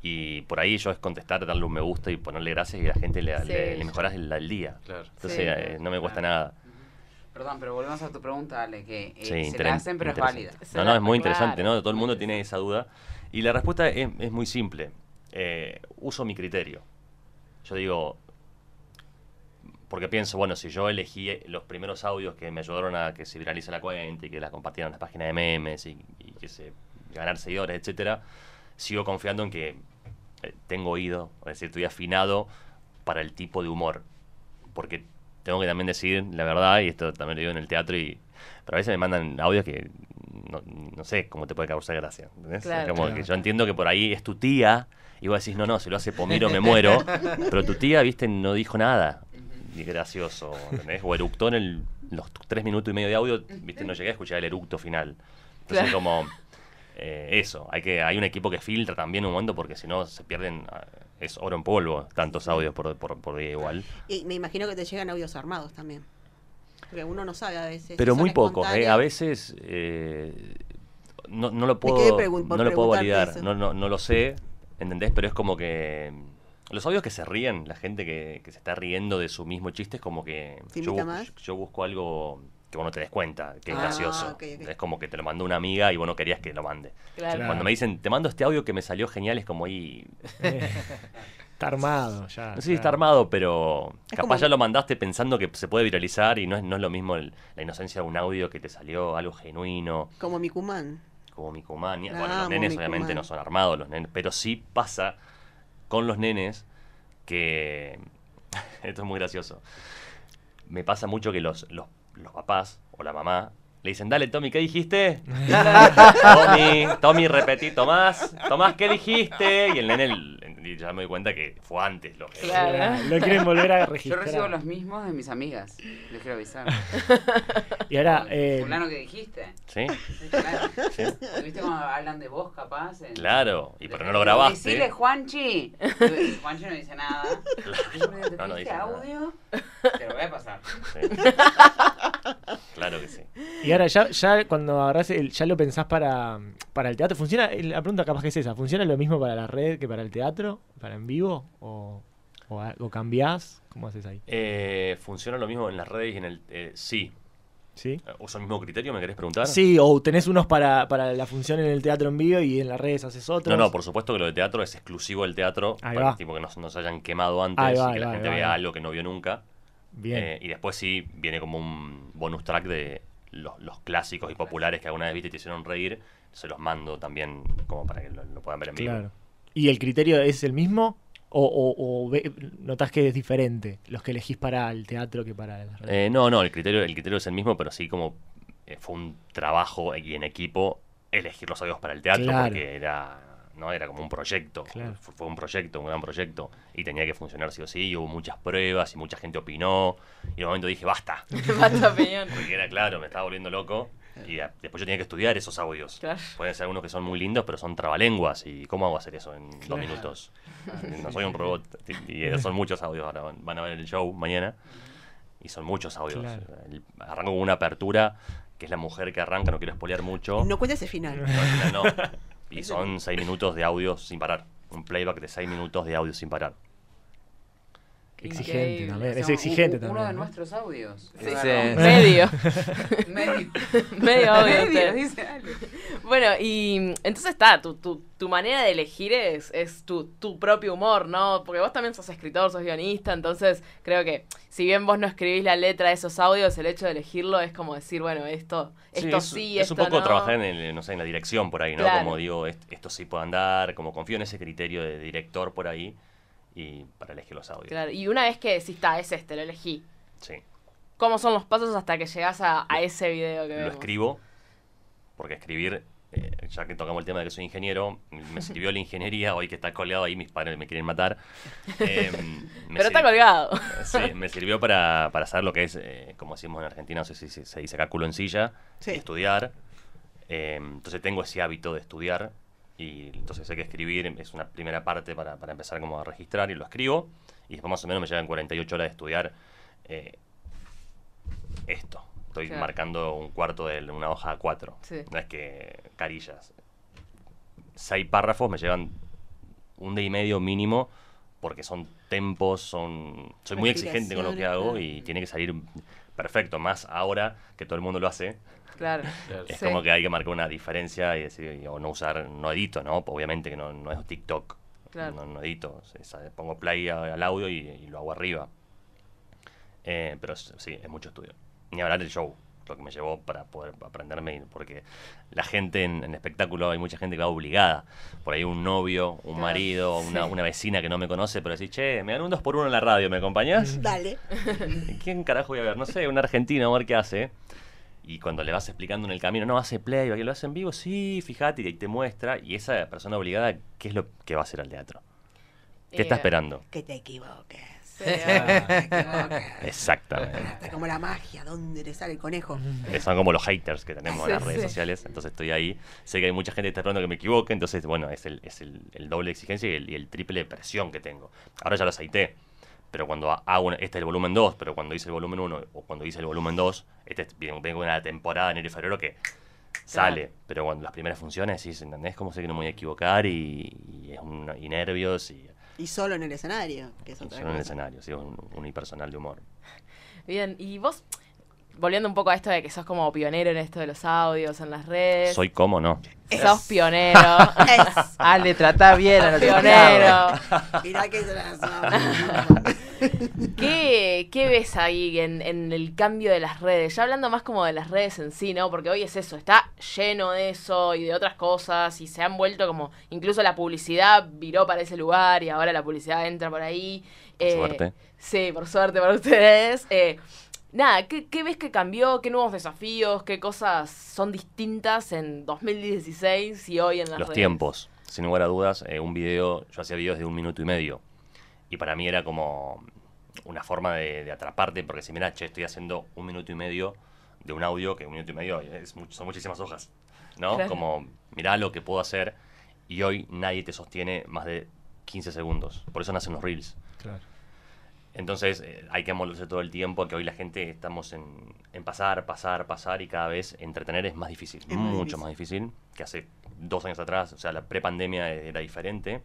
S9: Y por ahí yo es contestar, darle un me gusta y ponerle gracias y a la gente le,
S3: Sí.
S9: le- le mejorás el, el día.
S6: Claro.
S9: Entonces
S3: Sí.
S9: eh, no me cuesta nada.
S2: Perdón, pero volvemos a tu pregunta, Ale, que eh,
S9: Sí,
S2: se
S9: interen-
S2: la hacen, pero es
S9: interesante.
S2: válida.
S3: Se
S9: No,
S3: la-
S9: no, es muy
S3: claro.
S9: interesante, ¿no? Todo el mundo tiene esa duda. Y la respuesta es, es muy simple. eh, uso mi criterio. Yo digo, porque pienso, bueno, si yo elegí los primeros audios que me ayudaron a que se viralice la cuenta y que la compartieran en las páginas de memes y, y que se ganar seguidores, etcétera, sigo confiando en que eh, tengo oído, es decir, estoy afinado para el tipo de humor. Porque tengo que también decir la verdad, y esto también lo digo en el teatro, y pero a veces me mandan audios que no, no sé cómo te puede causar gracia. ¿entendés?
S3: Claro.
S9: Es como que yo entiendo que por ahí es tu tía, y vos decís, no, no, si lo hace Pomiro me muero, pero tu tía, viste, no dijo nada. Y gracioso, ¿entendés? O eructó en el- los t- tres minutos y medio de audio, viste, no llegué a escuchar el eructo final. Entonces,
S3: Claro.
S9: como eh, eso, hay que hay un equipo que filtra también un momento porque si no se pierden, ah, es oro en polvo, tantos audios por, por, por día igual.
S10: Y me imagino que te llegan audios armados también. Porque uno no sabe a veces.
S9: Pero
S10: si son
S9: muy pocos, ¿eh? A
S10: espontáneos.
S9: veces eh, no, no lo
S10: quedé
S9: puedo,
S10: pregun- por
S9: no lo puedo
S10: preguntarte
S9: validar,
S10: eso.
S9: no, no, no lo sé, ¿entendés? Pero es como que... mm, Los audios que se ríen, la gente que, que se está riendo de su mismo chiste, es como que
S10: ¿Te
S9: yo,
S10: invita
S9: bu-
S10: más?
S9: yo busco algo que vos no te des cuenta, que es
S10: Ah,
S9: gracioso.
S10: ok, ok.
S9: Es como que te lo mandó una amiga y vos no querías que lo mande.
S3: Claro.
S4: Claro.
S9: Cuando me dicen, te mando este audio que me salió genial, es como ahí...
S4: Eh. Está armado ya.
S9: No sé si
S4: claro.
S9: está armado, pero
S10: Es
S9: capaz
S10: como-
S9: ya lo mandaste pensando que se puede viralizar y no es, no es lo mismo el- la inocencia de un audio que te salió algo genuino,
S10: Como mi Cumán.
S9: como Mikuman. y-
S10: La
S9: bueno, los
S10: amo,
S9: nenes
S10: Mikuman.
S9: obviamente no son armados, los nenes, pero sí pasa con los nenes que... Esto es muy gracioso. Me pasa mucho que los, los, los papás o la mamá le dicen, dale Tommy, ¿qué dijiste? Tommy, Tommy, repetí, Tomás, Tomás, ¿qué dijiste? Y el nene, el- y ya me doy cuenta que fue antes lo que...
S3: Claro.
S4: Lo quieren volver a
S2: Yo
S4: registrar.
S2: recibo los mismos de mis amigas. Les quiero avisar.
S4: Y ahora, eh,
S2: Fulano que dijiste.
S9: ¿Sí?
S2: Claro. ¿Viste cómo hablan de vos, capaz? En-
S9: Claro, y pero no lo
S2: Decirle
S9: grabaste.
S2: Juanchi. Juanchi no dice nada.
S9: No,
S2: No,
S9: no dice nada.
S2: audio? Te lo voy a pasar.
S9: Sí. Claro que sí.
S4: y ahora ya, ya cuando agarrás el, ya lo pensás para, para el teatro. ¿Funciona? La pregunta capaz que es esa. ¿Funciona lo mismo para la red que para el teatro? ¿Para en vivo? ¿O, o, a- o cambiás? ¿Cómo haces ahí?
S9: Eh, ¿Funciona lo mismo en las redes y en el...? eh, sí. Eh,
S4: ¿Sí?
S9: ¿Uso el mismo criterio, me querés preguntar?
S4: Sí, o tenés unos para, para la función en el teatro en vivo y en las redes haces
S9: No,
S4: otros.
S9: no, por supuesto que lo de teatro es exclusivo del teatro.
S4: Ahí
S9: para
S4: va.
S9: tipo que nos, nos hayan quemado antes
S4: Ahí va,
S9: y que
S4: ahí
S9: la
S4: va,
S9: gente
S4: ahí va,
S9: vea
S4: ahí va.
S9: algo que no vio nunca.
S4: Bien.
S9: Eh, y después sí viene como un bonus track de los, los clásicos y populares que alguna vez viste y te hicieron reír. Se los mando también como para que lo, lo puedan ver en vivo.
S4: Claro. ¿Y el criterio es el mismo? ¿O, o- o ve- notás que es diferente los que elegís para el teatro que para las redes?
S9: Eh, no, no, el criterio, el criterio es el mismo, pero sí como eh, fue un trabajo y en equipo elegir los audios para el teatro
S4: Claro.
S9: porque era no era como un proyecto,
S4: Claro.
S9: Fu- fue un proyecto, un gran proyecto y tenía que funcionar sí o sí, y hubo muchas pruebas y mucha gente opinó y en un momento dije basta,
S3: Basta opinión.
S9: porque era claro, me estaba volviendo loco y ah, después yo tenía que estudiar esos audios.
S3: Claro.
S9: Pueden ser algunos que son muy lindos, pero son trabalenguas y ¿cómo hago hacer eso en dos minutos? No soy un robot y y son muchos audios ahora, van- van a ver el show mañana y son muchos audios.
S4: Claro.
S9: El- Arranco con una apertura, que es la mujer que arranca, no quiero espolear mucho.
S10: No cuentes el final.
S9: No, al final no. Y son seis minutos de audio sin parar. Un playback de seis minutos de audio sin parar.
S4: Exigente
S3: Increíble.
S4: también. Es
S2: Son
S4: exigente
S2: u-
S4: también,
S2: Uno de
S4: ¿no?
S2: nuestros audios.
S6: Sí.
S3: Medio.
S2: Medio.
S3: Medio obvio.
S2: Medio,
S3: te-
S2: dice alguien.
S3: Bueno, y mm, entonces está, tu, tu, tu manera de elegir es, es tu, tu propio humor, ¿no? Porque vos también sos escritor, sos guionista, entonces creo que si bien vos no escribís la letra de esos audios, el hecho de elegirlo es como decir, bueno, esto, esto
S9: es,
S3: sí,
S9: es
S3: esto
S9: un poco
S3: no.
S9: trabajar en, el- no sé, en la dirección por ahí, ¿no?
S3: Claro.
S9: Como digo, est- esto sí puede andar, como confío en ese criterio de director por ahí y para elegir los audios.
S3: Claro, y una vez que decís, está, es este, lo elegí.
S9: Sí.
S3: ¿Cómo son los pasos hasta que llegás a, a ese video
S9: lo
S3: que vemos?
S9: escribo, porque escribir, eh, ya que tocamos el tema de que soy ingeniero, me sirvió la ingeniería, hoy que está colgado ahí, mis padres me quieren matar. Eh, me
S3: Pero está
S9: sir-
S3: colgado.
S9: Sí, me sirvió para, para saber lo que es, eh, como decimos en Argentina, no sé si se, se dice acá culo en silla,
S10: Sí.
S9: y estudiar. Eh, entonces tengo ese hábito de estudiar y entonces sé que escribir es una primera parte para, para empezar como a registrar y lo escribo y después más o menos me llevan 48 horas de estudiar eh, esto. Estoy
S3: Claro.
S9: marcando un cuarto de una hoja a cuatro.
S3: Sí.
S9: No es que carillas. Seis párrafos me llevan un día y medio mínimo porque son tempos, son... Soy muy exigente con lo que hago y tiene que salir perfecto, más ahora que todo el mundo lo hace.
S3: Claro.
S9: Es
S3: Sí.
S9: como que hay que marcar una diferencia y decir, o no usar, no edito, ¿no? Obviamente que no, no es TikTok.
S3: Claro.
S9: No, no edito. o sea, pongo play a- al audio y, y lo hago arriba. Eh, pero s- sí, es mucho estudio. Ni hablar del show, lo que me llevó para poder aprenderme, porque la gente en, en espectáculo, hay mucha gente que va obligada. Por ahí un novio, un marido, una, una vecina que no me conoce, pero decís, che, me dan un 2x1 en la radio, ¿me acompañás?
S10: Dale.
S9: ¿Quién carajo voy a ver? No sé, un argentino, a ver qué hace. Y cuando le vas explicando en el camino, no, hace playback, lo hace en vivo, sí, fíjate, y ahí te muestra. Y esa persona obligada, ¿qué es lo que va a hacer al teatro? ¿Qué está
S3: Eh,
S9: esperando?
S10: Que te equivoques.
S3: Ah.
S9: Exactamente.
S10: Está como la magia, ¿dónde le sale el conejo?
S9: Que eh, Son como los haters que tenemos en las redes sociales, entonces estoy ahí. Sé que hay mucha gente que está esperando que me equivoque, entonces, bueno, es el, es el, el doble de exigencia y el, y el triple de presión que tengo. Ahora ya lo aceité, pero cuando ha- hago, una- este es el volumen 2, pero cuando hice el volumen 1 o cuando hice el volumen 2, este es- vengo vengo de una temporada en el febrero que sale, pero cuando las primeras funciones, sí, ¿entendés? Como sé que no me voy a equivocar y, y es un, y nervios y,
S10: Y solo en el escenario. Que es
S9: y
S10: otra
S9: solo en el
S10: cosa.
S9: escenario, sí, un, un hipersonal de humor.
S3: Bien, y vos, volviendo un poco a esto de que sos como pionero en esto de los audios, en las redes.
S9: Soy como no.
S3: Sos pionero. Ah,
S2: Ale, tratá bien a los
S3: pionero.
S10: Mirá que se la sabe.
S3: ¿Qué, qué ves ahí en, en el cambio de las redes? Ya hablando más como de las redes en sí, ¿no? Porque hoy es eso, está lleno de eso y de otras cosas y se han vuelto como, incluso la publicidad viró para ese lugar y ahora la publicidad entra por ahí. Eh,
S9: Por suerte.
S3: Sí, por suerte para ustedes. Eh, nada, ¿qué, qué ves que cambió? ¿Qué nuevos desafíos? ¿Qué cosas son distintas en 2016 y hoy en las
S9: Los
S3: redes?
S9: tiempos, sin lugar a dudas, eh, un video, yo hacía videos de un minuto y medio. Y para mí era como una forma de, de atraparte, porque si mira, che, estoy haciendo un minuto y medio de un audio, que un minuto y medio es much- son muchísimas hojas, ¿no?
S3: Claro.
S9: Como, mirá lo que puedo hacer. Y hoy nadie te sostiene más de 15 segundos. Por eso nacen los reels.
S4: Claro.
S9: Entonces eh, hay que amoldarse todo el tiempo, que hoy la gente estamos en, en pasar, pasar, pasar y cada vez entretener es más difícil,
S10: Es más
S9: mucho más difícil que hace dos años atrás, o sea, la prepandemia e- era diferente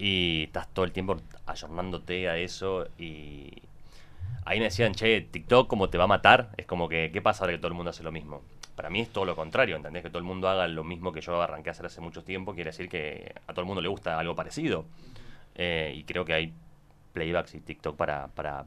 S9: y estás todo el tiempo ayornándote a eso y ahí me decían, che, TikTok como te va a matar, es como que, ¿qué pasa ahora que todo el mundo hace lo mismo? Para mí es todo lo contrario, ¿entendés? Que todo el mundo haga lo mismo que yo arranqué a hacer hace mucho tiempo, quiere decir que a todo el mundo le gusta algo parecido. Eh, y creo que hay playbacks y TikTok para. para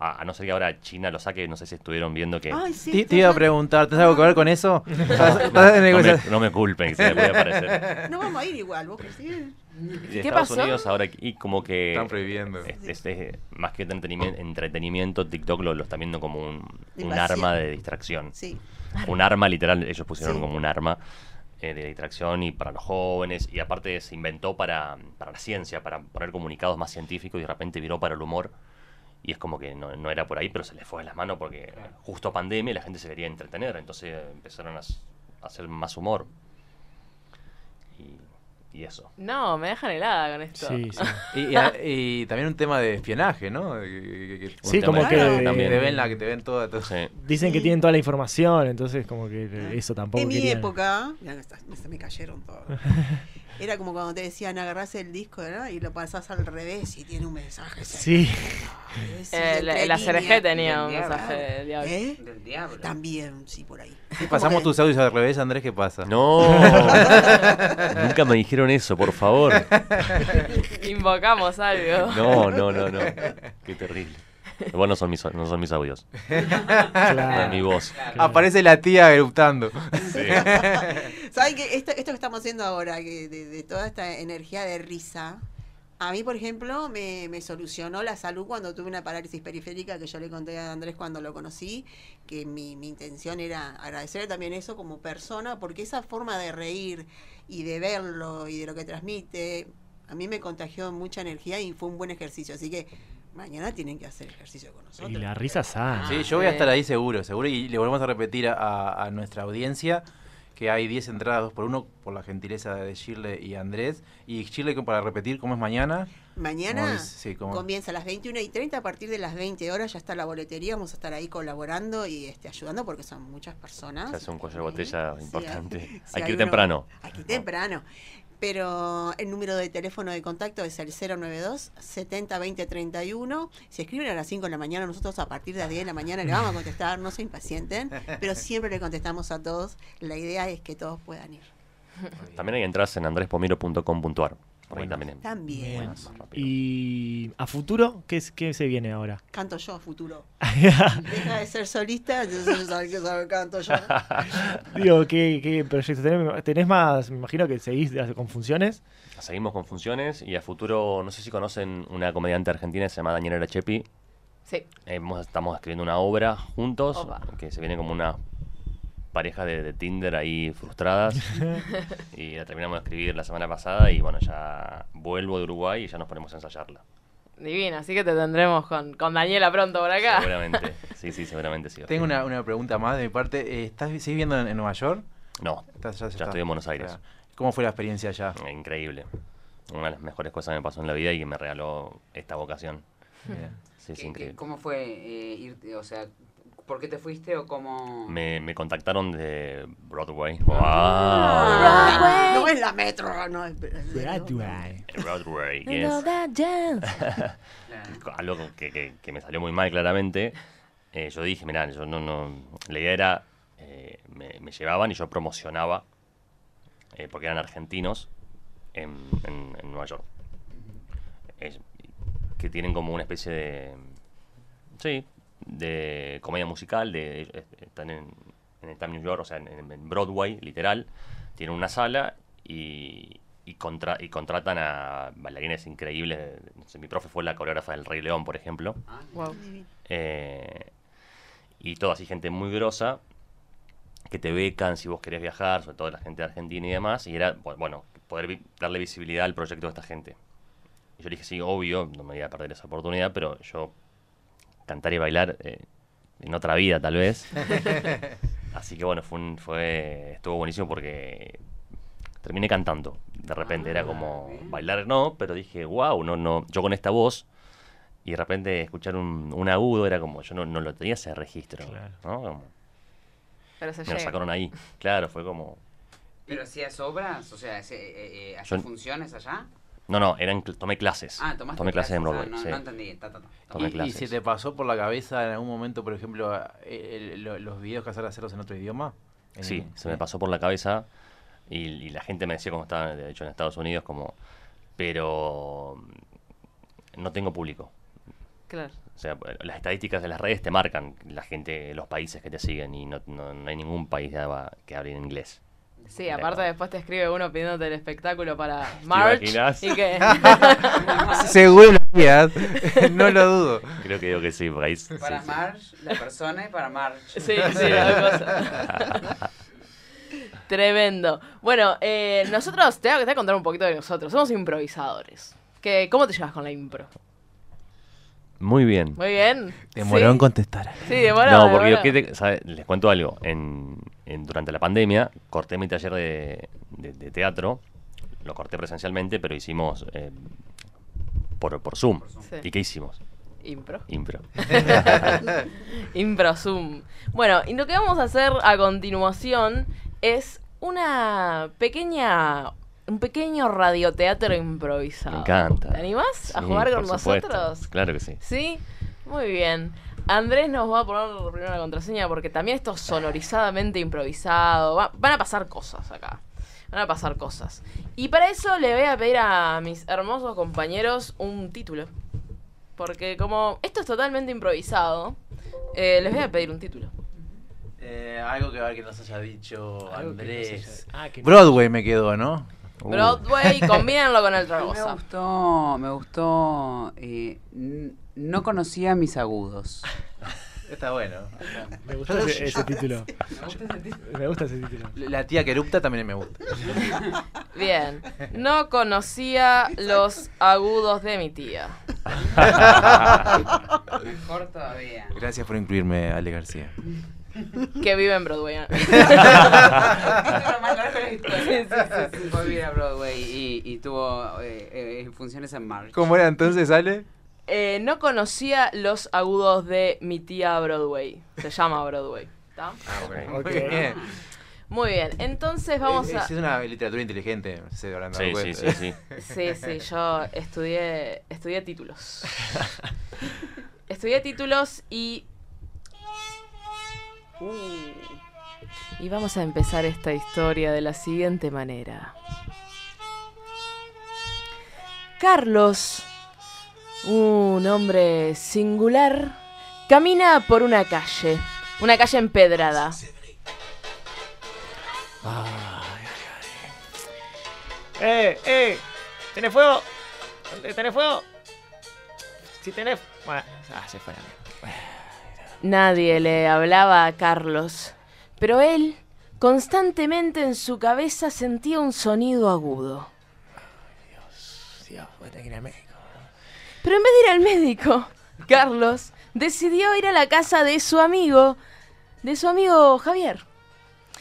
S9: a, a no ser que ahora China lo saque, no sé si estuvieron viendo que.
S10: Ay, sí,
S6: Te, te
S10: entonces-
S6: iba a preguntar, ¿tenés algo que ver con eso? ¿Estás, estás en
S9: no,
S6: negociación?
S9: me, no me culpen, que se me puede aparecer.
S10: No vamos a ir igual, vos crees.
S9: Y
S3: ¿Qué
S9: de Estados
S3: pasó?
S9: Unidos ahora, y como que.
S1: Están prohibiendo.
S9: es- es- es- más que entretenimiento, entretenimiento TikTok lo, lo están viendo como un, un
S10: Invasión.
S9: arma de distracción.
S10: Sí.
S9: un arma literal, ellos pusieron
S10: Sí.
S9: como un arma eh, de distracción y para los jóvenes, y aparte se inventó para, para la ciencia, para poner comunicados más científicos y de repente viró para el humor. Y es como que no, no era por ahí, pero se les fue de las manos porque justo pandemia y la gente se quería entretener, entonces eh, empezaron a, s- a hacer más humor. Y, y eso.
S3: No, me dejan helada con esto.
S4: Sí, sí.
S6: Y, y a- y también un tema de espionaje, ¿no? Que- que- que-
S4: Sí,
S9: tema
S4: como
S9: de
S4: que
S9: género
S6: que
S9: también.
S6: te ven la que te ven toda. toda-
S9: Sí.
S4: dicen que tienen toda la información, entonces como que eh, eso tampoco
S10: En mi
S4: querían.
S10: época, mirá, me- se me cayeron todos. Era como cuando te decían agarrás el disco ¿verdad? y lo pasás al revés y tiene un mensaje.
S4: Sí,
S10: Es
S3: Eh, la,
S10: entre
S3: la
S10: líneas.
S3: CRG tenía un
S2: Bien,
S3: mensaje del diablo.
S10: ¿Eh?
S2: Del diablo.
S10: También, sí, por ahí.
S6: Si pasamos tus audios al revés, Andrés, ¿qué pasa?
S9: No, nunca me dijeron eso, por favor.
S3: Invocamos algo.
S9: No, no, no, no. Qué terrible. Bueno, no son mis, no son mis audios, es mi
S4: claro.
S9: voz.
S6: Aparece la tía eruptando.
S10: ¿Saben que esto, esto que estamos haciendo ahora, que de, de toda esta energía de risa, a mí, por ejemplo, me, me solucionó la salud cuando tuve una parálisis periférica que yo le conté a Andrés cuando lo conocí, que mi, mi intención era agradecer también eso como persona, porque esa forma de reír y de verlo y de lo que transmite, a mí me contagió mucha energía y fue un buen ejercicio. Así que mañana tienen que hacer ejercicio con nosotros.
S4: Y la risa sana.
S6: Sí, yo voy a estar ahí seguro, seguro. Y le volvemos a repetir a- a, a nuestra audiencia que hay 10 entradas 2 por 1 por la gentileza de Shirley y Andrés. Y Shirley, para repetir, ¿cómo es mañana? Como
S10: Mañana
S6: dice- sí, como-
S10: comienza a las 21 y 30, a partir de las 20 horas ya está la boletería, vamos a estar ahí colaborando y este, ayudando porque son muchas personas.
S9: Se hace un cuello de
S10: Sí,
S9: botella
S10: sí,
S9: importante. Hay,
S10: sí,
S9: que ir
S10: uno-
S9: temprano.
S10: Hay que ir temprano. Pero el número de teléfono de contacto es el 092 70 20 31. Si escriben a las 5 de la mañana, nosotros a partir de las 10 de la mañana le vamos a contestar, no se impacienten, pero siempre le contestamos a todos. La idea es que todos puedan ir.
S9: También hay entradas en andrespomiro.com.ar. Por ahí también es
S10: También.
S9: más- más rápido.
S4: ¿Y a futuro? ¿Qué, es- qué se viene ahora?
S10: Canto yo a futuro. Deja de ser solista, entonces yo sabes que sabe, canto yo.
S4: Digo, ¿qué, qué proyectos tenés? ¿Tenés más? Me imagino que seguís de- con funciones.
S9: Seguimos con funciones y a futuro, no sé si conocen una comediante argentina que se llama Daniela Chepi.
S3: Sí.
S9: Hemos- estamos escribiendo una obra juntos,
S3: Opa.
S9: que se viene como una pareja de, de Tinder ahí frustradas. y la terminamos de escribir la semana pasada y bueno, ya vuelvo de Uruguay y ya nos ponemos a ensayarla.
S3: Divina, así que te tendremos con, con Daniela pronto por acá.
S9: Seguramente. Sí, sí, seguramente sí.
S6: Ah. Tengo una, una pregunta más de mi parte. Eh, ¿Estás seguís viviendo en, en Nueva York?
S9: No,
S6: Estás- ya
S9: estoy en Buenos Aires. Eh,
S6: Ah, ¿Cómo fue la experiencia allá?
S9: increíble. Una de las mejores cosas que me pasó en la vida y que me regaló esta vocación.
S6: Bien.
S9: Sí, es
S2: ¿Qué- qué-
S9: increíble.
S2: ¿Cómo fue eh, irte? O sea, ¿por qué te fuiste o cómo...?
S9: Me, me contactaron de Broadway.
S10: Ah,
S9: ¡Wow! Eh,
S10: No es la metro, no es.
S9: Broadway,
S5: No, no,
S9: yes.
S5: that jazz.
S9: Algo que, que- que me salió muy mal, claramente. Eh, yo dije, mirá, yo no, no. La idea era. eh, me, me llevaban y yo promocionaba. eh, porque eran argentinos. En, en- en Nueva York. Es- que tienen como una especie de. Sí, de comedia musical. de eh, Están en, en el Times New York, o sea, en, en Broadway, literal. Tienen una sala y, y, contra- y contratan a bailarines increíbles. No sé, mi profe fue la coreógrafa del Rey León, por ejemplo.
S3: Wow.
S9: Eh, y todo así, gente muy grosa que te becan si vos querés viajar, sobre todo la gente de Argentina y demás. Y era, bu- bueno, poder vi- darle visibilidad al proyecto de esta gente. Y yo le dije, sí, obvio, no me voy a perder esa oportunidad, pero yo cantar y bailar eh, en otra vida, tal vez. Así que bueno, fue, un- fue estuvo buenísimo porque terminé cantando. De repente era como bailar no, pero dije, wow, no, no, yo con esta voz y de repente escuchar un, un agudo era como, yo no, no lo tenía ese registro,
S4: Claro.
S9: ¿no? Como,
S3: Pero se
S9: me lo
S3: llega.
S9: sacaron ahí. Claro, fue como,
S2: ¿Pero hacías obras? O sea, ¿hacías eh, eh,
S9: Yo-
S2: hacías funciones allá?
S9: no, no, eran cl- tomé clases.
S2: Ah, tomaste
S9: tomé clases en
S2: ah,
S9: Broadway.
S2: no,
S9: sí.
S2: no entendí. ta, ta, ta.
S9: Tomé
S6: ¿Y- ¿Y,
S9: clases.
S6: se te pasó por la cabeza en algún momento, por ejemplo, a- el- el- lo- los videos que hacer hacerlos en otro idioma? En-
S9: Sí, se me pasó por la cabeza y, y la gente me decía como estaba, de hecho, en Estados Unidos, como, pero mm, no tengo público.
S3: Claro.
S9: O sea, las estadísticas de las redes te marcan la gente, los países que te siguen y no, no- no hay ningún país de habla- que hable en inglés.
S3: Sí,
S9: Mira,
S3: aparte
S9: no.
S3: después te escribe uno pidiéndote el espectáculo para March.
S9: imaginas?
S3: Y que
S6: Seguro lo harías, no lo dudo.
S9: Creo que digo que sí, porque ahí s-
S2: Para
S9: sí, sí.
S2: March, la persona y para March.
S3: Sí, sí, la cosa. Tremendo. Bueno, eh, nosotros, te voy, a, te voy a contar un poquito de nosotros. Somos improvisadores. ¿Qué, ¿Cómo te llevas con la impro?
S9: Muy bien.
S3: Muy bien.
S6: Demoró en
S3: Sí,
S6: contestar.
S3: sí demoró.
S9: no, porque yo,
S3: demoró.
S9: ¿qué te- sabe? les cuento algo. En, en- durante la pandemia corté mi taller de, de- de teatro, lo corté presencialmente, pero hicimos eh, por, por Zoom.
S3: Sí.
S9: ¿Y qué hicimos?
S3: Impro.
S9: Impro.
S3: Impro Zoom. Bueno, y lo que vamos a hacer a continuación es una pequeña. Un pequeño radioteatro improvisado.
S9: Me encanta.
S3: ¿Te animás a
S9: Sí,
S3: jugar con
S9: por supuesto.
S3: nosotros?
S9: Claro que sí.
S3: ¿Sí? Muy bien. Andrés nos va a poner primero la contraseña porque también esto es sonorizadamente improvisado. Va- van a pasar cosas acá. Van a pasar cosas. Y para eso le voy a pedir a mis hermosos compañeros un título. Porque como esto es totalmente improvisado, eh, les voy a pedir un título.
S6: Eh, algo que ver que nos haya dicho Andrés.
S4: Ah, que no-
S6: Broadway me quedó, ¿no?
S9: Uh,
S3: Broadway, combínenlo con otra
S2: Me
S3: cosa.
S2: gustó, me gustó. eh, n- no conocía mis agudos.
S6: Está bueno.
S4: Me gusta ese, ese título. Me gusta ese título.
S6: La tía Querupta también me gusta.
S3: Bien. No conocía los agudos de mi tía.
S2: Mejor todavía.
S6: Gracias por incluirme, Ale García.
S3: Que vive en Broadway. ¿eh?
S2: Esto es lo más largo de la historia. Sí, sí, sí, Fue a vivir a Broadway y, y tuvo eh, eh, funciones en March.
S6: ¿Cómo era entonces, Ale?
S3: Eh, no conocía los agudos de mi tía Broadway. Se llama Broadway. ¿Está?
S2: Ah,
S9: ok.
S6: Muy bien.
S3: Muy bien, entonces vamos
S6: es,
S3: a...
S6: es una literatura inteligente, se habrán dado
S9: Sí, sí,
S6: cuenta.
S9: sí, sí.
S3: Sí, sí, yo estudié, estudié títulos. Estudié títulos y... Y vamos a empezar esta historia de la siguiente manera.
S11: Carlos,
S3: Un hombre singular camina por una calle, una calle empedrada.
S8: ¡Eh, eh! ¿Tenés fuego? ¿Tenés fuego? Si tenés. Bueno, ah, se fue la mierda.
S3: Nadie le hablaba a Carlos, pero él constantemente en su cabeza sentía un sonido agudo.
S8: Dios, voy a tener que ir a México.
S3: Pero en vez de ir al médico, Carlos decidió ir a la casa de su amigo, de su amigo Javier.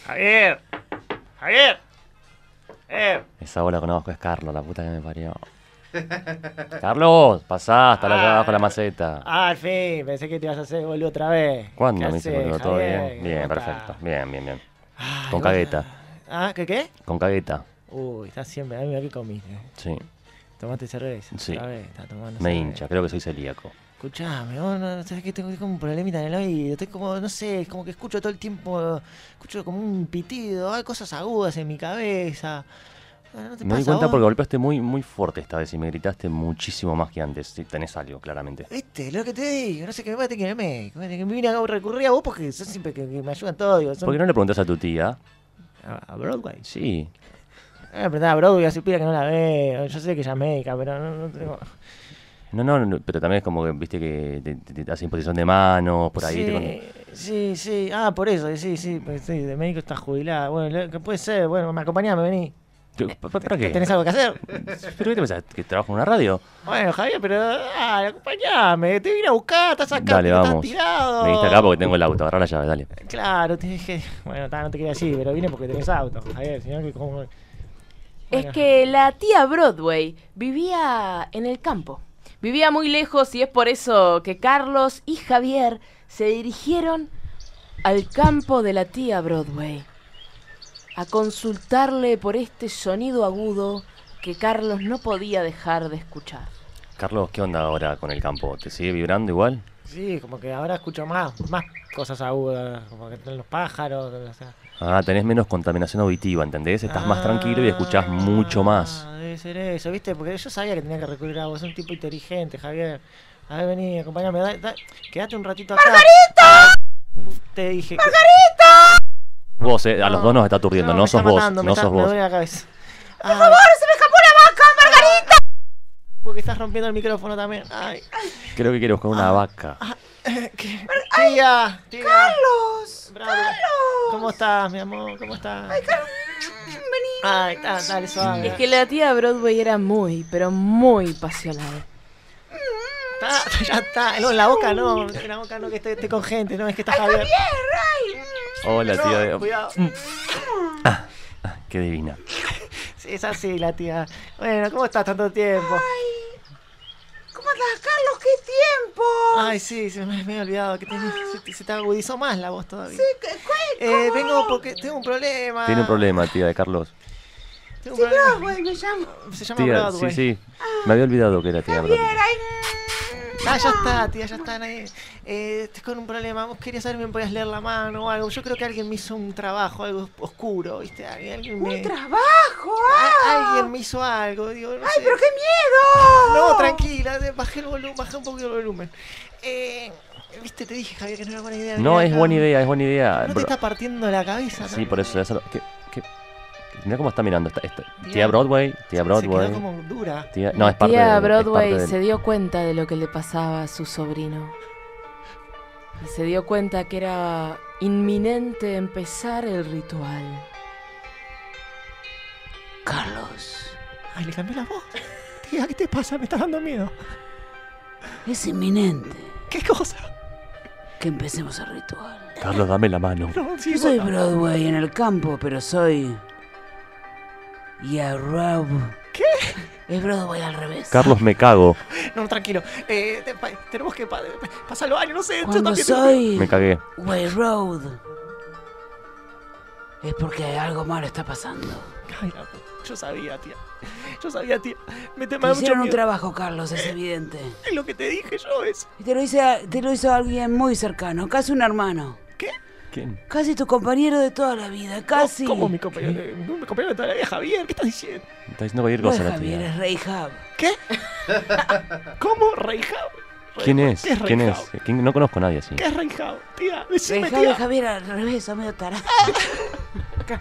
S8: ¡Javier! ¡Javier! ¡Eh!
S9: Esa bola que conozco es Carlos, la puta que me parió. Carlos, pasá hasta allá
S3: Ah.
S9: abajo la maceta.
S8: Ah, al fin, pensé que te ibas a hacer boludo otra vez.
S9: ¿Cuándo
S8: ¿Qué
S9: me hice
S8: haces,
S9: boludo? ¿Todo
S8: Javier?
S9: bien? Bien,
S8: Opa.
S9: perfecto. Bien, bien, bien.
S8: Ay,
S9: Con
S8: vos-
S9: cagueta.
S8: Ah, ¿qué qué?
S9: Con cagueta.
S8: Uy, estás siempre. Ay, mira que comiste.
S9: Sí.
S8: Tomaste cerveza.
S9: Sí.
S8: otra vez, estás tomando
S9: Me
S8: cerveza.
S9: hincha, creo que soy celíaco.
S8: Escuchame, vos no, sabes que tengo como un problemita en el oído, estoy como, no sé, es como que escucho todo el tiempo, escucho como un pitido, hay cosas agudas en mi cabeza. Ah, ¿No te
S9: Me di
S8: pasa
S9: cuenta
S8: a vos?
S9: porque golpeaste muy, muy fuerte esta vez y me gritaste muchísimo más que antes. Si tenés algo, claramente.
S8: Viste, lo que te digo, no sé qué me voy a tener que ir al médico, me me vine a recurrir a vos porque sos siempre que, que me ayudan todos, digo, son-
S9: ¿Por qué no le preguntás a tu tía?
S8: a, a Broadway.
S9: Sí.
S8: Ah, pero a Broadway, así pira que no la veo, yo sé que ella es médica, pero no, no tengo...
S9: No, no, no, pero también es como que, viste, que te, te- te hacen posición de manos, por ahí.
S8: Sí,
S9: te con-
S8: sí, sí, ah, por eso, sí, sí, pues sí, de médico está jubilada, bueno, lo- que puede ser, bueno, me acompañame, vení,
S9: ¿Qué- pa- pa- ¿Para qué?
S8: ¿tenés algo que hacer?
S9: ¿Pero qué te pensás? ¿Que trabajo en una radio?
S8: Bueno, Javier, pero ah, acompañame, te vine a buscar, estás acá,
S9: Dale,
S8: te estás
S9: vamos.
S8: tirado.
S9: Veniste acá porque tengo el auto, agarrá la llave, dale.
S8: Claro, te dije, bueno, ta, no te quería decir, pero vine porque tenés auto, Javier, si no, que como...
S3: Es
S8: Bueno.
S3: que la tía Broadway vivía en el campo. Vivía muy lejos y es por eso que Carlos y Javier se dirigieron al campo de la tía Broadway a consultarle por este sonido agudo que Carlos no podía dejar de escuchar.
S9: Carlos, ¿qué onda ahora con el campo? ¿Te sigue vibrando igual?
S8: Sí, como que ahora escucho más, más cosas agudas, como que están los pájaros, o sea...
S9: Ah, tenés menos contaminación auditiva, ¿entendés? Estás más tranquilo y escuchás mucho más.
S8: Ah, Debe ser eso, ¿viste? Porque yo sabía que tenía que recurrir a vos, sos un tipo inteligente, Javier. A ver, vení, acompáñame, da- da- quédate un ratito acá. Te dije... que-
S9: Vos, eh, a los dos nos está aturdiendo, no,
S8: me
S9: sos
S8: está
S9: vos,
S8: matando, me
S9: no
S8: está-
S9: sos
S8: Me
S9: vos.
S8: duele la cabeza. ¡Por favor, se me escapó la vaca, Margarita! Porque estás rompiendo el micrófono también. Ay,
S9: Creo que quiero buscar
S8: Ah.
S9: una vaca.
S8: Eh, qué- tía, tía. ¡Carlos! ¡Carlos! ¿Cómo estás, mi amor? ¿Cómo estás? ¡Ay, Carlos! ¡Vení! ¡Ay, está, dale, suave!
S3: Es que la tía Broadway era muy, pero muy pasional.
S8: Está, ya está. No, en la boca no. En la boca no, que esté, esté con gente. No, es que está Javier.
S9: Hola, tía.
S8: No,
S9: de- Mm. Ah,
S8: cuidado.
S9: Qué divina.
S8: Sí, es así, la tía. Bueno, ¿cómo estás tanto tiempo?
S11: ¿Cómo estás, Carlos? ¡Qué tiempo!
S8: Ay, sí, se me, me he olvidado que tenés- se, te- se te agudizó más la voz todavía.
S11: ¿Qué- cuál-
S8: Eh, vengo porque tengo un problema.
S9: Tiene un problema, tía de Carlos.
S8: Tengo un
S11: Sí,
S8: problema.
S11: Broadway, me llamo.
S8: Se llama
S9: Tía, sí,
S8: Broadway.
S9: sí. Me había olvidado que era tía
S11: Javier,
S9: Broadway.
S11: ay,
S8: Ah, ya está, tía, ya está. Nadie. Eh, estoy con un problema. Vos querías saber si me podías leer la mano o algo. Yo creo que alguien me hizo un trabajo, algo oscuro, ¿viste? Alguien, alguien me...
S11: un trabajo.
S8: A-
S11: ah.
S8: alguien me hizo algo, digo, no sé.
S11: ¡Ay, pero qué miedo!
S8: No, tranquila, de- bajé el volumen, bajé un poquito el volumen. Eh, viste, te dije, Javier, que no era buena idea.
S9: No,
S8: venir
S9: es
S8: Eh, acá.
S9: buena idea, es buena idea.
S8: No te
S9: Bro-
S8: está partiendo la cabeza.
S9: Sí,
S8: también?
S9: por eso. eso lo- ¿qué- qué? Mira cómo está mirando. Está, está-
S8: Tía.
S9: Tía Broadway, tía
S8: Se
S9: Broadway.
S8: quedó como dura.
S9: Tía, no, es parte
S3: tía
S9: de- es
S3: Broadway
S9: parte de-
S3: se dio cuenta de lo que le pasaba a su sobrino. Y se dio cuenta que era inminente empezar el ritual. Carlos,
S8: Ay, le cambió la voz. Tía, ¿qué te pasa? Me estás dando miedo.
S7: Es inminente
S8: ¿Qué cosa?
S7: que empecemos el ritual.
S9: Carlos, dame la mano.
S8: No, sí,
S7: Yo soy
S8: vos-
S7: Broadway en el campo, pero soy. Y a Rob. ¿Qué? Es Broadway al revés.
S9: Carlos, me cago.
S8: no, tranquilo. Eh, te- pa- tenemos que pa- pa- pasar los años, no sé. yo
S7: Cuando
S8: también tengo-
S7: soy
S9: Me cagué.
S7: Way Road. Es porque algo malo está pasando.
S8: Ay, la puta, yo sabía, tía. Yo sabía, tía. Me te me da
S7: Te
S8: mucho
S7: hicieron un
S8: miedo. Eh,
S7: trabajo, Carlos, es evidente.
S8: Es lo que te dije yo, eso.
S7: Y te lo, hice- te lo hizo alguien muy cercano, casi un hermano.
S9: ¿Quién?
S7: Casi tu compañero de toda la vida, casi.
S8: ¿Cómo mi compañero, de- mi compañero de toda la vida, Javier? ¿Qué estás diciendo?
S11: Está diciendo cualquier cosa la tía.
S8: Rey Hub. ¿Qué? ¿Cómo? ¿Rey Hub?
S11: ¿Quién es?
S8: ¿Qué pues, es
S11: ¿Quién
S8: Rey
S11: es? ¿Quién- No conozco a nadie así.
S8: ¿Qué es Rey Hub? Tía, decime,
S7: Dejá de
S8: tía.
S7: Javier al revés, a medio tarado.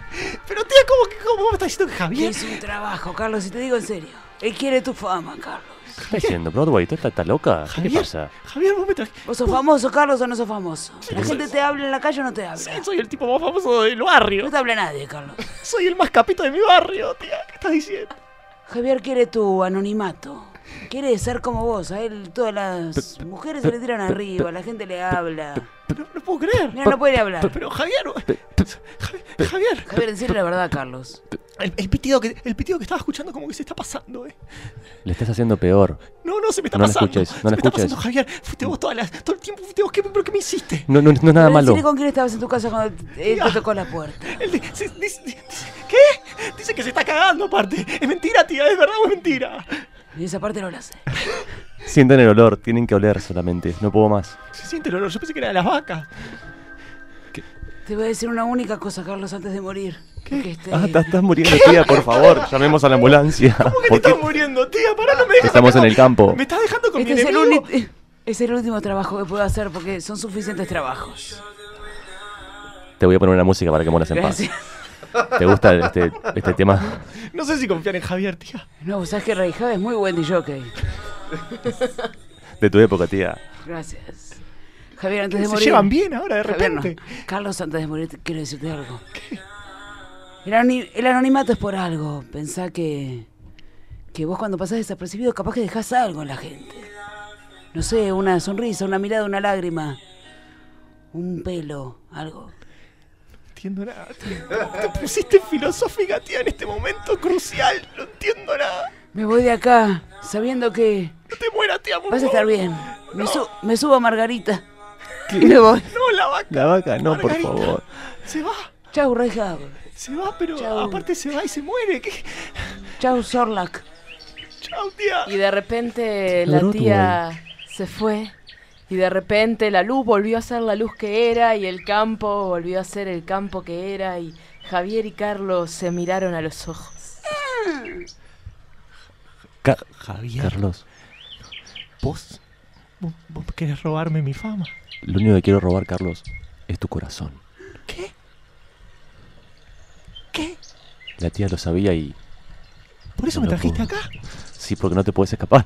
S8: Pero tía, ¿cómo, que- cómo me estás diciendo que
S7: Que
S8: Javier?
S7: es un trabajo, Carlos, y te digo en serio. Él quiere tu fama, Carlos.
S11: ¿Qué está diciendo? ¿Broadway? ¿Tú estás estás loca? ¿Qué te
S8: Javier.
S11: pasa?
S8: Javier, vos me trajiste.
S7: ¿Vos sos famoso, Carlos, o no sos famoso? La
S11: Sí.
S7: gente te habla en la calle o no te habla.
S8: Soy el tipo más famoso del barrio.
S7: No te habla nadie, Carlos.
S8: Soy el más capito de mi barrio, tía. ¿Qué estás diciendo?
S7: Javier quiere tu anonimato. Quiere ser como vos. A él todas las mujeres se le tiran arriba, la gente le habla.
S8: No, no puedo creer.
S7: Mira, no puede hablar.
S8: Pero Javier, Javier, Javier,
S7: Javier, decirle la verdad, Carlos.
S8: el, el pitido que, el pitido que estaba escuchando como que se está pasando, eh.
S11: Le estás haciendo peor.
S8: No, no, se me está
S11: No lo
S8: pasando.
S11: escuches, no
S8: se
S11: lo
S8: me está
S11: escuches.
S8: pasando, Javier. Fuiste vos todas las- todo el tiempo, fuiste vos. ¿Qué, ¿Pero qué me hiciste?
S11: No, no, no es nada
S7: Pero
S11: malo.
S7: decile con quién estabas en tu casa cuando eh, él te tocó la puerta.
S8: Él di- se- dice- dice- ¿Qué? Dice que se está cagando, aparte. Es mentira, tía. ¿Es verdad o es mentira?
S7: Y esa parte no la sé.
S11: Sientan el olor, tienen que oler solamente. No puedo más.
S8: Se siente el olor. Yo pensé que era de las vacas.
S7: Te voy a decir una única cosa, Carlos, antes de morir. Que esté-
S11: Ah, estás, estás muriendo, tía, por favor. Llamemos a la ambulancia.
S8: ¿Cómo que te
S11: ¿Por qué?
S8: estás muriendo, tía? Pará, no me dejes.
S11: Estamos en
S8: acá.
S11: el campo.
S8: Me estás dejando con
S7: Este
S8: mi
S7: es el,
S8: enemigo.
S7: uni- es el último trabajo que puedo hacer porque son suficientes trabajos.
S11: Te voy a poner una música para que mueras en paz.
S7: Gracias.
S11: ¿Te gusta este, este tema?
S8: No sé si confiar en Javier, tía.
S7: No, vos sabés que Rey Javi es muy buen DJ.
S11: De tu época, tía.
S7: Gracias. Javier, antes de
S8: Se
S7: morir.
S8: llevan bien ahora, de
S7: Javier, no.
S8: repente.
S7: Carlos, antes de morir, te- quiero decirte algo. El, anoni- el anonimato es por algo. Pensá que. que vos cuando pasás desapercibido, capaz que dejás algo en la gente. No sé, una sonrisa, una mirada, una lágrima. Un pelo, algo.
S8: entiendo nada, tío. Te pusiste filosófica, tía, en este momento crucial. No entiendo nada.
S7: Me voy de acá sabiendo que
S8: No te mueras, tía. por
S7: vas a estar
S8: favor.
S7: bien. Me, su- me subo a Margarita. Y me voy.
S8: No, la vaca.
S11: La vaca, no, por
S8: Margarita.
S11: favor.
S8: Se va.
S7: Chau, Rey Javi.
S8: Se va, pero
S7: Chau.
S8: aparte se va y se muere. ¿Qué?
S7: Chau, Sorlac.
S8: Chau, tía.
S3: Y de repente la tía se fue. Y de repente la luz volvió a ser la luz que era y el campo volvió a ser el campo que era y Javier y Carlos se miraron a los ojos.
S11: Ca-
S8: Javier,
S11: Carlos,
S8: vos, vos, vos querés robarme mi fama.
S11: lo único que quiero robar, Carlos, es tu corazón.
S8: ¿Qué? ¿Qué?
S11: La tía lo sabía y
S8: ¿Por eso
S11: No
S8: me
S11: lo
S8: trajiste
S11: puedo.
S8: acá?
S11: sí, porque no te puedes escapar.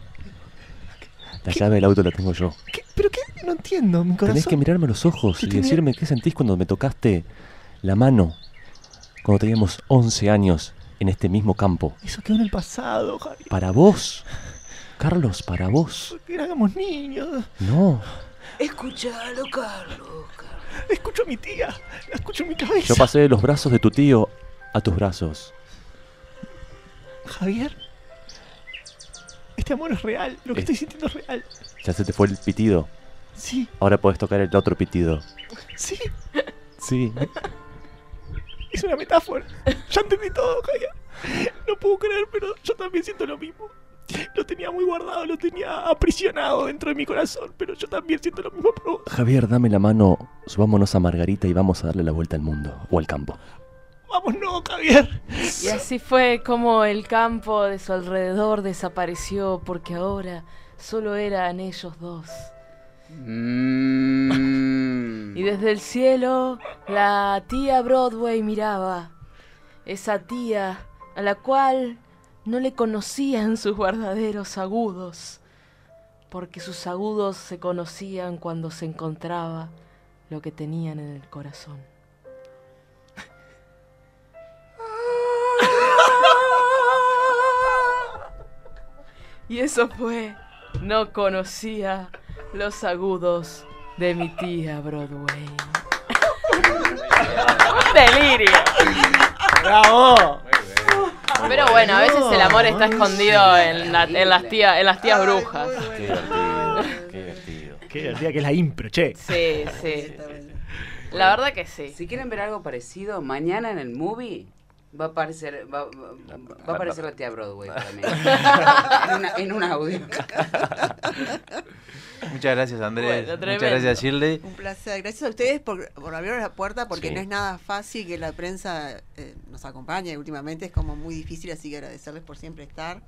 S11: La llave del auto la tengo yo.
S8: ¿Qué? ¿Pero qué? No entiendo, mi corazón.
S11: Tenés que mirarme a los ojos
S8: Yo
S11: y
S8: te miro-
S11: decirme qué sentís cuando me tocaste la mano cuando teníamos 11 años en este mismo campo.
S8: Eso quedó en el pasado, Javier.
S11: Para vos, Carlos, para vos.
S8: Que éramos niños.
S11: No,
S7: Escuchalo, Carlos. Carlos.
S8: Escucho a mi tía. La escucho en mi cabeza.
S11: yo pasé de los brazos de tu tío a tus brazos.
S8: Javier. Este amor es real. Lo que
S11: Eh.
S8: estoy sintiendo es real.
S11: Ya se te fue el pitido.
S8: Sí,
S11: Ahora podés tocar el otro pitido.
S8: sí.
S11: Sí.
S8: Es una metáfora. Ya entendí todo, Javier. No puedo creer, pero yo también siento lo mismo. Lo tenía muy guardado, lo tenía aprisionado dentro de mi corazón, pero yo también siento lo mismo por vos.
S11: Javier, dame la mano, subámonos a Margarita y vamos a darle la vuelta al mundo o al campo.
S8: Vamos, no, Javier.
S3: Y así fue como el campo de su alrededor desapareció porque ahora solo eran ellos dos.
S2: Mm.
S3: Y desde el cielo la tía Broadway miraba. Esa tía a la cual no le conocían sus verdaderos agudos. Porque sus agudos se conocían cuando se encontraba lo que tenían en el corazón.
S8: ¡Ah!
S3: Y eso fue, no conocía los agudos de mi tía Broadway. Un delirio.
S8: ¡Bravo!
S3: Pero bueno, a veces el amor está escondido en, la- en las, tía- en las tías brujas.
S11: Qué divertido, qué divertido.
S8: Qué divertida que es la impro, che.
S3: Sí, sí. La verdad que sí.
S2: Si quieren ver algo parecido, mañana en el movie, Va a aparecer, va, va- va a aparecer la tía Broadway también. en, una- en un audio.
S6: Muchas gracias, Andrés.
S3: Bueno,
S6: Muchas
S3: tremendo.
S6: gracias, Shirley.
S10: Un placer. Gracias a ustedes por, por abrir la puerta, porque
S9: Sí.
S10: no es nada fácil que la prensa eh, nos acompañe. Últimamente es como muy difícil, así que agradecerles por siempre estar.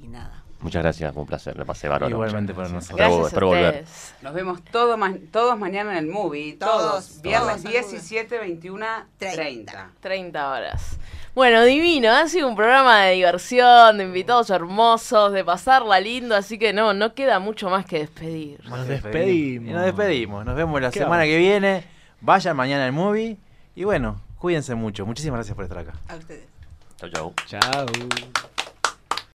S10: Y nada.
S9: Muchas gracias, fue un placer. La pasé bárbaro.
S6: Igualmente para nosotros.
S9: Espero-
S3: Gracias
S9: espero
S3: a
S9: volver.
S3: ustedes.
S2: Nos vemos todo ma- todos mañana en el movie. Todos.
S10: Todos,
S2: viernes
S10: todos.
S2: 17, 21, 30.
S3: 30 horas. Bueno, divino, ha sido un programa de diversión, de invitados hermosos, de pasarla lindo, así que no, no queda mucho más que despedir.
S4: Nos despedimos.
S6: Y nos despedimos. Nos vemos la
S4: Qué
S6: semana
S4: bárbaro.
S6: que viene. Vayan mañana al movie. Y bueno, cuídense mucho. Muchísimas gracias por estar acá.
S10: A ustedes.
S9: Chau, chau.
S4: Chao.